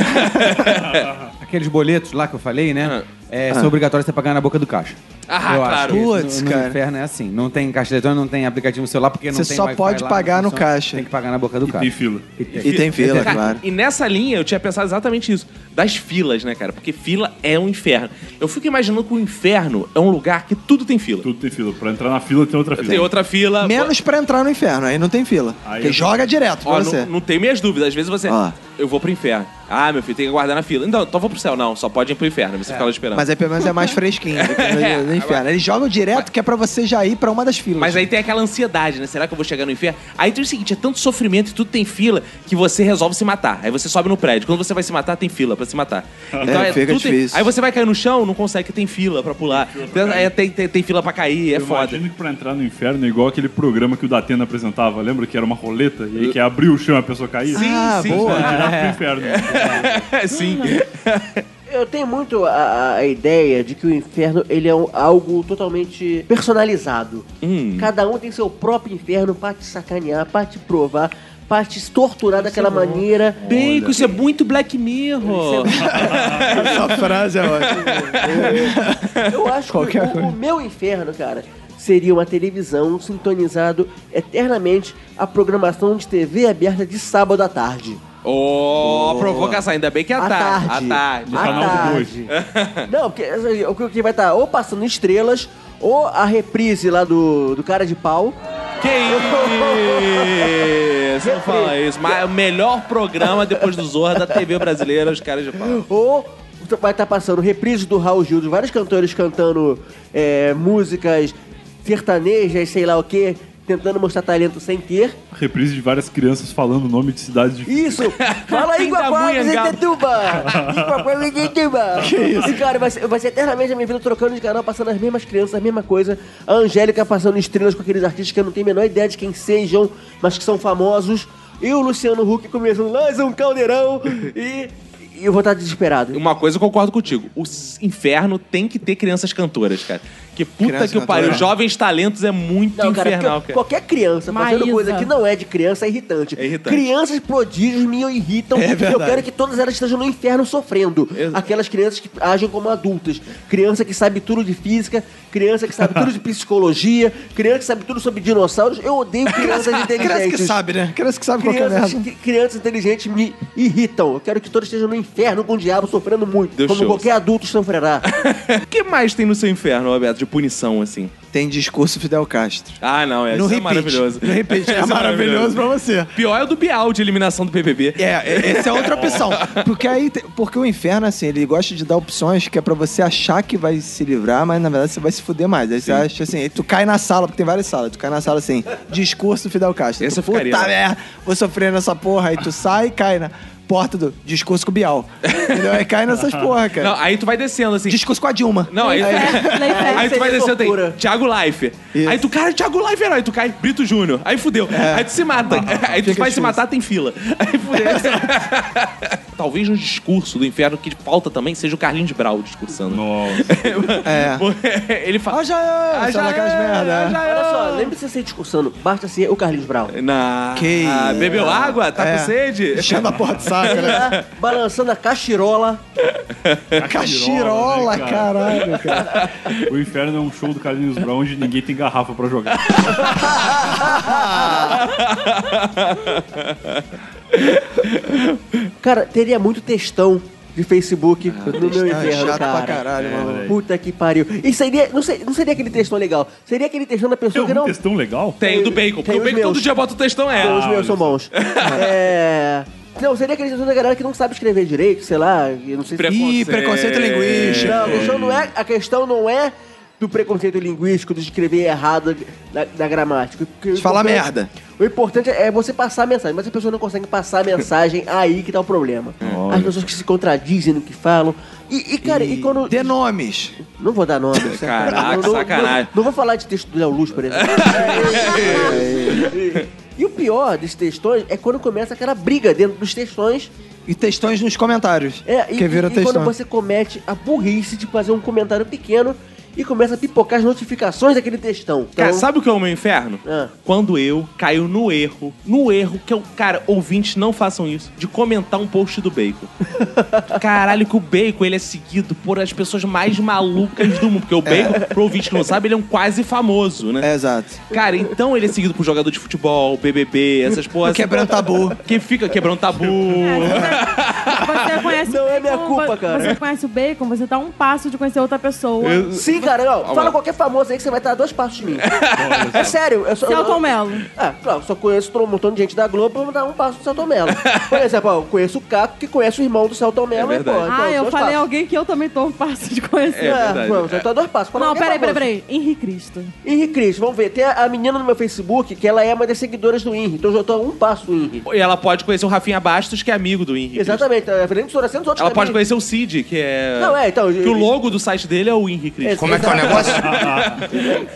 Speaker 4: Aqueles boletos lá que eu falei, né? É, São obrigatórios você pagar na boca do caixa.
Speaker 1: Ah,
Speaker 4: eu
Speaker 1: claro.
Speaker 4: Acho que
Speaker 2: Ah. Putz,
Speaker 4: isso no, no
Speaker 2: cara.
Speaker 4: inferno é assim. Não tem caixa eletrônica, não tem aplicativo no celular, porque não
Speaker 2: Você
Speaker 4: tem
Speaker 2: só
Speaker 4: Wi-Fi
Speaker 2: pode
Speaker 4: lá,
Speaker 2: pagar
Speaker 4: não
Speaker 2: no
Speaker 4: funciona.
Speaker 2: caixa.
Speaker 4: Tem que pagar na boca do
Speaker 6: Tem
Speaker 4: caixa.
Speaker 6: fila.
Speaker 2: E tem <laughs> fila,
Speaker 1: Cara,
Speaker 2: claro.
Speaker 1: E nessa linha eu tinha pensado exatamente isso. Das filas, né, cara? Porque fila é um inferno. Eu fico imaginando que o inferno é um lugar que tudo tem fila.
Speaker 6: Tudo tem fila. Pra entrar na fila tem outra fila.
Speaker 1: Tem outra fila.
Speaker 2: Menos pra entrar no inferno, aí não tem fila.
Speaker 6: Aí
Speaker 2: Porque
Speaker 6: eu-
Speaker 2: joga direto pra
Speaker 1: Ó,
Speaker 2: você.
Speaker 1: não, não tem minhas dúvidas. Às vezes você.
Speaker 2: Ó.
Speaker 1: Eu vou pro inferno. Ah, meu filho, tem que aguardar na fila. Então, então vou pro céu. Não, só pode ir pro inferno. Você fica lá esperando.
Speaker 2: Mas aí pelo menos é mais fresquinho do que
Speaker 1: <laughs>
Speaker 2: no- no inferno. Eles jogam direto que é pra você já ir pra uma das filas.
Speaker 1: Mas aí tem aquela ansiedade, né? Será que eu vou chegar no inferno? Aí tem o seguinte, é tanto sofrimento e tudo tem fila que você resolve se matar. Aí você sobe no prédio. Quando você vai se matar, tem fila pra se matar. Então
Speaker 2: É, fica
Speaker 1: tudo tem-
Speaker 2: difícil.
Speaker 1: Aí você vai cair no chão, não consegue, tem fila pra pular. Tem, é, tem- tem- tem fila pra cair, é
Speaker 6: eu
Speaker 1: <laughs> foda.
Speaker 6: imagino que pra entrar no inferno é igual aquele programa que o Datena apresentava, lembra? Que era uma roleta, e aí que abriu o chão e a pessoa caía.
Speaker 1: Sim,
Speaker 2: Ah,
Speaker 1: sim. né?
Speaker 2: boa.
Speaker 6: Vai direto pro inferno.
Speaker 1: É, sim.
Speaker 5: Eu tenho muito a- a, a ideia de que o inferno ele é um- algo totalmente personalizado. Cada um tem seu próprio inferno pra te sacanear, pra te provar, pra te torturar
Speaker 1: é
Speaker 5: daquela maneira. é
Speaker 1: Bem, que isso é muito Black Mirror.
Speaker 2: Essa frase
Speaker 1: <laughs>
Speaker 2: é ótima.
Speaker 5: Eu acho que o- o, meu inferno, cara, seria uma televisão sintonizado eternamente à programação de TV aberta de sábado à tarde.
Speaker 1: Ó, provocação. Ainda bem que é à tarde. À tarde.
Speaker 5: À
Speaker 6: Canal
Speaker 5: tarde. Não, porque assim, o que- o que vai estar ou passando estrelas, ou a reprise lá do, do cara de pau.
Speaker 1: Que isso? Não fala isso. Mas é o melhor programa depois do Zorra da TV brasileira, os caras já falam.
Speaker 5: Ou vai estar passando reprises do Raul Gil, de vários cantores cantando é, músicas sertanejas, sei lá o quê, tentando mostrar talento sem ter.
Speaker 6: Reprise de várias crianças falando o nome de cidades de
Speaker 5: <laughs> Isso! Fala aí, é Guapaguas e
Speaker 1: Pindamonhangaba.
Speaker 5: <laughs> Tetuba! Guapaguas e Tetuba! Que isso? é E, cara, vai ser, vai ser eternamente a minha vida trocando de canal, passando as mesmas crianças, a mesma coisa. A Angélica passando estrelas com aqueles artistas que eu não tenho a menor ideia de quem sejam, mas que são famosos. E o Luciano Huck começando mais um caldeirão. E, e eu vou estar desesperado.
Speaker 1: Uma coisa eu concordo contigo: o s- inferno tem que ter crianças cantoras, cara. Que puta
Speaker 2: Criança
Speaker 1: que o pariu.
Speaker 2: cantora.
Speaker 1: Jovens talentos é muito
Speaker 5: Não, cara,
Speaker 1: infernal, cara.
Speaker 5: porque qualquer criança fazendo
Speaker 3: Maísa.
Speaker 5: coisa que não é de criança é irritante.
Speaker 1: É irritante. É
Speaker 5: Crianças prodígios me irritam. eu quero que todas elas estejam no inferno sofrendo. Aquelas crianças que agem como adultas. Criança que sabe tudo de física, criança que sabe tudo de psicologia, criança que sabe tudo sobre dinossauros. Eu odeio crianças inteligentes.
Speaker 2: Criança que sabe, né? Criança que sabe qualquer
Speaker 5: Crianças,
Speaker 2: merda.
Speaker 5: cri- crianças inteligentes me irritam. Eu quero que todos estejam no inferno com o diabo sofrendo muito,
Speaker 1: Deu
Speaker 5: como
Speaker 1: show.
Speaker 5: qualquer adulto sofrerá.
Speaker 1: <laughs> O que mais tem no seu inferno, Roberto, de punição, assim?
Speaker 2: Tem discurso Fidel Castro.
Speaker 1: Ah, não, é, isso
Speaker 2: no repeat.
Speaker 1: é maravilhoso. <laughs>
Speaker 2: No repeat. É
Speaker 1: Isso
Speaker 2: maravilhoso pra você.
Speaker 1: Pior é o do Bial de eliminação do PBB.
Speaker 2: É, é- essa é outra opção. Porque aí, te- porque o inferno, assim, ele gosta de dar opções que é pra você achar que vai se livrar, mas na verdade você vai se fuder mais. Aí você acha assim, aí tu cai na sala, porque tem várias salas, tu cai na sala assim, discurso Fidel Castro.
Speaker 1: Esse
Speaker 2: tu,
Speaker 1: eu ficaria,
Speaker 2: Puta
Speaker 1: né?"
Speaker 2: merda, vou sofrer nessa porra. Aí tu sai e cai na porta do discurso com o Bial. Entendeu? Aí
Speaker 1: <laughs>
Speaker 2: cai nessas porra, cara.
Speaker 1: Não, aí tu vai descendo, assim.
Speaker 2: Discurso com a Dilma.
Speaker 1: Não, aí, <laughs>
Speaker 3: Leifert, Leifert.
Speaker 1: aí tu vai
Speaker 5: Seria
Speaker 1: descer, tem
Speaker 5: loucura.
Speaker 1: Thiago Life.
Speaker 2: Isso.
Speaker 1: Aí tu, cara, Thiago Life, herói. Tu cai, Brito Júnior. Aí fudeu. Aí tu se mata. <laughs> aí tu vai se matar, tem fila. Aí fudeu. Talvez no discurso do inferno que falta também seja o Carlinhos Brau <laughs> discursando.
Speaker 6: Nossa.
Speaker 2: É.
Speaker 1: Ele fala...
Speaker 2: Ah, já é,
Speaker 1: "Ah,
Speaker 2: sei lá, aquelas
Speaker 1: é,
Speaker 2: merda. né?"
Speaker 1: já é."
Speaker 5: Olha só, lembre-se de ser discursando, basta ser o Carlinhos Brown.
Speaker 1: Na...
Speaker 2: Que-
Speaker 1: Ah, bebeu água? Tá
Speaker 2: É.
Speaker 1: com sede?
Speaker 2: Enchendo a porta do saco,
Speaker 5: Ele
Speaker 2: né?
Speaker 1: É.
Speaker 5: lá, balançando a cachirola.
Speaker 2: Cachirola,
Speaker 6: Cachirola, né, cara?
Speaker 2: caralho, cara.
Speaker 6: O inferno é um show do Carlinhos Brown onde ninguém tem garrafa pra jogar.
Speaker 5: Cara, teria muito textão de Facebook no meu
Speaker 2: Ah,
Speaker 5: inferno,
Speaker 2: chato
Speaker 5: cara.
Speaker 2: pra caralho, mano.
Speaker 5: Puta que pariu. E seria, não, sei- não seria aquele textão legal, seria aquele textão da
Speaker 6: Tem
Speaker 5: pessoa que
Speaker 6: algum
Speaker 5: não...
Speaker 6: É um textão legal?
Speaker 1: Tem o do bacon, porque o
Speaker 5: Tem os
Speaker 1: bacon
Speaker 5: meus.
Speaker 1: todo dia bota o textão é.
Speaker 5: Os meus são bons. é... Não, seria aquele textão da galera que não sabe escrever
Speaker 1: É
Speaker 5: direito, sei lá, eu não sei se...
Speaker 1: Preconceito.
Speaker 2: Ih, preconceito linguístico.
Speaker 5: Não, a questão não é... A questão não é do preconceito linguístico, de escrever errado da, da gramática. Porque o
Speaker 7: De falar
Speaker 5: importante-
Speaker 7: merda.
Speaker 5: O importante é você passar a mensagem, mas se a pessoa não consegue passar a mensagem, <laughs> aí que tá o problema. As pessoas que se contradizem no que falam. E, e, cara, e, quando.
Speaker 7: Dê nomes.
Speaker 5: Não vou dar nome. sacanagem.
Speaker 1: Caraca,
Speaker 5: Não- não-
Speaker 1: sacanagem.
Speaker 5: Não, não vou falar de texto do Léo Luz, por exemplo. e o pior desses textões é quando começa aquela briga dentro dos textões
Speaker 2: E textões nos comentários.
Speaker 5: é, e,
Speaker 2: que vira
Speaker 5: e
Speaker 2: textão.
Speaker 5: quando você comete a burrice de fazer um comentário pequeno e começa a pipocar as notificações daquele textão.
Speaker 1: Cara,
Speaker 5: Então,
Speaker 1: sabe o que é o meu inferno?
Speaker 5: Ah.
Speaker 1: Quando eu caio no erro, no erro que eu, cara, ouvintes não façam isso, de comentar um post do
Speaker 5: <laughs>
Speaker 1: Bacon. Caralho, que o Bacon, ele é seguido por as pessoas mais malucas do mundo, porque o
Speaker 5: É.
Speaker 1: Bacon, pro ouvinte que não sabe, ele é um quase famoso, né?
Speaker 2: É, exato.
Speaker 1: Cara, então ele é seguido por jogador de futebol, BBB, essas porras.
Speaker 2: Quebrando tabu.
Speaker 1: Quem fica quebrando tabu.
Speaker 3: Você conhece
Speaker 5: Não
Speaker 3: o
Speaker 5: é minha
Speaker 3: Bacon,
Speaker 5: culpa,
Speaker 3: vo-
Speaker 5: cara.
Speaker 3: Você conhece o Bacon, você tá a um passo de conhecer outra pessoa.
Speaker 5: Sim, cara, não, fala qualquer famoso aí que você vai estar a dois passos
Speaker 1: <laughs>
Speaker 5: de mim. é sério, eu só.
Speaker 3: Celton
Speaker 5: eu,
Speaker 3: Mello.
Speaker 5: ah, claro, só conheço um montão de gente da Globo pra dar um passo do Celton Mello. Por exemplo, ó, eu conheço o Caco, que conhece o irmão do Celton Mello.
Speaker 1: É
Speaker 5: e, pô,
Speaker 1: verdade.
Speaker 5: então,
Speaker 3: Ah, eu
Speaker 5: dois
Speaker 3: falei
Speaker 5: passos.
Speaker 3: alguém que eu também tô a um passo de conhecer.
Speaker 1: É verdade.
Speaker 5: Não, já tá a dois passos. Fala
Speaker 3: Não,
Speaker 5: qualquer
Speaker 3: peraí, peraí,
Speaker 5: famoso.
Speaker 3: peraí. Henri Cristo.
Speaker 5: Henri Cris, vamos ver. Tem a, a menina no meu Facebook que ela é uma das seguidoras do Henri. Então eu já tô a um passo do Henri.
Speaker 1: E ela pode conhecer o Rafinha Bastos, que é amigo do Henrique.
Speaker 5: Exatamente, então, a Fernanda Sorocento, os outros
Speaker 1: Ela pode
Speaker 5: também.
Speaker 1: conhecer o Cid, que é.
Speaker 5: Não, é, então.
Speaker 1: Que o logo do site dele é o Henrique.
Speaker 5: Ex-
Speaker 7: Como é que é o negócio?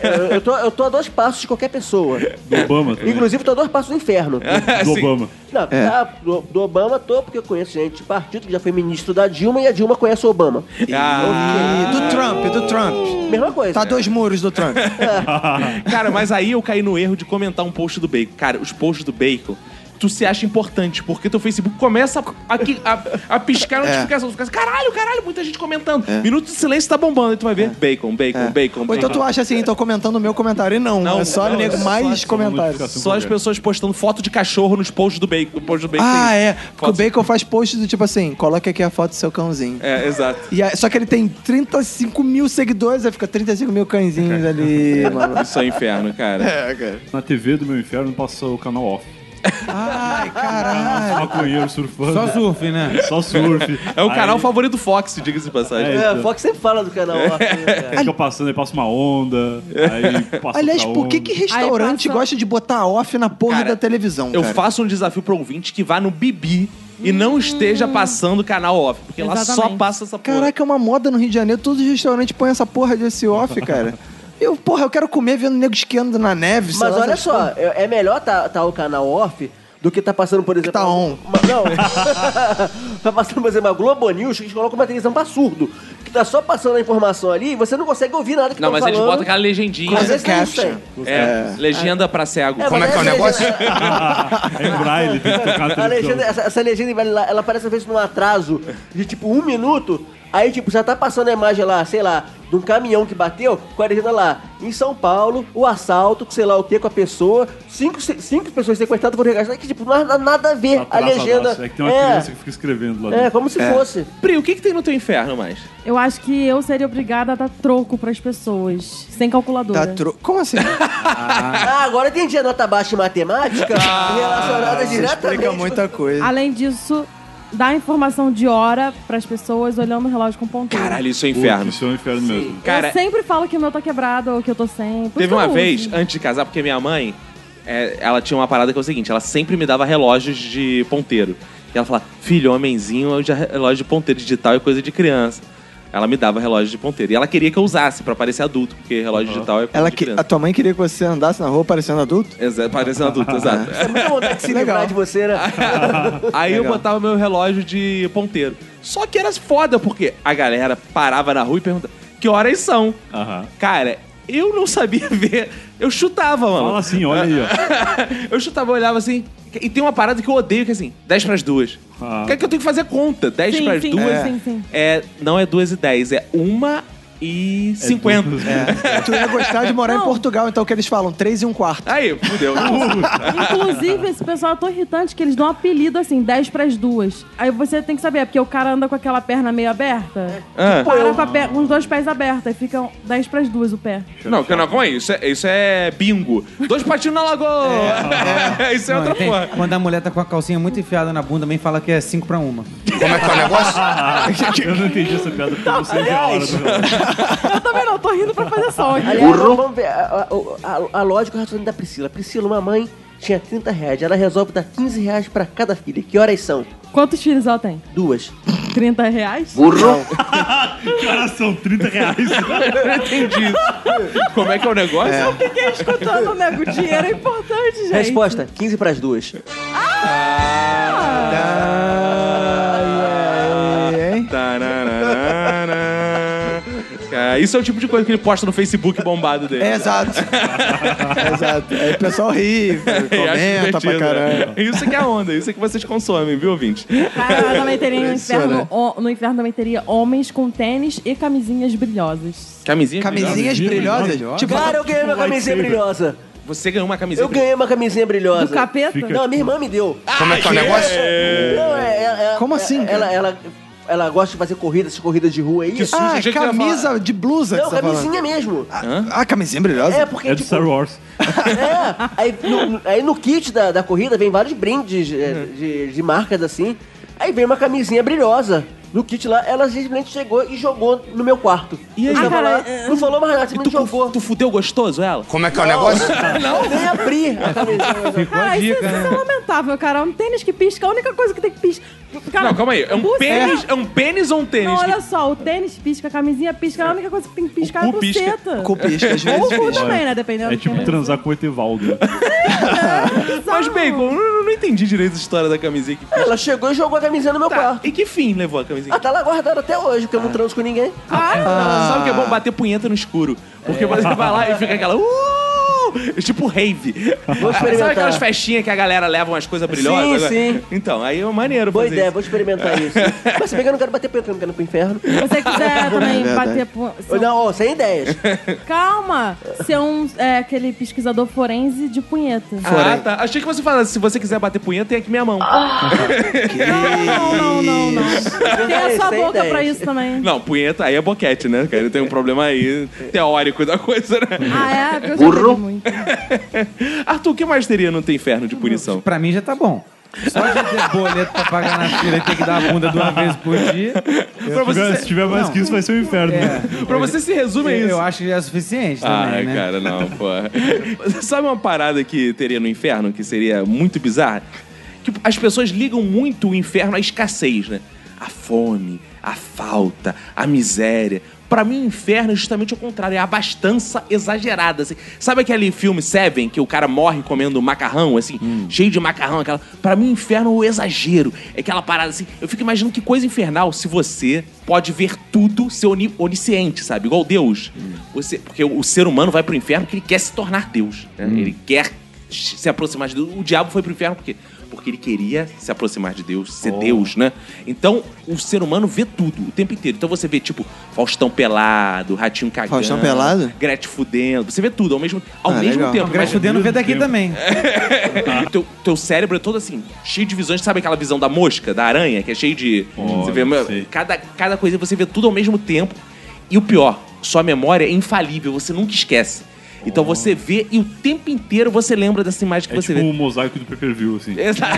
Speaker 5: Eu, eu tô, eu tô a dois passos de qualquer pessoa.
Speaker 1: É.
Speaker 6: Do Obama também.
Speaker 5: Inclusive, tô a dois passos do
Speaker 1: <laughs>
Speaker 5: inferno.
Speaker 6: Do
Speaker 1: Assim,
Speaker 6: Obama.
Speaker 5: Não,
Speaker 2: É.
Speaker 5: tá, do, do Obama tô, porque eu conheço gente de partido que já foi ministro da Dilma e a Dilma conhece o Obama.
Speaker 1: Ah.
Speaker 2: E do Trump, do Trump.
Speaker 5: Mesma coisa.
Speaker 2: Tá dois muros
Speaker 1: <laughs>
Speaker 2: do Trump.
Speaker 1: Cara, mas aí eu caí no erro de comentar um post do Bacon. Cara, os posts do Bacon, tu se acha importante, porque teu Facebook começa a, a, a, a piscar a notificação. Tu fica assim, caralho, caralho, muita gente comentando. Minuto de silêncio tá bombando. Aí tu vai ver, bacon, bacon, bacon,
Speaker 2: Ou
Speaker 1: bacon.
Speaker 2: então tu acha assim, tô comentando o meu comentário. E não,
Speaker 1: Não,
Speaker 2: é só
Speaker 1: não,
Speaker 2: nego
Speaker 1: é só
Speaker 2: mais comentários.
Speaker 6: notificação.
Speaker 1: Só as pessoas postando foto de cachorro nos posts do Bacon. O post do Bacon
Speaker 2: Ah,
Speaker 1: tem
Speaker 2: é. Porque o
Speaker 1: foto-
Speaker 2: Bacon faz posts do tipo assim, coloca aqui a foto do seu cãozinho.
Speaker 1: É, exato.
Speaker 2: E aí- só que ele tem 35 mil seguidores, aí fica 35 mil cãezinhos
Speaker 1: <laughs>
Speaker 2: ali, mano.
Speaker 1: Isso é um inferno, cara.
Speaker 6: Na TV do meu inferno passa o canal off.
Speaker 2: Ai, caralho.
Speaker 6: Maconheiro surfando.
Speaker 4: Só
Speaker 1: <laughs>
Speaker 4: surf, né?
Speaker 6: Só surf.
Speaker 1: É o canal
Speaker 6: Aí
Speaker 1: favorito do Fox, diga-se de passagem.
Speaker 5: É, o Fox sempre fala do canal.
Speaker 1: É.
Speaker 5: ó, assim, cara.
Speaker 6: Fica passando, aí passa uma onda. Aí passa
Speaker 2: Aliás,
Speaker 6: outra
Speaker 2: por que,
Speaker 6: onda.
Speaker 2: que restaurante
Speaker 3: Aí passa-
Speaker 2: gosta de botar off na porra
Speaker 1: Cara,
Speaker 2: da televisão,
Speaker 1: Eu
Speaker 2: cara?
Speaker 1: faço um desafio pro ouvinte que vá no Bibi e não esteja passando canal off, porque lá só
Speaker 3: Exatamente.
Speaker 1: passa essa porra.
Speaker 2: Caraca, é uma moda no Rio de Janeiro. Todos os restaurantes põem essa porra desse off, cara. Eu, porra, eu quero comer vendo nego esquiando na neve. sei
Speaker 5: Mas
Speaker 2: lá,
Speaker 5: olha
Speaker 2: essas
Speaker 5: só, é, é melhor tá, tá o canal off do que tá passando, por exemplo.
Speaker 2: tá on.
Speaker 5: uma- não. <laughs> tá passando, por exemplo, a Globo News, que eles colocam uma televisão pra surdo. Que tá só passando a informação ali e você não consegue ouvir nada que
Speaker 1: Não,
Speaker 5: tão
Speaker 1: mas
Speaker 5: falando.
Speaker 1: eles botam aquela legendinha.
Speaker 5: Às vezes tem isso
Speaker 2: caption.
Speaker 5: aí.
Speaker 1: É, legenda pra cego.
Speaker 7: Como é
Speaker 5: mas
Speaker 7: que é o
Speaker 5: essa
Speaker 7: negócio? <laughs>
Speaker 5: legenda-
Speaker 6: É em braille, tem que tocar a
Speaker 5: a legenda-
Speaker 6: televisão.
Speaker 5: essa, essa legenda, ela, ela aparece às vezes num atraso de tipo um minuto, aí tipo, já tá passando a imagem lá, sei lá, de um caminhão que bateu, com a legenda lá, em São Paulo, o assalto, sei lá o que com a pessoa, cinco, se- cinco pessoas sequestradas por regaço, que tipo, não há nada a ver a
Speaker 6: Atrás,
Speaker 5: legenda.
Speaker 6: atrás. É que tem uma criança que fica escrevendo lá
Speaker 5: é,
Speaker 6: dentro.
Speaker 5: como se fosse.
Speaker 1: é? Pri, o que, que tem no teu inferno mais?
Speaker 3: Eu acho que eu seria obrigada a dar troco pras pessoas, sem calculadora.
Speaker 2: Tá tro... Como assim?
Speaker 5: Ah, agora eu entendi a nota baixa em matemática
Speaker 7: Ah,
Speaker 5: relacionada diretamente.
Speaker 2: Explica muita coisa.
Speaker 3: Além disso, dar informação de hora pras pessoas olhando o relógio com ponteiro.
Speaker 1: Caralho, isso é
Speaker 6: Puta,
Speaker 1: inferno.
Speaker 6: Isso é um inferno mesmo.
Speaker 1: Cara,
Speaker 3: eu sempre falo que o meu tá quebrado ou que eu tô sem. Por isso
Speaker 1: Teve
Speaker 3: que eu
Speaker 1: uma
Speaker 3: uso.
Speaker 1: vez, antes de casar, porque minha mãe, é, ela tinha uma parada que é o seguinte: ela sempre me dava relógios de ponteiro. E ela falava, filho, homenzinho, hoje é relógio de ponteiro digital é coisa de criança. Ela me dava relógio de ponteiro. E ela queria que eu usasse pra parecer adulto, porque relógio digital é coisa
Speaker 2: Ela
Speaker 1: de
Speaker 2: que... A
Speaker 1: criança.
Speaker 2: tua mãe queria que você andasse na rua parecendo adulto?
Speaker 1: Exa- Parecendo adulto, exato.
Speaker 5: É muita vontade de se livrar
Speaker 2: Legal.
Speaker 5: de você, né?
Speaker 7: Ah,
Speaker 1: <laughs> Aí eu botava meu relógio de ponteiro. Só que era foda, porque a galera parava na rua e perguntava: que horas são?
Speaker 6: Aham.
Speaker 1: Cara, eu não sabia <laughs> ver. Eu chutava, mano.
Speaker 6: Fala assim, olha
Speaker 1: <laughs>
Speaker 6: aí, ó.
Speaker 1: eu chutava, eu olhava assim. E tem uma parada que eu odeio, que é assim, 10 pras duas.
Speaker 6: Ah.
Speaker 1: Que é que eu tenho que fazer conta. 10
Speaker 3: Sim,
Speaker 1: pras
Speaker 3: sim,
Speaker 1: duas.
Speaker 3: sim, sim.
Speaker 1: É, não é 2 e 10, é 1
Speaker 6: É
Speaker 1: e 50.
Speaker 2: Tu ia gostar de morar em
Speaker 3: Não.
Speaker 2: Portugal, então que eles falam três e um quarto.
Speaker 1: Aí,
Speaker 6: <laughs>
Speaker 1: fudeu.
Speaker 3: Inclusive, esse pessoal é tão irritante que eles dão um apelido assim, 10 pras duas. Aí você tem que saber, é porque o cara anda com aquela perna meio aberta.
Speaker 1: Ah.
Speaker 3: Para com, a per- com os dois pés abertos, aí fica 10 pras duas o pé.
Speaker 1: <laughs> Não, que não, como é isso? É- Isso é bingo. Dois patinhos na lagoa. <laughs> isso é
Speaker 4: Não,
Speaker 1: outra
Speaker 4: tem-
Speaker 1: porra.
Speaker 4: quando a mulher tá com a calcinha muito enfiada na bunda, também fala que é 5 pra 1.
Speaker 7: Como é que é o negócio?
Speaker 1: <laughs>
Speaker 6: é Eu não entendi essa piada porque eu não sei a hora do relógio.
Speaker 3: Eu também não, tô rindo pra fazer som aqui.
Speaker 5: Aliás, vamos ver a, a, a- a lógica e o raciocínio da Priscila. Priscila, uma mãe, tinha 30 reais. Ela resolve dar 15 reais pra cada filha. Que horas são?
Speaker 3: Quantos filhos ela tem?
Speaker 5: Duas.
Speaker 3: 30 reais?
Speaker 5: Burro.
Speaker 6: Cara, são 30 reais.
Speaker 1: Eu não entendi isso. Como é que é o negócio?
Speaker 3: Eu fiquei escutando, né? O dinheiro é importante, gente.
Speaker 5: Resposta: 15 pras duas.
Speaker 2: É,
Speaker 1: Tarararará. Ah, isso é o tipo de coisa que ele posta no Facebook bombado dele.
Speaker 2: É, exato. É, exato. Aí o pessoal ri,
Speaker 1: <laughs> Eu acho
Speaker 2: É, comenta pra
Speaker 1: divertido,
Speaker 2: caramba.
Speaker 1: né? Isso é que é a onda, isso é que vocês consomem, viu, ouvinte?
Speaker 3: Cara, eu também teria no
Speaker 2: Isso,
Speaker 3: inferno,
Speaker 2: né?
Speaker 3: o- no inferno também teria homens com tênis e camisinhas brilhosas.
Speaker 1: Camisinha.
Speaker 2: Camisinhas brilhosas? Tipo,
Speaker 5: Cara, eu ganhei uma camisinha brilhosa.
Speaker 1: Você ganhou uma camisinha.
Speaker 5: Eu ganhei uma camisinha brilhosa.
Speaker 3: Do né? capeta?
Speaker 5: Não, a minha irmã me deu.
Speaker 1: Como é que é o negócio?
Speaker 5: Não, é, é- é-
Speaker 2: Como assim, cara?
Speaker 5: Ela, ela, ela gosta de fazer corridas, corridas de rua aí.
Speaker 1: Que susto,
Speaker 2: ah,
Speaker 1: achei que você ia
Speaker 2: camisa de blusa
Speaker 5: Não,
Speaker 2: que você tá falando.
Speaker 5: camisinha mesmo.
Speaker 2: Ah, camisinha brilhosa?
Speaker 5: É, porque.
Speaker 6: É do
Speaker 5: tipo,
Speaker 6: Star Wars.
Speaker 5: É, aí no, aí no kit da, da corrida vem vários brindes é,
Speaker 1: Uhum.
Speaker 5: de, de marcas assim. Aí vem uma camisinha brilhosa. No kit lá, ela simplesmente chegou e jogou no meu quarto. E
Speaker 3: aí?
Speaker 5: eu tava
Speaker 3: Ah,
Speaker 5: lá,
Speaker 3: cara,
Speaker 5: não falou mais
Speaker 1: é,
Speaker 5: nada,
Speaker 1: E tu,
Speaker 5: simplesmente jogou.
Speaker 1: tu Ah, fudeu gostoso ela?
Speaker 9: Como é que é o negócio?
Speaker 5: Não, nem abri
Speaker 1: <laughs>
Speaker 5: a camisinha.
Speaker 4: Ficou a
Speaker 3: Cara, isso,
Speaker 4: dica,
Speaker 3: isso
Speaker 4: né?
Speaker 3: é lamentável, cara. Um tênis que pisca, a única coisa que tem que piscar. Cara,
Speaker 1: Não, calma aí. É um
Speaker 3: buceta-
Speaker 1: pênis? É um pênis ou um tênis?
Speaker 3: Não, olha só, o tênis pisca, a camisinha pisca, a única coisa que tem que piscar é a
Speaker 1: cu pisca.
Speaker 3: buceta.
Speaker 2: Com pisca, às vezes
Speaker 3: Ou o cu
Speaker 2: pisca.
Speaker 3: também, né? Dependendo
Speaker 6: É
Speaker 3: do que
Speaker 6: tipo
Speaker 3: é.
Speaker 6: transar com o Etevaldo.
Speaker 1: Mas, Bacon, eu não, não entendi direito a história da camisinha que
Speaker 5: Ela chegou e jogou a camisinha no meu
Speaker 1: Tá, Ah.
Speaker 5: quarto.
Speaker 1: e que fim levou a camisinha?
Speaker 5: Ah, tá lá guardada até hoje, porque eu não transo com ninguém.
Speaker 3: Claro.
Speaker 1: Sabe o que é bom? Bater punheta no escuro. Porque você vai lá e fica aquela... "Uh!" É Tipo rave.
Speaker 5: Vou
Speaker 1: Sabe
Speaker 5: experimentar.
Speaker 1: aquelas festinhas que a galera leva umas coisas brilhosas?
Speaker 5: Sim,
Speaker 1: Agora-
Speaker 5: sim.
Speaker 1: Então, aí é maneiro
Speaker 5: Boa
Speaker 1: fazer
Speaker 5: ideia,
Speaker 1: isso.
Speaker 5: vou
Speaker 1: <laughs>
Speaker 5: experimentar isso. Mas se bem que eu não quero bater punheta, eu não quero ir pro inferno.
Speaker 3: Se você quiser também
Speaker 2: Verdade.
Speaker 3: bater por.
Speaker 5: Ou Não, ó,
Speaker 1: <laughs>
Speaker 5: sem ideias.
Speaker 1: é
Speaker 3: Calma! Ser um. É, aquele pesquisador forense de punheta.
Speaker 1: Ah, tá. Achei que você falasse, se você quiser bater punheta, tem aqui minha mão.
Speaker 3: Não, não, não, não. Tem a sua
Speaker 5: Sem
Speaker 3: boca
Speaker 5: ideias.
Speaker 3: pra isso também.
Speaker 1: Não, punheta aí é boquete, né, cara? Tem um problema aí teórico da coisa, né?
Speaker 3: Ah, é? Porque eu já
Speaker 5: Burro.
Speaker 3: fiz muito.
Speaker 1: Arthur, o que mais teria no Tem Inferno de punição?
Speaker 4: Pra mim já tá bom. Só
Speaker 1: <laughs>
Speaker 4: de ter boleto pra pagar na fila e ter que dar a bunda de uma vez por dia. assim,
Speaker 1: Pra
Speaker 6: Se tiver-
Speaker 1: você,
Speaker 6: Se
Speaker 1: se,
Speaker 6: tiver mais que isso, vai ser um inferno.
Speaker 1: né? pra você se resume a isso.
Speaker 4: é. Eu acho que já é suficiente
Speaker 1: Ai,
Speaker 4: também, né?
Speaker 1: Ah, cara, não, pô. <laughs> Sabe uma parada que teria no inferno que seria muito bizarra? Que as pessoas ligam muito o inferno à escassez, né? A fome, a falta, a miséria. Pra mim, o inferno é justamente o contrário, é a abastança exagerada. assim. Sabe aquele filme Seven, que o cara morre comendo macarrão, assim, cheio de macarrão, aquela. Pra mim, o inferno é o exagero. É aquela parada assim. Eu fico imaginando que coisa infernal se você pode ver tudo, ser oni- onisciente, sabe? Igual Deus.
Speaker 2: Hum.
Speaker 1: Você, porque o ser humano vai pro inferno porque ele quer se tornar Deus. né?
Speaker 2: Hum.
Speaker 1: Ele quer se aproximar de Deus. O diabo foi pro inferno por quê? Porque ele queria se aproximar de Deus, ser
Speaker 2: Oh.
Speaker 1: Deus, né? Então, o ser humano vê tudo o tempo inteiro. Então você vê, tipo, Faustão pelado, Ratinho cagando.
Speaker 2: Faustão pelado?
Speaker 1: Gretchen fudendo. Você vê tudo ao mesmo, ao
Speaker 2: Ah,
Speaker 1: mesmo
Speaker 2: legal.
Speaker 4: O
Speaker 1: tempo.
Speaker 4: Gretchen
Speaker 1: Mas-
Speaker 4: Deno vê daqui também.
Speaker 1: É. teu, teu cérebro é todo assim, cheio de visões. Sabe aquela visão da mosca, da aranha, que é cheio de. você vê, meu,
Speaker 6: sei.
Speaker 1: cada, cada coisa você vê tudo ao mesmo tempo. E o pior, sua memória é infalível, você nunca esquece. Então você vê e o tempo inteiro você lembra dessa imagem que
Speaker 6: Oh. É
Speaker 1: você
Speaker 6: tipo
Speaker 1: vê.
Speaker 6: um mosaico do pay-per-view,
Speaker 1: <laughs>
Speaker 6: assim.
Speaker 1: Exato.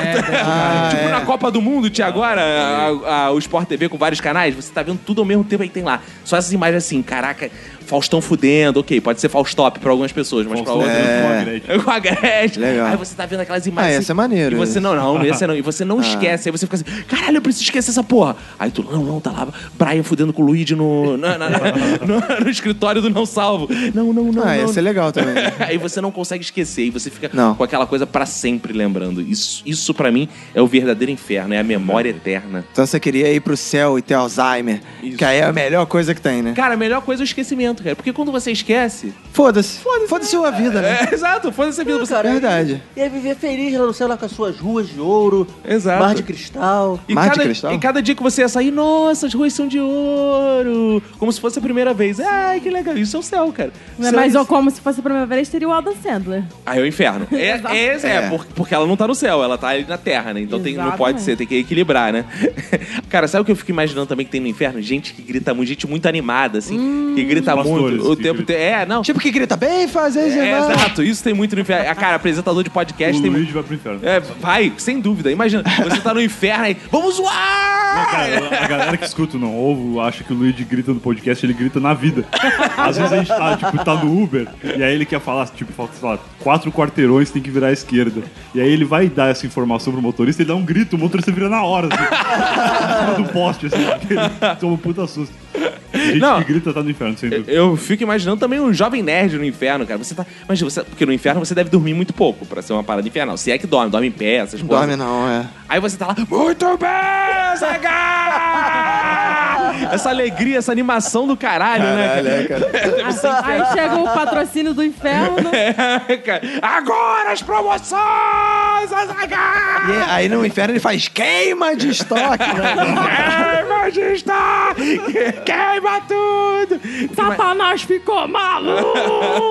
Speaker 2: Ah,
Speaker 1: tipo
Speaker 2: é.
Speaker 1: na Copa do Mundo, tinha
Speaker 6: Ah,
Speaker 1: agora
Speaker 6: é.
Speaker 1: a- a- o Sport TV com vários canais, você tá vendo tudo ao mesmo tempo aí tem lá. Só essas imagens assim, caraca, Faustão fudendo, ok, pode ser Faustop pra algumas pessoas, mas pra
Speaker 6: Faustão
Speaker 1: outras.
Speaker 6: dentro de uma
Speaker 1: <laughs>
Speaker 6: grade.
Speaker 1: com a Gretchen.
Speaker 2: Legal.
Speaker 1: Aí você tá vendo aquelas imagens.
Speaker 2: Ah, essa é maneiro,
Speaker 1: E você
Speaker 2: isso. Ah.
Speaker 1: não, não, não, essa não. E você
Speaker 2: <laughs>
Speaker 1: não esquece. Aí você fica assim, caralho, eu preciso esquecer essa porra. Aí tu, não, não, tá lá. Brian fudendo com o Luigi no, na-
Speaker 2: <laughs>
Speaker 1: na- no, no escritório do Não Salvo. Não, não, não.
Speaker 2: Ah,
Speaker 1: não.
Speaker 2: ia ser legal também. né?
Speaker 1: <laughs> Aí você não consegue esquecer e você fica
Speaker 2: Não.
Speaker 1: com aquela coisa pra sempre lembrando. Isso, isso para mim é o verdadeiro inferno, é a memória eterna.
Speaker 2: Então você queria ir pro céu e ter Alzheimer,
Speaker 1: Isso.
Speaker 2: que aí é a melhor coisa que tem, né?
Speaker 1: Cara, a melhor coisa é o esquecimento, cara. Porque quando você esquece.
Speaker 2: Foda-se. Foda-se sua vida, né?
Speaker 1: É, <laughs> exato, foda-se a vida. Você...
Speaker 5: cara.
Speaker 2: Verdade.
Speaker 5: E aí viver feliz lá no céu, lá com as suas ruas de ouro,
Speaker 1: Exato.
Speaker 5: mar de cristal.
Speaker 1: E
Speaker 2: Mar de
Speaker 1: cada,
Speaker 2: cristal?
Speaker 1: e cada dia que você ia sair, nossa, as ruas são de ouro. Como se fosse a primeira vez. Ai, que legal. Isso é o céu, cara.
Speaker 3: Né,
Speaker 1: Céu
Speaker 3: Mas
Speaker 1: é
Speaker 3: ó,
Speaker 1: isso.
Speaker 3: como se fosse a primeira vez, teria o Adam Sandler.
Speaker 1: Aí é o inferno. É, é, é,
Speaker 2: É.
Speaker 1: por- porque ela não tá no céu, ela tá ali na terra, né? Então tem, não pode
Speaker 3: Exatamente.
Speaker 1: ser, tem que equilibrar, né? <laughs> cara, sabe o que eu fico imaginando também que tem no inferno? Gente que grita muito, gente muito animada, assim. que grita
Speaker 6: Os pastores
Speaker 1: muito. O
Speaker 6: que
Speaker 1: tempo
Speaker 6: gritam.
Speaker 1: inteiro. É, não.
Speaker 2: Tipo que grita, bem fazer,
Speaker 1: é,
Speaker 2: Gervais.
Speaker 1: exato, isso tem muito no inferno. Ah, Cara, apresentador de podcast
Speaker 6: O
Speaker 1: tem É, muito.
Speaker 6: Luigi vai pro inferno.
Speaker 1: É, vai, sem dúvida. Imagina, você tá no inferno aí, vamos zoar!
Speaker 6: Cara, a galera que escuta o Não Ovo acha que o Luigi grita no podcast, ele grita na vida. Às vezes a gente tá, tipo, tá no Uber, e aí ele quer falar, tipo, falta, sei lá, quatro quarteirões, tem que virar à esquerda. E aí ele vai dar essa informação pro motorista, ele dá um grito, o motorista vira na hora, assim, do poste, assim, porque ele toma um puta susto. Gente
Speaker 1: Não.
Speaker 6: que grita tá no inferno, sem dúvida.
Speaker 1: Eu fico imaginando também um jovem nerd no inferno, cara. Você tá. Imagina, você. Porque no inferno você deve dormir muito pouco pra ser uma parada infernal. Se é que dorme, dorme em pé, essas coisas.
Speaker 2: Dorme não, é.
Speaker 1: Aí você tá lá, muito bem, Zaga! Essa alegria, essa animação do caralho, né, cara?
Speaker 3: Assim, Aí chega o patrocínio do inferno.
Speaker 1: É, <laughs> cara. Agora as promoções, Zaga!
Speaker 2: E aí no inferno ele faz queima de estoque, né?
Speaker 1: Queima, está! Queima tudo!
Speaker 3: Satanás ficou maluco!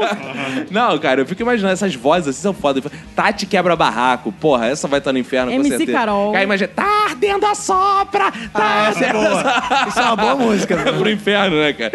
Speaker 1: <laughs> Não, cara, eu fico imaginando essas vozes assim são foda. Tati quebra barraco, porra, essa vai estar no inferno com
Speaker 3: MC
Speaker 1: certeza.
Speaker 3: Carol.
Speaker 1: Cara, imagina, tá ardendo a sopra! Tá
Speaker 2: Essa é
Speaker 1: ardendo
Speaker 2: boa. Isso é uma boa música.
Speaker 1: a- <laughs> Pro inferno, né, cara?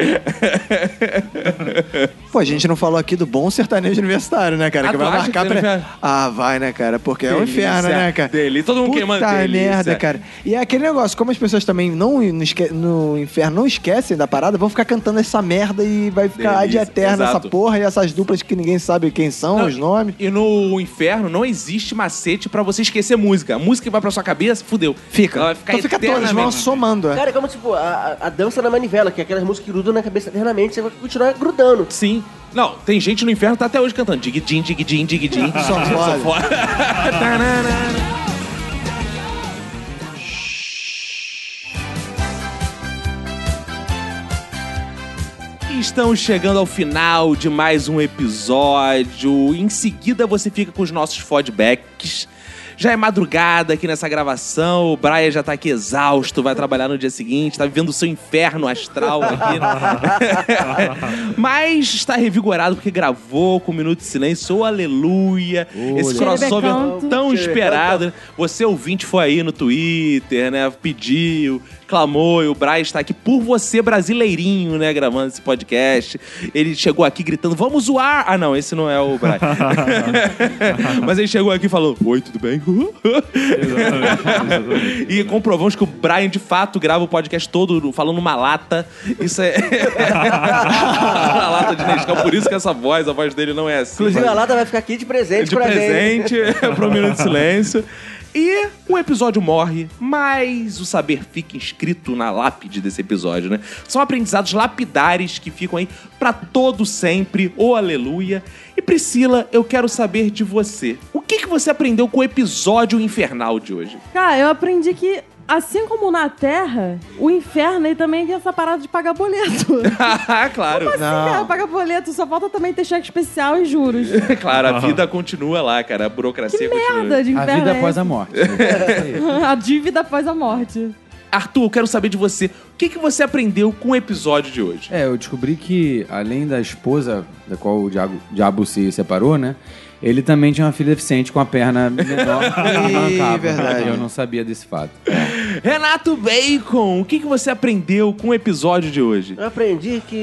Speaker 2: Pô, a gente não falou aqui do bom sertanejo universitário, né, cara?
Speaker 1: Ah,
Speaker 2: que
Speaker 1: tu
Speaker 2: vai
Speaker 1: acha
Speaker 2: marcar
Speaker 1: que tem
Speaker 2: pra...
Speaker 1: inferno?
Speaker 2: Ah, vai, né, cara? Porque é o
Speaker 1: Delícia,
Speaker 2: inferno, né, cara?
Speaker 1: delícia. Todo mundo
Speaker 2: Puta
Speaker 1: queimando, delícia.
Speaker 2: merda, cara. E é aquele negócio, como as pessoas também não no, esque- no inferno não esquecem da parada, vão ficar cantando essa merda e vai ficar
Speaker 1: Delícia,
Speaker 2: de eterna
Speaker 1: exato.
Speaker 2: essa porra e essas duplas que ninguém sabe quem são, os nomes.
Speaker 1: E no inferno não existe macete pra você esquecer música. A música que vai pra sua cabeça, fudeu.
Speaker 2: Fica.
Speaker 1: Ela vai ficar
Speaker 2: então fica todas, vão
Speaker 1: eternamente.
Speaker 2: somando. é.
Speaker 5: Cara, é como tipo a, a- a dança na manivela, que é aquelas músicas que grudam na cabeça eternamente, você vai continuar grudando.
Speaker 1: Sim. Não, tem gente no inferno que tá até hoje cantando. Dig-din, dig-din, dig-din.
Speaker 2: Só foda.
Speaker 1: Tananana. Estamos chegando ao final de mais um episódio. Em seguida você fica com os nossos feedbacks. Já é madrugada aqui nessa gravação, o Brian já tá aqui exausto, vai trabalhar no dia seguinte, tá vivendo o seu inferno astral aqui. né? <laughs> Mas está revigorado porque gravou com um Minuto de Silêncio, oh, aleluia! Esse crossover
Speaker 3: Xerebecanto.
Speaker 1: tão esperado. né? Você ouvinte foi aí no Twitter, né? Pediu, clamou, e o Brian está aqui por você, brasileirinho, né? Gravando esse podcast. Ele chegou aqui gritando, vamos zoar! Ah, não, esse não é o
Speaker 6: <laughs>
Speaker 1: Brian. <laughs> Mas ele chegou aqui e falou, oi, tudo bem? <laughs>
Speaker 6: Exatamente, exatamente.
Speaker 1: E comprovamos que o Brian, de fato, grava o podcast todo falando uma lata. Isso é. <laughs> uma lata de Nescau. Por isso que essa voz, a voz dele não é assim.
Speaker 5: Inclusive
Speaker 1: mas-
Speaker 5: a lata vai ficar aqui de presente
Speaker 1: de
Speaker 5: pra
Speaker 1: presente
Speaker 5: gente.
Speaker 1: <laughs> pro Minuto de Silêncio. E o episódio morre, mas o saber fica inscrito na lápide desse episódio, né? São aprendizados lapidares que ficam aí pra todo sempre, ô aleluia. E Priscila, eu quero saber de você. O que, que você aprendeu com o episódio infernal de hoje? <laughs>
Speaker 3: Cara, eu aprendi que, assim como na Terra, o inferno aí também tem essa parada de pagar boleto.
Speaker 1: Ah, claro.
Speaker 5: assim?
Speaker 3: Sim, cara, pagar boleto, só falta também ter cheque especial e juros.
Speaker 1: É claro, a vida continua lá, cara. A burocracia continua.
Speaker 3: Merda de
Speaker 4: A
Speaker 3: inferno.
Speaker 4: vida
Speaker 3: é
Speaker 4: após a morte.
Speaker 1: <laughs>
Speaker 4: É isso aí.
Speaker 3: esse. <laughs> a dívida após a morte.
Speaker 1: Arthur, eu quero saber de você. O que, que você aprendeu com o episódio de hoje?
Speaker 4: É, eu descobri que, além da esposa, da qual o diabo, diabo se separou, né? Ele também tinha uma filha deficiente com a
Speaker 2: <laughs>
Speaker 4: perna menor que ele
Speaker 2: Ih,
Speaker 4: mancava.
Speaker 2: verdade.
Speaker 4: Eu não sabia desse fato.
Speaker 1: Renato Bacon, o que, que você aprendeu com o episódio de hoje?
Speaker 5: Eu aprendi que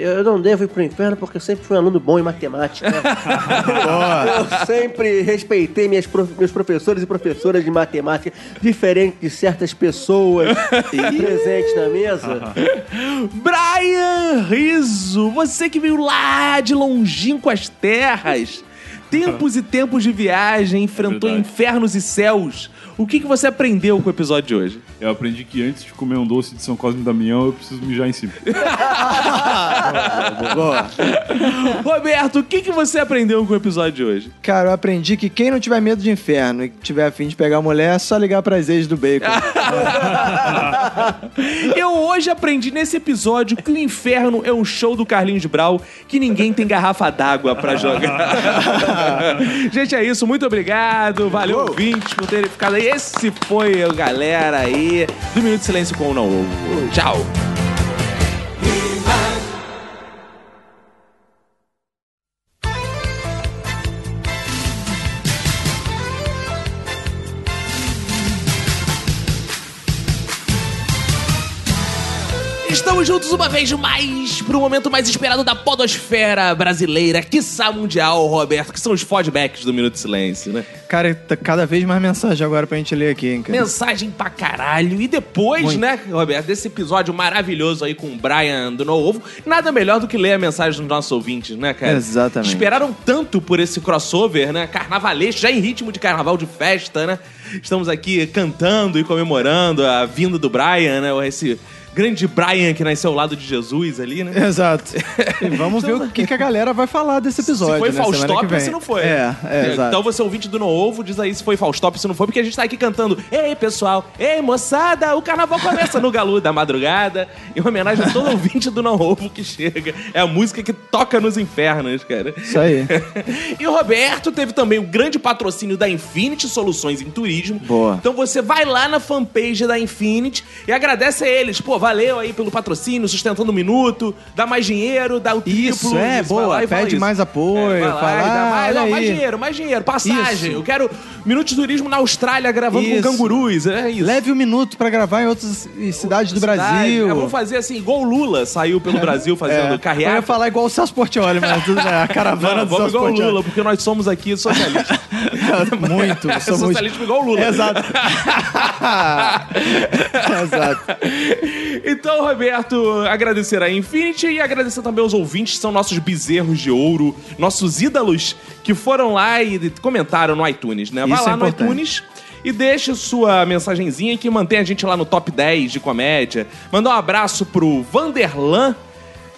Speaker 5: eu não devo ir pro inferno porque eu sempre fui um aluno bom em
Speaker 1: <laughs>
Speaker 5: matemática. eu sempre respeitei minhas prof- meus professores e professoras de matemática, diferente de certas
Speaker 1: <laughs>
Speaker 5: pessoas presentes na mesa.
Speaker 1: Brian Rizzo, você que veio lá de longínquas terras, tempos e tempos de viagem, enfrentou
Speaker 6: Verdade.
Speaker 1: infernos e céus. O que, que você aprendeu com o episódio de <laughs> hoje?
Speaker 6: Eu aprendi que antes de comer um doce de São Cosme e Damião, eu preciso mijar em cima.
Speaker 1: Roberto, o que, que você aprendeu com o episódio de hoje?
Speaker 2: Cara, eu aprendi que quem não tiver medo de inferno e tiver afim de pegar mulher, é só ligar pras ex do bacon.
Speaker 1: <laughs> Eu hoje aprendi nesse episódio que o inferno é um show do Carlinhos Brau que ninguém tem garrafa d'água pra jogar. Gente, é isso. Muito obrigado. Valeu, ouvintes, por terem ficado aí. Esse foi o Galera aí do Minuto de Silêncio com o Não Ovo. Tchau. Estamos juntos uma vez mais pro momento mais esperado da podosfera brasileira, quiçá mundial, Roberto, que são os fodbacks do Minuto de Silêncio, né?
Speaker 2: Cara, tá cada vez mais mensagem agora pra gente ler aqui, hein, cara.
Speaker 1: Mensagem pra caralho. E depois, né, Roberto, desse episódio maravilhoso aí com o Brian do No Ovo, nada melhor do que ler a mensagem dos nossos ouvintes, né, cara?
Speaker 2: Exatamente.
Speaker 1: Esperaram tanto por esse crossover, né? Carnavalesco, já em ritmo de carnaval de festa, né? Estamos aqui cantando e comemorando a vinda do Brian, né? Esse grande Brian que nasceu ao lado de Jesus ali, <laughs> né?
Speaker 2: Exato. E vamos ver o que, que a galera vai falar desse episódio.
Speaker 1: Se foi
Speaker 2: né, semana que
Speaker 1: Faustop,
Speaker 2: vem.
Speaker 1: se não foi.
Speaker 2: É, é, exato.
Speaker 1: Então você ouvinte do No Ovo, diz aí se foi Faustop, se não foi, porque a gente tá aqui cantando Ei, pessoal, ei, moçada, o carnaval começa no Galo da Madrugada, em homenagem a todo ouvinte do No Ovo que chega. É a música que toca nos infernos, cara.
Speaker 2: Isso aí.
Speaker 1: E o Roberto teve também o grande patrocínio da Infinity Soluções em Turismo.
Speaker 2: Boa.
Speaker 1: Então você vai lá na fanpage da Infinity e agradece a eles. Pô, valeu aí pelo patrocínio, sustentando o minuto, dá mais dinheiro, dá o triplo.
Speaker 2: Isso, é,
Speaker 1: vai
Speaker 2: boa,
Speaker 1: lá e fala isso.
Speaker 2: pede
Speaker 1: É,
Speaker 2: mais apoio,
Speaker 1: vai lá
Speaker 2: fala, "Ah,
Speaker 1: e dá mais,
Speaker 2: olha
Speaker 1: ó, mais
Speaker 2: aí.
Speaker 1: dinheiro, mais dinheiro, passagem.
Speaker 2: Isso.
Speaker 1: Eu quero Minuto de Turismo na Austrália gravando
Speaker 2: Isso.
Speaker 1: com cangurus. É isso.
Speaker 2: Leve um minuto pra gravar em outras eh, cidades do Brasil.
Speaker 1: É, vamos fazer assim, igual o Lula saiu pelo Brasil fazendo
Speaker 2: É. Eu ia
Speaker 1: carreata.
Speaker 2: falar igual o Celso Portioli, mas tudo bem,
Speaker 1: <laughs>
Speaker 2: a caravana
Speaker 1: Não,
Speaker 2: do
Speaker 1: vamos
Speaker 2: Celso
Speaker 1: igual o
Speaker 2: Portioli.
Speaker 1: Lula, porque nós somos aqui
Speaker 2: <laughs>
Speaker 1: socialistas.
Speaker 2: Muito,
Speaker 1: É <laughs>
Speaker 2: somos...
Speaker 1: socialismo igual o Lula.
Speaker 2: <laughs> Exato. Exato.
Speaker 1: Então, Roberto, agradecer a Infinity e agradecer também aos ouvintes, que são nossos bezerros de ouro, nossos ídolos que foram lá e comentaram no iTunes, né? Vai
Speaker 2: Isso
Speaker 1: lá
Speaker 2: é
Speaker 1: no
Speaker 2: importante.
Speaker 1: iTunes. E deixa sua mensagenzinha que mantém a gente lá no top 10 de comédia. Mandar um abraço pro Vanderlan,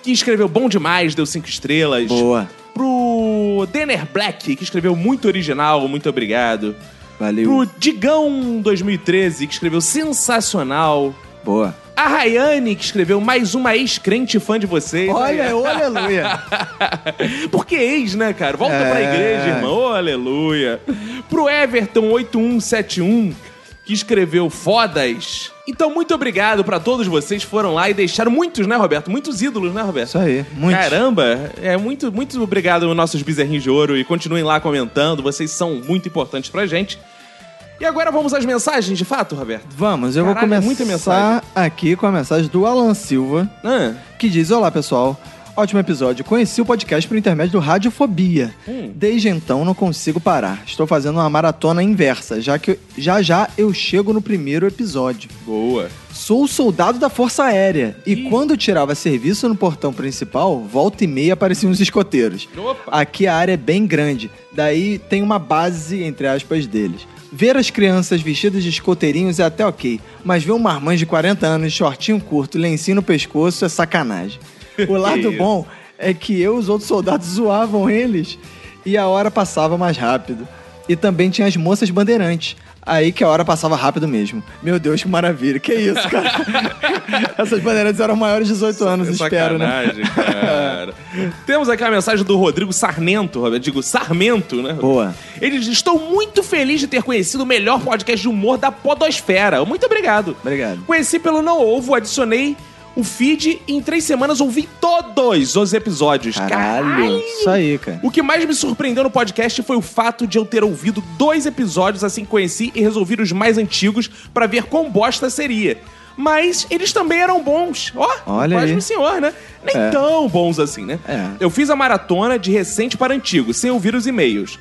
Speaker 1: que escreveu Bom Demais, deu 5 estrelas.
Speaker 2: Boa.
Speaker 1: Pro Denner Black, que escreveu Muito Original, muito obrigado.
Speaker 2: Valeu.
Speaker 1: Pro Digão 2013, que escreveu Sensacional.
Speaker 2: Boa.
Speaker 1: A Rayane, que escreveu mais uma ex-crente fã de vocês. né,
Speaker 2: Olha, ô, aleluia.
Speaker 1: Porque ex, né, cara? Volta pra
Speaker 2: É.
Speaker 1: igreja, irmão. Oh, aleluia. Pro Everton 8171, que escreveu fodas. Então, muito obrigado pra todos vocês que foram lá e deixaram muitos, né, Roberto? Muitos ídolos, né, Roberto?
Speaker 2: Isso aí, muito.
Speaker 1: Caramba, é muito, muito obrigado aos nossos bezerrinhos de ouro e continuem lá comentando, vocês são muito importantes pra gente. E agora vamos às mensagens, de fato, Roberto?
Speaker 2: Vamos, eu
Speaker 1: Caralho, é
Speaker 2: vou começar
Speaker 1: muita mensagem.
Speaker 2: aqui com a mensagem do Alan Silva,
Speaker 1: Ah,
Speaker 2: que diz: Olá pessoal, ótimo episódio. Conheci o podcast por intermédio do Radiofobia.
Speaker 1: Hum.
Speaker 2: Desde então não consigo parar. Estou fazendo uma maratona inversa, já que já já eu chego no primeiro episódio.
Speaker 1: boa.
Speaker 2: Sou soldado da Força Aérea e quando tirava serviço no portão principal, volta e meia apareciam os escoteiros.
Speaker 1: Opa.
Speaker 2: Aqui a área é bem grande, daí tem uma base, entre aspas, deles. Ver as crianças vestidas de escoteirinhos é até ok, mas ver um marmanjo de 40 anos, shortinho curto e lencinho no pescoço é sacanagem.
Speaker 1: <laughs>
Speaker 2: O lado
Speaker 1: isso.
Speaker 2: bom é que eu e os outros soldados zoavam eles e a hora passava mais rápido. E também tinha as moças bandeirantes. Aí que a hora passava rápido mesmo. Meu Deus, que maravilha. Que isso,
Speaker 1: <laughs>
Speaker 2: cara. Essas bandeirantes eram maiores de 18 anos,
Speaker 1: É
Speaker 2: espero, né?
Speaker 1: sacanagem, cara. Temos aqui a mensagem do Rodrigo Sarmento, Roberto. Digo, Sarmento, né?
Speaker 2: Boa.
Speaker 1: Ele diz: Estou muito feliz de ter conhecido o melhor podcast de humor da Podosfera. Muito obrigado.
Speaker 2: Obrigado.
Speaker 1: Conheci pelo Não Ovo, adicionei o feed e em três semanas ouvi todos os episódios.
Speaker 2: Caralho. Isso aí, cara.
Speaker 1: O que mais me surpreendeu no podcast foi o fato de eu ter ouvido dois episódios assim que conheci e resolvi os mais antigos pra ver quão bosta seria. Mas eles também eram bons. Ó,
Speaker 2: Olha
Speaker 1: faz
Speaker 2: aí.
Speaker 1: o senhor, né? Nem
Speaker 2: É.
Speaker 1: tão bons assim, né?
Speaker 2: É.
Speaker 1: Eu fiz a maratona de recente para antigo, sem ouvir os e-mails.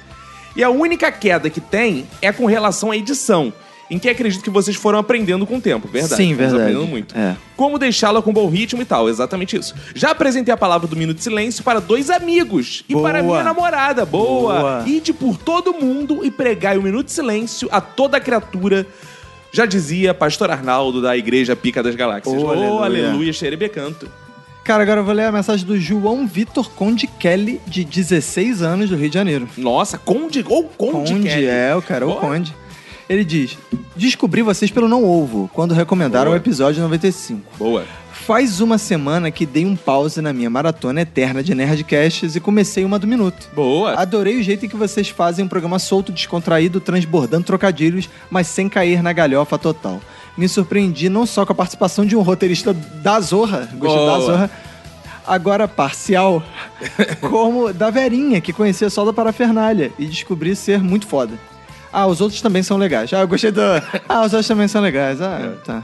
Speaker 1: E a única queda que tem é com relação à edição, em que acredito que vocês foram aprendendo com o tempo, verdade?
Speaker 2: Sim,
Speaker 1: Fomos
Speaker 2: verdade.
Speaker 1: aprendendo muito.
Speaker 2: É.
Speaker 1: Como deixá-la com bom ritmo e tal, exatamente isso. Já apresentei a palavra do Minuto de Silêncio para dois amigos e
Speaker 2: Boa.
Speaker 1: para minha namorada. Boa!
Speaker 2: Boa.
Speaker 1: Ide por todo mundo e pregai o Minuto de Silêncio a toda criatura. Já dizia Pastor Arnaldo da Igreja Pica das Galáxias.
Speaker 2: Oh,
Speaker 1: Oh, aleluia,
Speaker 2: aleluia.
Speaker 1: xerebecanto.
Speaker 2: Cara, agora eu vou ler a mensagem do João Vitor Conde Kelly, de 16 anos, do Rio de Janeiro.
Speaker 1: Nossa, Conde ou Conde,
Speaker 2: Conde,
Speaker 1: Kelly.
Speaker 2: é, o cara, é o
Speaker 1: Porra.
Speaker 2: Conde. Ele diz: Descobri vocês pelo Não Ovo, quando recomendaram
Speaker 1: Boa.
Speaker 2: o episódio 95.
Speaker 1: Boa.
Speaker 2: Faz uma semana que dei um pause na minha maratona eterna de Nerdcasts e comecei uma do minuto.
Speaker 1: Boa.
Speaker 2: Adorei o jeito em que vocês fazem um programa solto, descontraído, transbordando trocadilhos, mas sem cair na galhofa total. Me surpreendi não só com a participação de um roteirista da Zorra, gostei da
Speaker 1: Boa.
Speaker 2: Zorra,
Speaker 1: <laughs>
Speaker 2: agora parcial, como da Verinha, que conhecia só da parafernália e descobri ser muito
Speaker 1: <laughs> É.
Speaker 2: foda. Ah, os outros também são legais. Ah, eu gostei do... Ah, os outros também são legais. Ah, tá.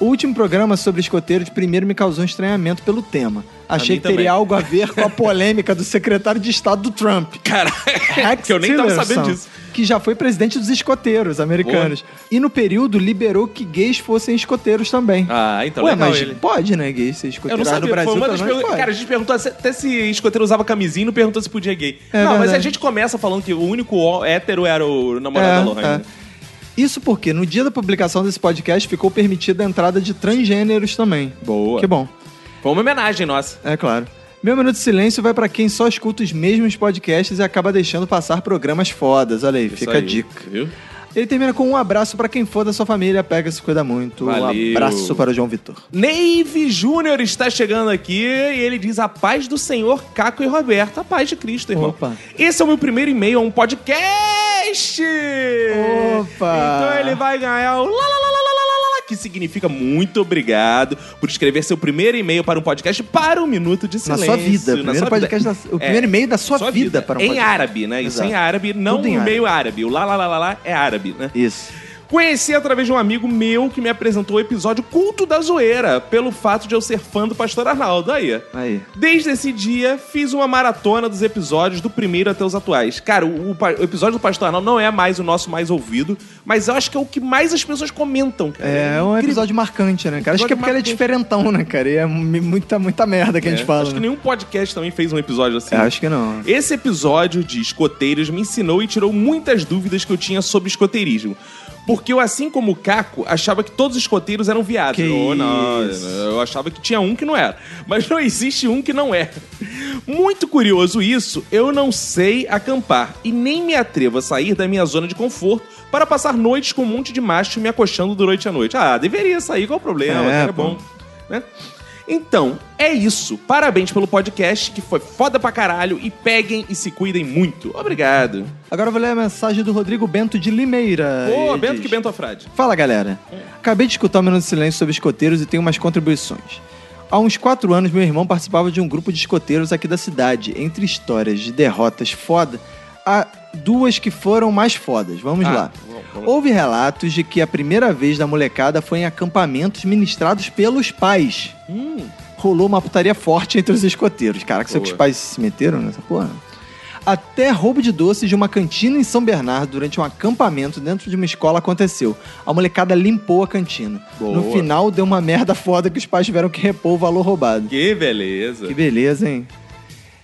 Speaker 2: O último programa sobre escoteiros primeiro me causou um estranhamento pelo tema. Achei
Speaker 1: mim
Speaker 2: que teria
Speaker 1: também.
Speaker 2: algo a ver
Speaker 1: <laughs>
Speaker 2: com a polêmica do secretário de Estado do Trump.
Speaker 1: Caraca,
Speaker 2: Rex
Speaker 1: <laughs> que eu nem tava
Speaker 2: Tillerson,
Speaker 1: sabendo disso.
Speaker 2: Que já foi presidente dos escoteiros americanos. E no período liberou que gays fossem escoteiros também.
Speaker 1: Ah, então
Speaker 2: Ué,
Speaker 1: legal
Speaker 2: mas
Speaker 1: ele.
Speaker 2: pode, né, gays ser
Speaker 1: Eu
Speaker 2: escoteiro?
Speaker 1: não
Speaker 2: Ah,
Speaker 1: sabia.
Speaker 2: No Brasil
Speaker 1: foi uma das
Speaker 2: também
Speaker 1: perguntas-
Speaker 2: pode.
Speaker 1: Cara, a gente perguntou se- até se escoteiro usava camisinha e não perguntou se podia gay.
Speaker 2: É
Speaker 1: não, mas a
Speaker 2: verdade.
Speaker 1: gente começa falando que o único ó- hétero era o namorado
Speaker 2: É,
Speaker 1: da Lohane.
Speaker 2: é. Isso porque no dia da publicação desse podcast ficou permitida a entrada de transgêneros também.
Speaker 1: Boa.
Speaker 2: Que bom.
Speaker 1: Foi uma homenagem nossa.
Speaker 2: É claro. Meu minuto de silêncio vai pra quem só escuta os mesmos podcasts e acaba deixando passar programas fodas. Olha aí, fica
Speaker 1: Isso
Speaker 2: a
Speaker 1: aí,
Speaker 2: dica.
Speaker 1: Viu?
Speaker 2: Ele termina com um abraço pra quem for da sua família, pega se cuida muito.
Speaker 1: Valeu.
Speaker 2: Um abraço para o João Vitor.
Speaker 1: Neive Júnior está chegando aqui e ele diz a paz do Senhor Caco e Roberto. A paz de Cristo, irmão.
Speaker 2: Opa.
Speaker 1: Esse é o meu primeiro e-mail a um podcast!
Speaker 2: Opa.
Speaker 1: Então ele vai ganhar o lá, lá, lá, lá, lá, lá, lá, lá, que significa muito obrigado por escrever seu primeiro e-mail para um podcast para um minuto de
Speaker 2: Na
Speaker 1: silêncio.
Speaker 2: sua vida, o
Speaker 1: na
Speaker 2: primeiro
Speaker 1: sua É,
Speaker 2: podcast, da- o primeiro e-mail da sua, vida, para um
Speaker 1: Em
Speaker 2: podcast.
Speaker 1: árabe, né? Isso
Speaker 2: Exato.
Speaker 1: em árabe, não
Speaker 2: Tudo em
Speaker 1: um e-mail árabe. O lá, lá, lá, lá, lá é árabe, né?
Speaker 2: Isso.
Speaker 1: Conheci através de um amigo meu que me apresentou o episódio Culto da Zoeira, pelo fato de eu ser fã do Pastor Arnaldo. Aí.
Speaker 2: Aí.
Speaker 1: Desde esse dia, fiz uma maratona dos episódios do primeiro até os atuais. Cara, o, o pa- o episódio do Pastor Arnaldo não é mais o nosso mais ouvido, mas eu acho que é o que mais as pessoas comentam, cara.
Speaker 2: É um episódio marcante, né, cara? Acho que é
Speaker 1: Episódio
Speaker 2: porque ele é
Speaker 1: marcante.
Speaker 2: diferentão, né, cara? E é mu- muita, muita merda que a gente
Speaker 1: É,
Speaker 2: fala.
Speaker 1: Acho que
Speaker 2: né?
Speaker 1: nenhum podcast também fez um episódio assim.
Speaker 2: É, acho que não.
Speaker 1: Esse episódio de escoteiros me ensinou e tirou muitas dúvidas que eu tinha sobre escoteirismo. Porque eu, assim como o Caco, achava que todos os escoteiros eram viados.
Speaker 2: Que
Speaker 1: Ou não,
Speaker 2: isso.
Speaker 1: eu achava que tinha um que não era. Mas não existe um que não é. Muito curioso isso, eu não sei acampar e nem me atrevo a sair da minha zona de conforto para passar noites com um monte de macho me acochando durante a noite. Ah, deveria sair, qual o problema?
Speaker 2: É,
Speaker 1: Cara, É,
Speaker 2: pô.
Speaker 1: bom. né? Então, é isso. Parabéns pelo podcast, que foi foda pra caralho. E peguem e se cuidem muito. Obrigado.
Speaker 2: Agora eu vou ler a mensagem do Rodrigo Bento de Limeira.
Speaker 1: Ô,
Speaker 2: Ele
Speaker 1: Bento
Speaker 2: diz,
Speaker 1: que Bento Afrade.
Speaker 2: Fala, galera. Acabei de escutar o Minuto de Silêncio sobre escoteiros e tenho umas contribuições. Há uns quatro anos, meu irmão participava de um grupo de escoteiros aqui da cidade. Entre histórias de derrotas foda, há duas que foram mais fodas. Vamos
Speaker 1: Ah,
Speaker 2: lá.
Speaker 1: vamos, vamos.
Speaker 2: Houve relatos de que a primeira vez da molecada foi em acampamentos ministrados pelos pais. Rolou uma putaria forte entre os escoteiros. Caraca, será que os
Speaker 1: Hum. Boa.
Speaker 2: pais se meteram nessa porra? Até roubo de doces de uma cantina em São Bernardo durante um acampamento dentro de uma escola aconteceu. A molecada limpou a cantina.
Speaker 1: Boa.
Speaker 2: No final, deu uma merda foda que os pais tiveram que repor o valor roubado.
Speaker 1: Que beleza.
Speaker 2: Que beleza, hein?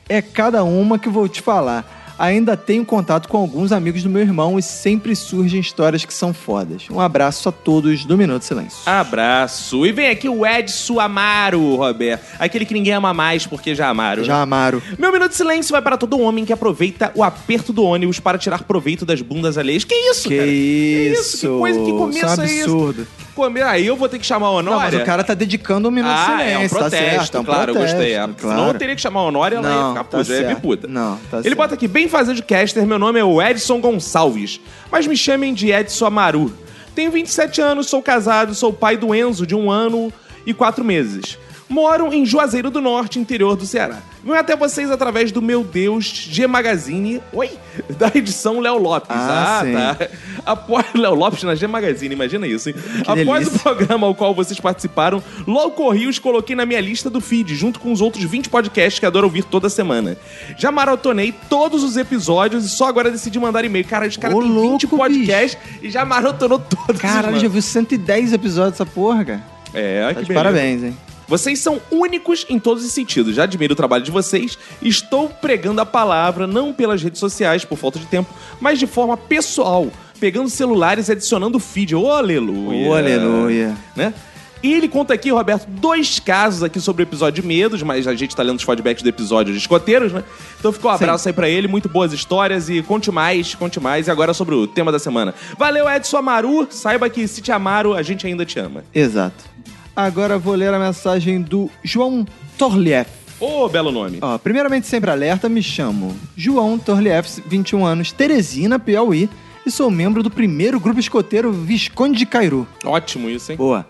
Speaker 2: É cada uma que vou te falar. Ainda tenho contato com alguns amigos do meu irmão e sempre surgem histórias que são fodas. Um abraço a todos do Minuto Silêncio.
Speaker 1: Abraço. E vem aqui o Edson Amaro, Roberto. Aquele que ninguém ama mais porque já amaram. né?
Speaker 2: Já amaram.
Speaker 1: Meu minuto de silêncio vai para todo homem que aproveita o aperto do ônibus para tirar proveito das bundas alheias. Que isso,
Speaker 2: Que
Speaker 1: cara?
Speaker 2: isso?
Speaker 1: Que coisa, que começo
Speaker 2: isso é
Speaker 1: é
Speaker 2: um
Speaker 1: esse?
Speaker 2: absurdo.
Speaker 1: Come- Aí eu vou ter que chamar o Honória.
Speaker 2: Não, mas o cara tá dedicando um minuto
Speaker 1: ah,
Speaker 2: de silêncio.
Speaker 1: é um protesto,
Speaker 2: tá certo, é um
Speaker 1: claro,
Speaker 2: protesto,
Speaker 1: eu gostei. É.
Speaker 2: Claro.
Speaker 1: Senão eu teria que chamar a Honória, ela ia ficar puta, ia vir
Speaker 2: certo.
Speaker 1: puta.
Speaker 2: Não, tá
Speaker 1: Ele bota aqui, bem fazendo caster, meu nome é o Edson Gonçalves, mas me chamem de Edson Amaru. Tenho 27 anos, sou casado, sou pai do Enzo, de um ano e quatro meses. Moro em Juazeiro do Norte, interior do Ceará. Vim até vocês através do Meu Deus G Magazine, oi, <laughs> da edição Léo Lopes.
Speaker 2: Ah, sim.
Speaker 1: tá. <laughs> Após Léo Lopes na G Magazine, imagina isso, hein? Após
Speaker 2: delícia.
Speaker 1: o programa ao qual vocês participaram, logo corri e os coloquei na minha lista do feed, junto com os outros 20 podcasts que adoro ouvir toda semana. Já maratonei todos os episódios e só agora decidi mandar e-mail. Cara, os caras
Speaker 2: Ô,
Speaker 1: têm 20
Speaker 2: louco,
Speaker 1: podcasts e já maratonou todos.
Speaker 2: Caralho,
Speaker 1: os
Speaker 2: já viu 110 episódios dessa porra, cara?
Speaker 1: É, olha
Speaker 2: Tá
Speaker 1: que
Speaker 2: de
Speaker 1: beleza.
Speaker 2: parabéns, hein?
Speaker 1: Vocês são únicos em todos os sentidos. Já admiro o trabalho de vocês. Estou pregando a palavra, não pelas redes sociais, por falta de tempo, mas de forma pessoal, pegando celulares e adicionando feed. Ô, aleluia!
Speaker 2: Ô, aleluia.
Speaker 1: Né? E ele conta aqui, Roberto, dois casos aqui sobre o episódio de Medos, mas a gente tá lendo os feedbacks do episódio de Escoteiros, né? Então ficou um
Speaker 2: Sim.
Speaker 1: abraço aí pra ele, muito boas histórias e conte mais, conte mais. E agora sobre o tema da semana. Valeu, Edson Amaru. Saiba que se te amaram, a gente ainda te ama.
Speaker 2: Exato. Agora vou ler a mensagem do João Torlieff.
Speaker 1: Ô, belo nome.
Speaker 2: Ó, primeiramente, sempre alerta, me chamo João Torlieff, 21 anos, Teresina, Piauí, e sou membro do primeiro grupo escoteiro Visconde de Cairu.
Speaker 1: Ótimo isso, hein?
Speaker 2: Boa.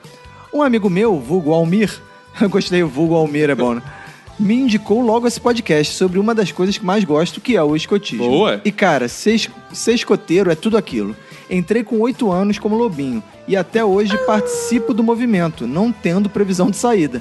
Speaker 2: Um amigo meu, vulgo Almir, <laughs> eu gostei, o vulgo Almir é bom, né? Me indicou logo esse podcast sobre uma das coisas que mais gosto, que é o escotismo.
Speaker 1: Boa.
Speaker 2: E cara, ser, es- ser escoteiro é tudo aquilo. Entrei com oito anos como lobinho e até hoje participo do movimento, não tendo previsão de saída.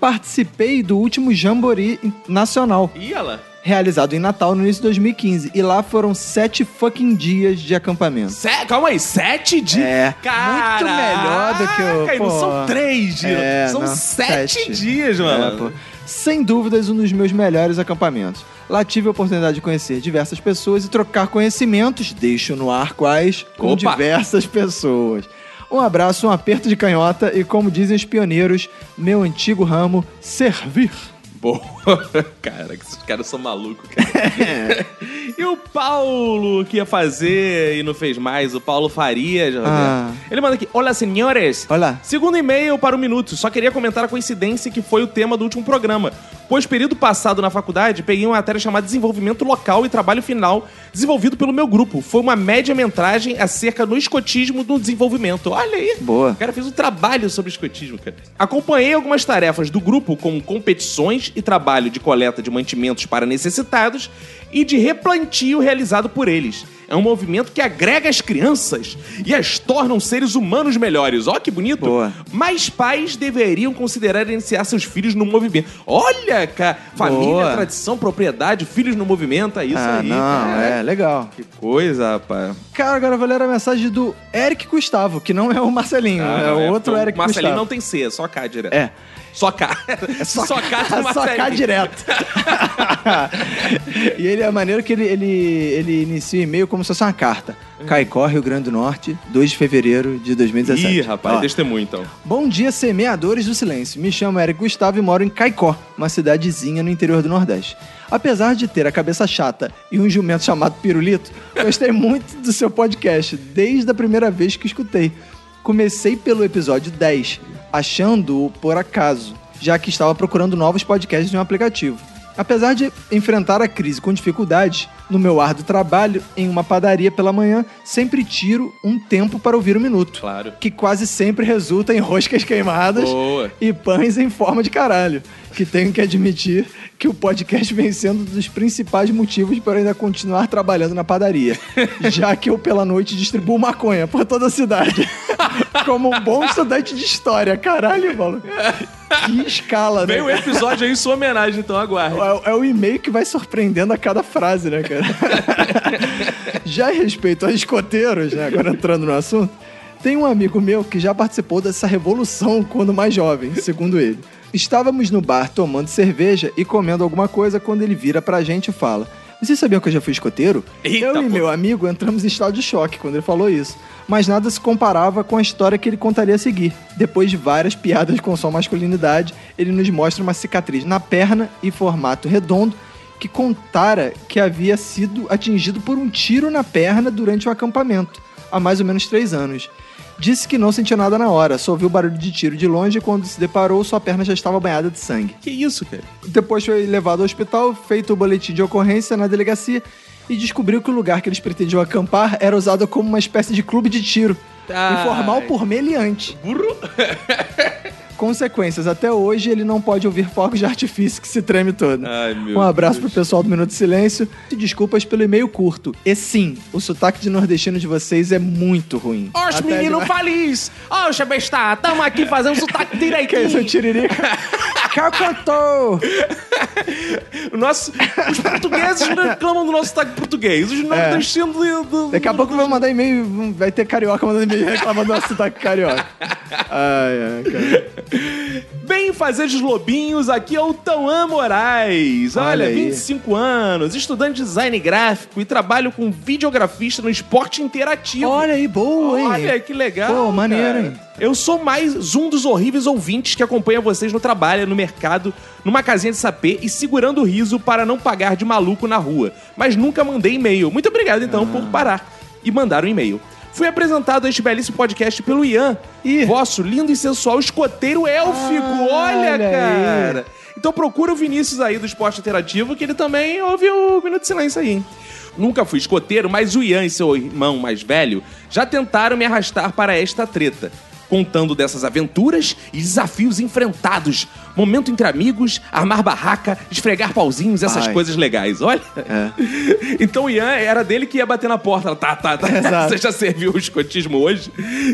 Speaker 2: Participei do último Jamboree Nacional,
Speaker 1: E ela?
Speaker 2: realizado em Natal no início de 2015, e lá foram sete fucking dias de acampamento.
Speaker 1: Se- Calma aí, sete dias?
Speaker 2: É,
Speaker 1: Caraca,
Speaker 2: muito melhor do que o-
Speaker 1: e Não
Speaker 2: pô.
Speaker 1: são três dias,
Speaker 2: É,
Speaker 1: são
Speaker 2: não,
Speaker 1: sete,
Speaker 2: sete.
Speaker 1: dias,
Speaker 2: É,
Speaker 1: mano.
Speaker 2: pô. Sem dúvidas, um dos meus melhores acampamentos. Lá tive a oportunidade de conhecer diversas pessoas e trocar conhecimentos, deixo no ar quais, com
Speaker 1: Opa!
Speaker 2: diversas pessoas. Um abraço, um aperto de canhota e, como dizem os pioneiros, meu antigo ramo, servir.
Speaker 1: Boa. <laughs> Cara, que esses caras são malucos,
Speaker 2: <laughs>
Speaker 1: cara. e o Paulo que ia fazer e não fez mais, o Paulo Farias, Roberto.
Speaker 2: Ah.
Speaker 1: Ele manda aqui: Olá, senhores.
Speaker 2: Olá.
Speaker 1: Segundo e-mail para o Minuto. Só queria comentar a coincidência que foi o tema do último programa. Pois período passado na faculdade, peguei uma matéria chamada Desenvolvimento Local e Trabalho Final, desenvolvido pelo meu grupo. Foi uma média-metragem acerca do escotismo do desenvolvimento. Olha aí.
Speaker 2: Boa.
Speaker 1: O cara fez um trabalho sobre escotismo, cara. Acompanhei algumas tarefas do grupo, como competições e trabalho de coleta de mantimentos para necessitados e de replantio realizado por eles. É um movimento que agrega as crianças e as tornam seres humanos melhores. Ó, que bonito!
Speaker 2: Boa.
Speaker 1: Mais pais deveriam considerar iniciar seus filhos no movimento. Olha, cara! Família,
Speaker 2: Boa.
Speaker 1: tradição, propriedade, filhos no movimento, é isso
Speaker 2: ah,
Speaker 1: aí.
Speaker 2: não,
Speaker 1: cara.
Speaker 2: é legal.
Speaker 1: Que coisa, rapaz.
Speaker 2: Cara, agora eu vou ler a mensagem do Eric Gustavo, que não é o Marcelinho,
Speaker 1: Ah,
Speaker 2: é
Speaker 1: não,
Speaker 2: o outro
Speaker 1: então,
Speaker 2: Eric
Speaker 1: Marcelinho não
Speaker 2: Gustavo.
Speaker 1: tem C, é só K direto.
Speaker 2: É.
Speaker 1: Só K. É
Speaker 2: só
Speaker 1: <laughs> só K
Speaker 2: <laughs>
Speaker 1: com
Speaker 2: Só cá
Speaker 1: Marcelinho.
Speaker 2: direto. <laughs> e ele é maneiro que ele, ele, ele inicia o e-mail como se fosse uma carta.
Speaker 1: Hum.
Speaker 2: Caicó, Rio Grande do Norte, 2 de fevereiro de 2017.
Speaker 1: Ih, rapaz,
Speaker 2: Ó,
Speaker 1: testemunho então.
Speaker 2: Bom dia, semeadores do silêncio. Me chamo Eric Gustavo e moro em Caicó, uma cidadezinha no interior do Nordeste. Apesar de ter a cabeça chata e um jumento chamado Pirulito, gostei muito do seu podcast desde a primeira vez que escutei. Comecei pelo episódio 10, achando-o por acaso, já que estava procurando novos podcasts em um aplicativo. Apesar de enfrentar a crise com dificuldades, no meu ar do trabalho, em uma padaria pela manhã, sempre tiro um tempo para ouvir o minuto
Speaker 1: Claro.
Speaker 2: que quase sempre resulta em roscas queimadas
Speaker 1: Boa.
Speaker 2: e pães em forma de caralho. Que tenho que admitir que o podcast vem sendo um dos principais motivos para eu ainda continuar trabalhando
Speaker 1: <laughs>
Speaker 2: na padaria, já que eu pela noite distribuo maconha por toda a cidade. <laughs> Como um bom estudante de história, caralho, mano. Que escala, né?
Speaker 1: Vem o
Speaker 2: cara?
Speaker 1: um episódio aí em sua homenagem, então aguarde.
Speaker 2: É, é o e-mail que vai surpreendendo a cada frase, né, cara? já em respeito a escoteiros, né, agora entrando no assunto, tem um amigo meu que já participou dessa revolução quando mais jovem, segundo ele. Estávamos no bar tomando cerveja e comendo alguma coisa quando ele vira pra gente e fala: Vocês sabiam que eu já fui escoteiro?
Speaker 1: Eita,
Speaker 2: eu e
Speaker 1: pô.
Speaker 2: meu amigo entramos em estado de choque quando ele falou isso, mas nada se comparava com a história que ele contaria a seguir. Depois de várias piadas com sua masculinidade, ele nos mostra uma cicatriz na perna e formato redondo que contara que havia sido atingido por um tiro na perna durante o acampamento, há mais ou menos três anos. Disse que não sentiu nada na hora, só ouviu o barulho de tiro de longe e quando se deparou, sua perna já estava banhada de sangue.
Speaker 1: Que isso, cara?
Speaker 2: Depois foi levado ao hospital, feito o boletim de ocorrência na delegacia e descobriu que o lugar que eles pretendiam acampar era usado como uma espécie de clube de tiro,
Speaker 1: Ai.
Speaker 2: informal por meliante.
Speaker 1: Tá. Burro.
Speaker 2: <laughs> Consequências, até hoje ele não pode ouvir fogos de artifício que se treme todo.
Speaker 1: Ai, Ah, meu
Speaker 2: um abraço pro pessoal do Minuto de Silêncio e desculpas pelo e-mail curto. E sim, o sotaque de nordestino de vocês é muito ruim.
Speaker 1: Oxe,
Speaker 2: Até
Speaker 1: menino
Speaker 2: demais.
Speaker 1: feliz! Oxe, besta, tamo aqui fazendo <laughs> sotaque
Speaker 2: Que é isso,
Speaker 1: direitinho. <laughs>
Speaker 2: tiririca? Calcantou!
Speaker 1: O nosso, os portugueses não reclamam do nosso sotaque português. Os nordestinos... do- do-
Speaker 2: Daqui a pouco vai mandar e-mail, vai ter carioca mandando e-mail reclamando do nosso sotaque carioca. Ai, ai, cara.
Speaker 1: Bem fazer dos lobinhos, aqui é o Tauan Moraes. Olha,
Speaker 2: Olha aí.
Speaker 1: 25 anos, estudante de design gráfico e trabalho com videografista no esporte interativo.
Speaker 2: Olha aí, boa, hein?
Speaker 1: Olha que legal.
Speaker 2: Pô, maneiro,
Speaker 1: cara.
Speaker 2: hein?
Speaker 1: Eu sou mais um dos horríveis ouvintes que acompanha vocês no trabalho, no mercado, numa casinha de sapê e segurando o riso para não pagar de maluco na rua. Mas nunca mandei e-mail. Muito obrigado,
Speaker 2: Ah.
Speaker 1: então, por parar e mandar um e-mail. Fui apresentado a este belíssimo podcast pelo Ian,
Speaker 2: Ih.
Speaker 1: vosso lindo e sensual escoteiro élfico.
Speaker 2: Ah,
Speaker 1: olha,
Speaker 2: olha aí.
Speaker 1: cara. Então procura o Vinícius aí do Esporte Interativo, que ele também ouve o Minuto de Silêncio aí, hein? Nunca fui escoteiro, mas o Ian e seu irmão mais velho já tentaram me arrastar para esta treta. contando dessas aventuras e desafios enfrentados. Momento entre amigos, armar barraca, esfregar pauzinhos, essas
Speaker 2: Ai. É.
Speaker 1: coisas legais. Olha. <laughs> Então o Ian era dele que ia bater na porta. Tá, tá, tá.
Speaker 2: Exato.
Speaker 1: <laughs> Você já serviu o escotismo hoje?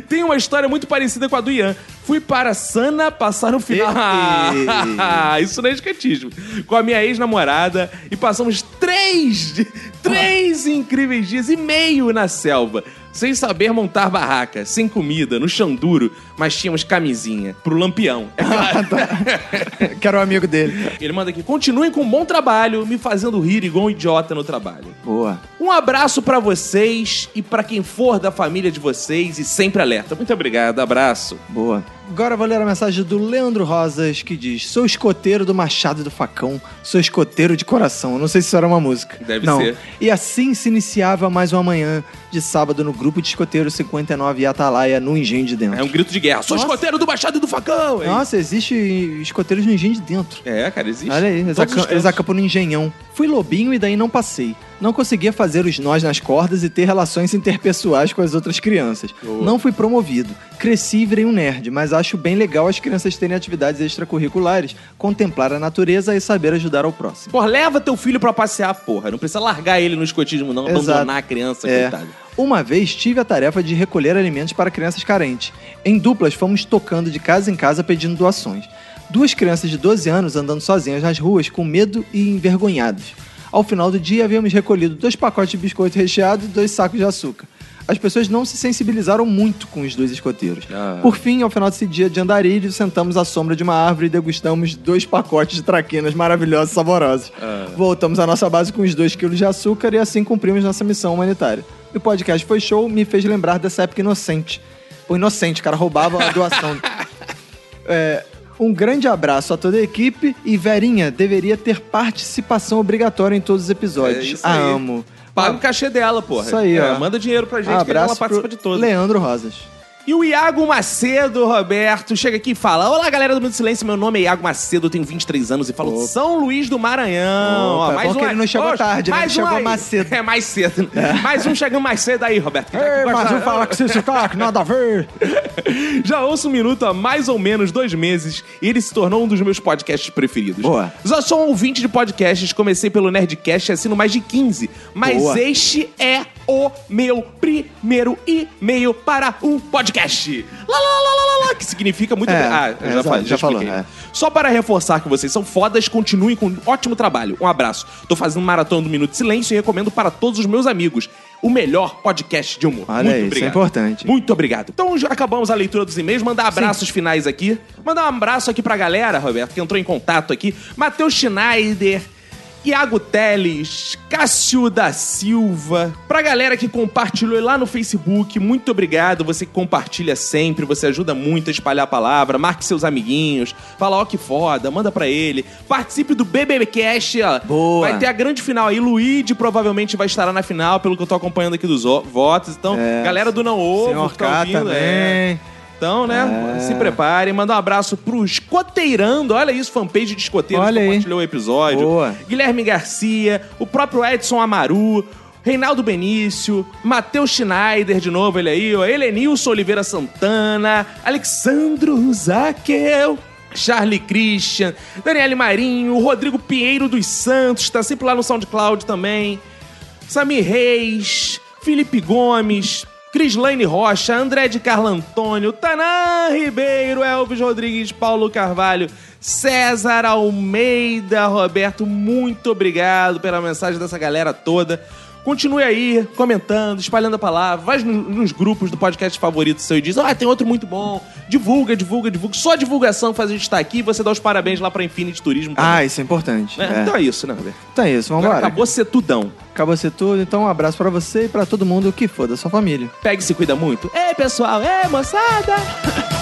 Speaker 1: Tem uma história muito parecida com a do Ian. Fui para Sana passar o final. Ah, <laughs> Isso não é escotismo. Com a minha ex-namorada e passamos três, di- três incríveis dias e meio na selva. Sem saber montar barraca, sem comida, no chão duro, mas tínhamos camisinha. Pro
Speaker 2: <laughs>
Speaker 1: lampião, é claro.
Speaker 2: Que era o amigo dele.
Speaker 1: Ele manda aqui: continuem com um bom trabalho, me fazendo rir igual um idiota no trabalho.
Speaker 2: Boa.
Speaker 1: Um abraço pra vocês e pra quem for da família de vocês e sempre alerta. Muito obrigado, abraço.
Speaker 2: Boa. Agora eu vou ler a mensagem do Leandro Rosas que diz: Sou escoteiro do Machado e do Facão, sou escoteiro de coração. Eu Não sei se isso era uma música.
Speaker 1: Deve
Speaker 2: Não.
Speaker 1: ser.
Speaker 2: E assim se iniciava mais uma manhã de sábado no grupo de escoteiros 59 e Atalaia no Engenho de Dentro.
Speaker 1: É um grito de guerra. Sou
Speaker 2: Nossa.
Speaker 1: escoteiro do Machado e do Facão. É
Speaker 2: Nossa, existe escoteiros no Engenho de Dentro.
Speaker 1: isso. É, cara, existe.
Speaker 2: Olha aí, eles,
Speaker 1: Todos os
Speaker 2: acam- eles
Speaker 1: cantos.
Speaker 2: acampam no engenhão. Fui lobinho e daí não passei. Não conseguia fazer os nós nas cordas e ter relações interpessoais com as outras crianças. Não fui promovido. Cresci e virei um nerd, mas acho bem legal as crianças terem atividades extracurriculares, contemplar a natureza e saber ajudar ao próximo.
Speaker 1: Porra, leva teu filho pra passear, porra. Não precisa largar ele no escotismo, não.
Speaker 2: Exato.
Speaker 1: Abandonar a criança,
Speaker 2: É.
Speaker 1: coitado.
Speaker 2: Uma vez tive a tarefa de recolher alimentos para crianças carentes. Em duplas, fomos tocando de casa em casa pedindo doações. Duas crianças de 12 anos andando sozinhas nas ruas com medo e envergonhados. Ao final do dia, havíamos recolhido dois pacotes de biscoito recheado e dois sacos de açúcar. As pessoas não se sensibilizaram muito com os dois escoteiros.
Speaker 1: Ah.
Speaker 2: Por fim, ao final desse dia de andarilho, sentamos à sombra de uma árvore e degustamos dois pacotes de traquinas maravilhosas e saborosas.
Speaker 1: Ah.
Speaker 2: Voltamos à nossa base com os dois quilos de açúcar e assim cumprimos nossa missão humanitária. E o podcast foi show, me fez lembrar dessa época inocente. O inocente, o cara roubava
Speaker 1: <laughs>
Speaker 2: a doação. É, um grande abraço a toda a equipe e Verinha deveria ter participação obrigatória em todos os episódios.
Speaker 1: É isso
Speaker 2: ah,
Speaker 1: aí.
Speaker 2: amo.
Speaker 1: Paga o cachê dela, porra.
Speaker 2: Isso aí,
Speaker 1: É,
Speaker 2: ó.
Speaker 1: Manda dinheiro pra gente, que ela participa
Speaker 2: pro
Speaker 1: de todas.
Speaker 2: Leandro Rosas.
Speaker 1: E o Iago Macedo, Roberto, chega aqui e fala: Olá, galera do Mundo do Silêncio, meu nome é Iago Macedo, eu tenho 23 anos e falo de São Luís do Maranhão.
Speaker 2: Opa,
Speaker 1: Ó,
Speaker 2: é bom que ele não chegou
Speaker 1: Oxe,
Speaker 2: tarde, né?
Speaker 1: mais
Speaker 2: Ele
Speaker 1: um
Speaker 2: chegou
Speaker 1: aí.
Speaker 2: mais cedo.
Speaker 1: <laughs> É, mais cedo. né? Mais um chegando mais cedo aí, Roberto.
Speaker 2: É.
Speaker 1: que tá já- que gosta-
Speaker 2: falar com esse sotaque,
Speaker 1: <laughs>
Speaker 2: nada a ver.
Speaker 1: já ouço um minuto há mais ou menos dois meses e ele se tornou um dos meus podcasts preferidos.
Speaker 2: Boa.
Speaker 1: Já sou um ouvinte de podcasts, comecei pelo Nerdcast e assino mais de 15. Mas
Speaker 2: Boa.
Speaker 1: este é o meu primeiro e-mail para um podcast. Lá, lá, lá, lá, lá, lá, que significa muito...
Speaker 2: É,
Speaker 1: bem. ah,
Speaker 2: é,
Speaker 1: já,
Speaker 2: exato,
Speaker 1: falei, já,
Speaker 2: já falou,
Speaker 1: expliquei.
Speaker 2: é.
Speaker 1: Só para reforçar que vocês são fodas, continuem com um ótimo trabalho. Um abraço. Tô fazendo maratona do Minuto de Silêncio e recomendo para todos os meus amigos. O melhor podcast de humor.
Speaker 2: Olha
Speaker 1: Muito
Speaker 2: aí, isso é
Speaker 1: obrigado.
Speaker 2: importante.
Speaker 1: Muito obrigado. Então já acabamos a leitura dos e-mails, mandar abraços finais aqui. Mandar um abraço aqui pra galera, Roberto, que entrou em contato aqui. Matheus Schneider, Iago Teles, Cássio da Silva. Pra galera que compartilhou lá no Facebook, muito obrigado. Você que compartilha sempre, você ajuda muito a espalhar a palavra. Marque seus amiguinhos, fala ó que foda, manda pra ele. Participe do BBBcast, ó.
Speaker 2: Boa.
Speaker 1: Vai ter a grande final aí. Luigi provavelmente vai estar lá na final, pelo que eu tô acompanhando aqui dos o- votos. Então,
Speaker 2: É.
Speaker 1: galera do Não Ovo,
Speaker 2: Senhor
Speaker 1: que tá
Speaker 2: K
Speaker 1: ouvindo, é.
Speaker 2: também.
Speaker 1: Então,
Speaker 2: É.
Speaker 1: né? Se preparem. Mandar um abraço pro Escoteirando. Olha isso, fanpage de escoteiros
Speaker 2: Olha
Speaker 1: que
Speaker 2: aí.
Speaker 1: compartilhou o episódio.
Speaker 2: Boa.
Speaker 1: Guilherme Garcia, o próprio Edson Amaru, Reinaldo Benício, Matheus Schneider, de novo ele aí, ó, Helenilson Oliveira Santana, Alexandro Zaqueu. Charlie Christian, Daniele Marinho, Rodrigo Pinheiro dos Santos, tá sempre lá no SoundCloud também. Samir Reis, Felipe Gomes, Crislaine Rocha, André de Carlo Antônio, Tanã Ribeiro, Elvis Rodrigues, Paulo Carvalho, César Almeida, Roberto, muito obrigado pela mensagem dessa galera toda. Continue aí comentando, espalhando a palavra, vai no- nos grupos do podcast favorito seu e diz: Ah, tem outro muito bom. Divulga, divulga, divulga. Só divulgação faz a gente estar aqui e você dá os parabéns lá pra Infinity Turismo. também,
Speaker 2: Ah, isso é importante.
Speaker 1: né?
Speaker 2: É.
Speaker 1: Então é isso, né, Roberto?
Speaker 2: Então é isso, vamos
Speaker 1: Agora
Speaker 2: embora.
Speaker 1: acabou ser tudão.
Speaker 2: Acabou ser tudo, então um abraço pra você e pra todo mundo que for da sua família.
Speaker 1: Pega e se cuida muito. Ei, pessoal! Ei, moçada!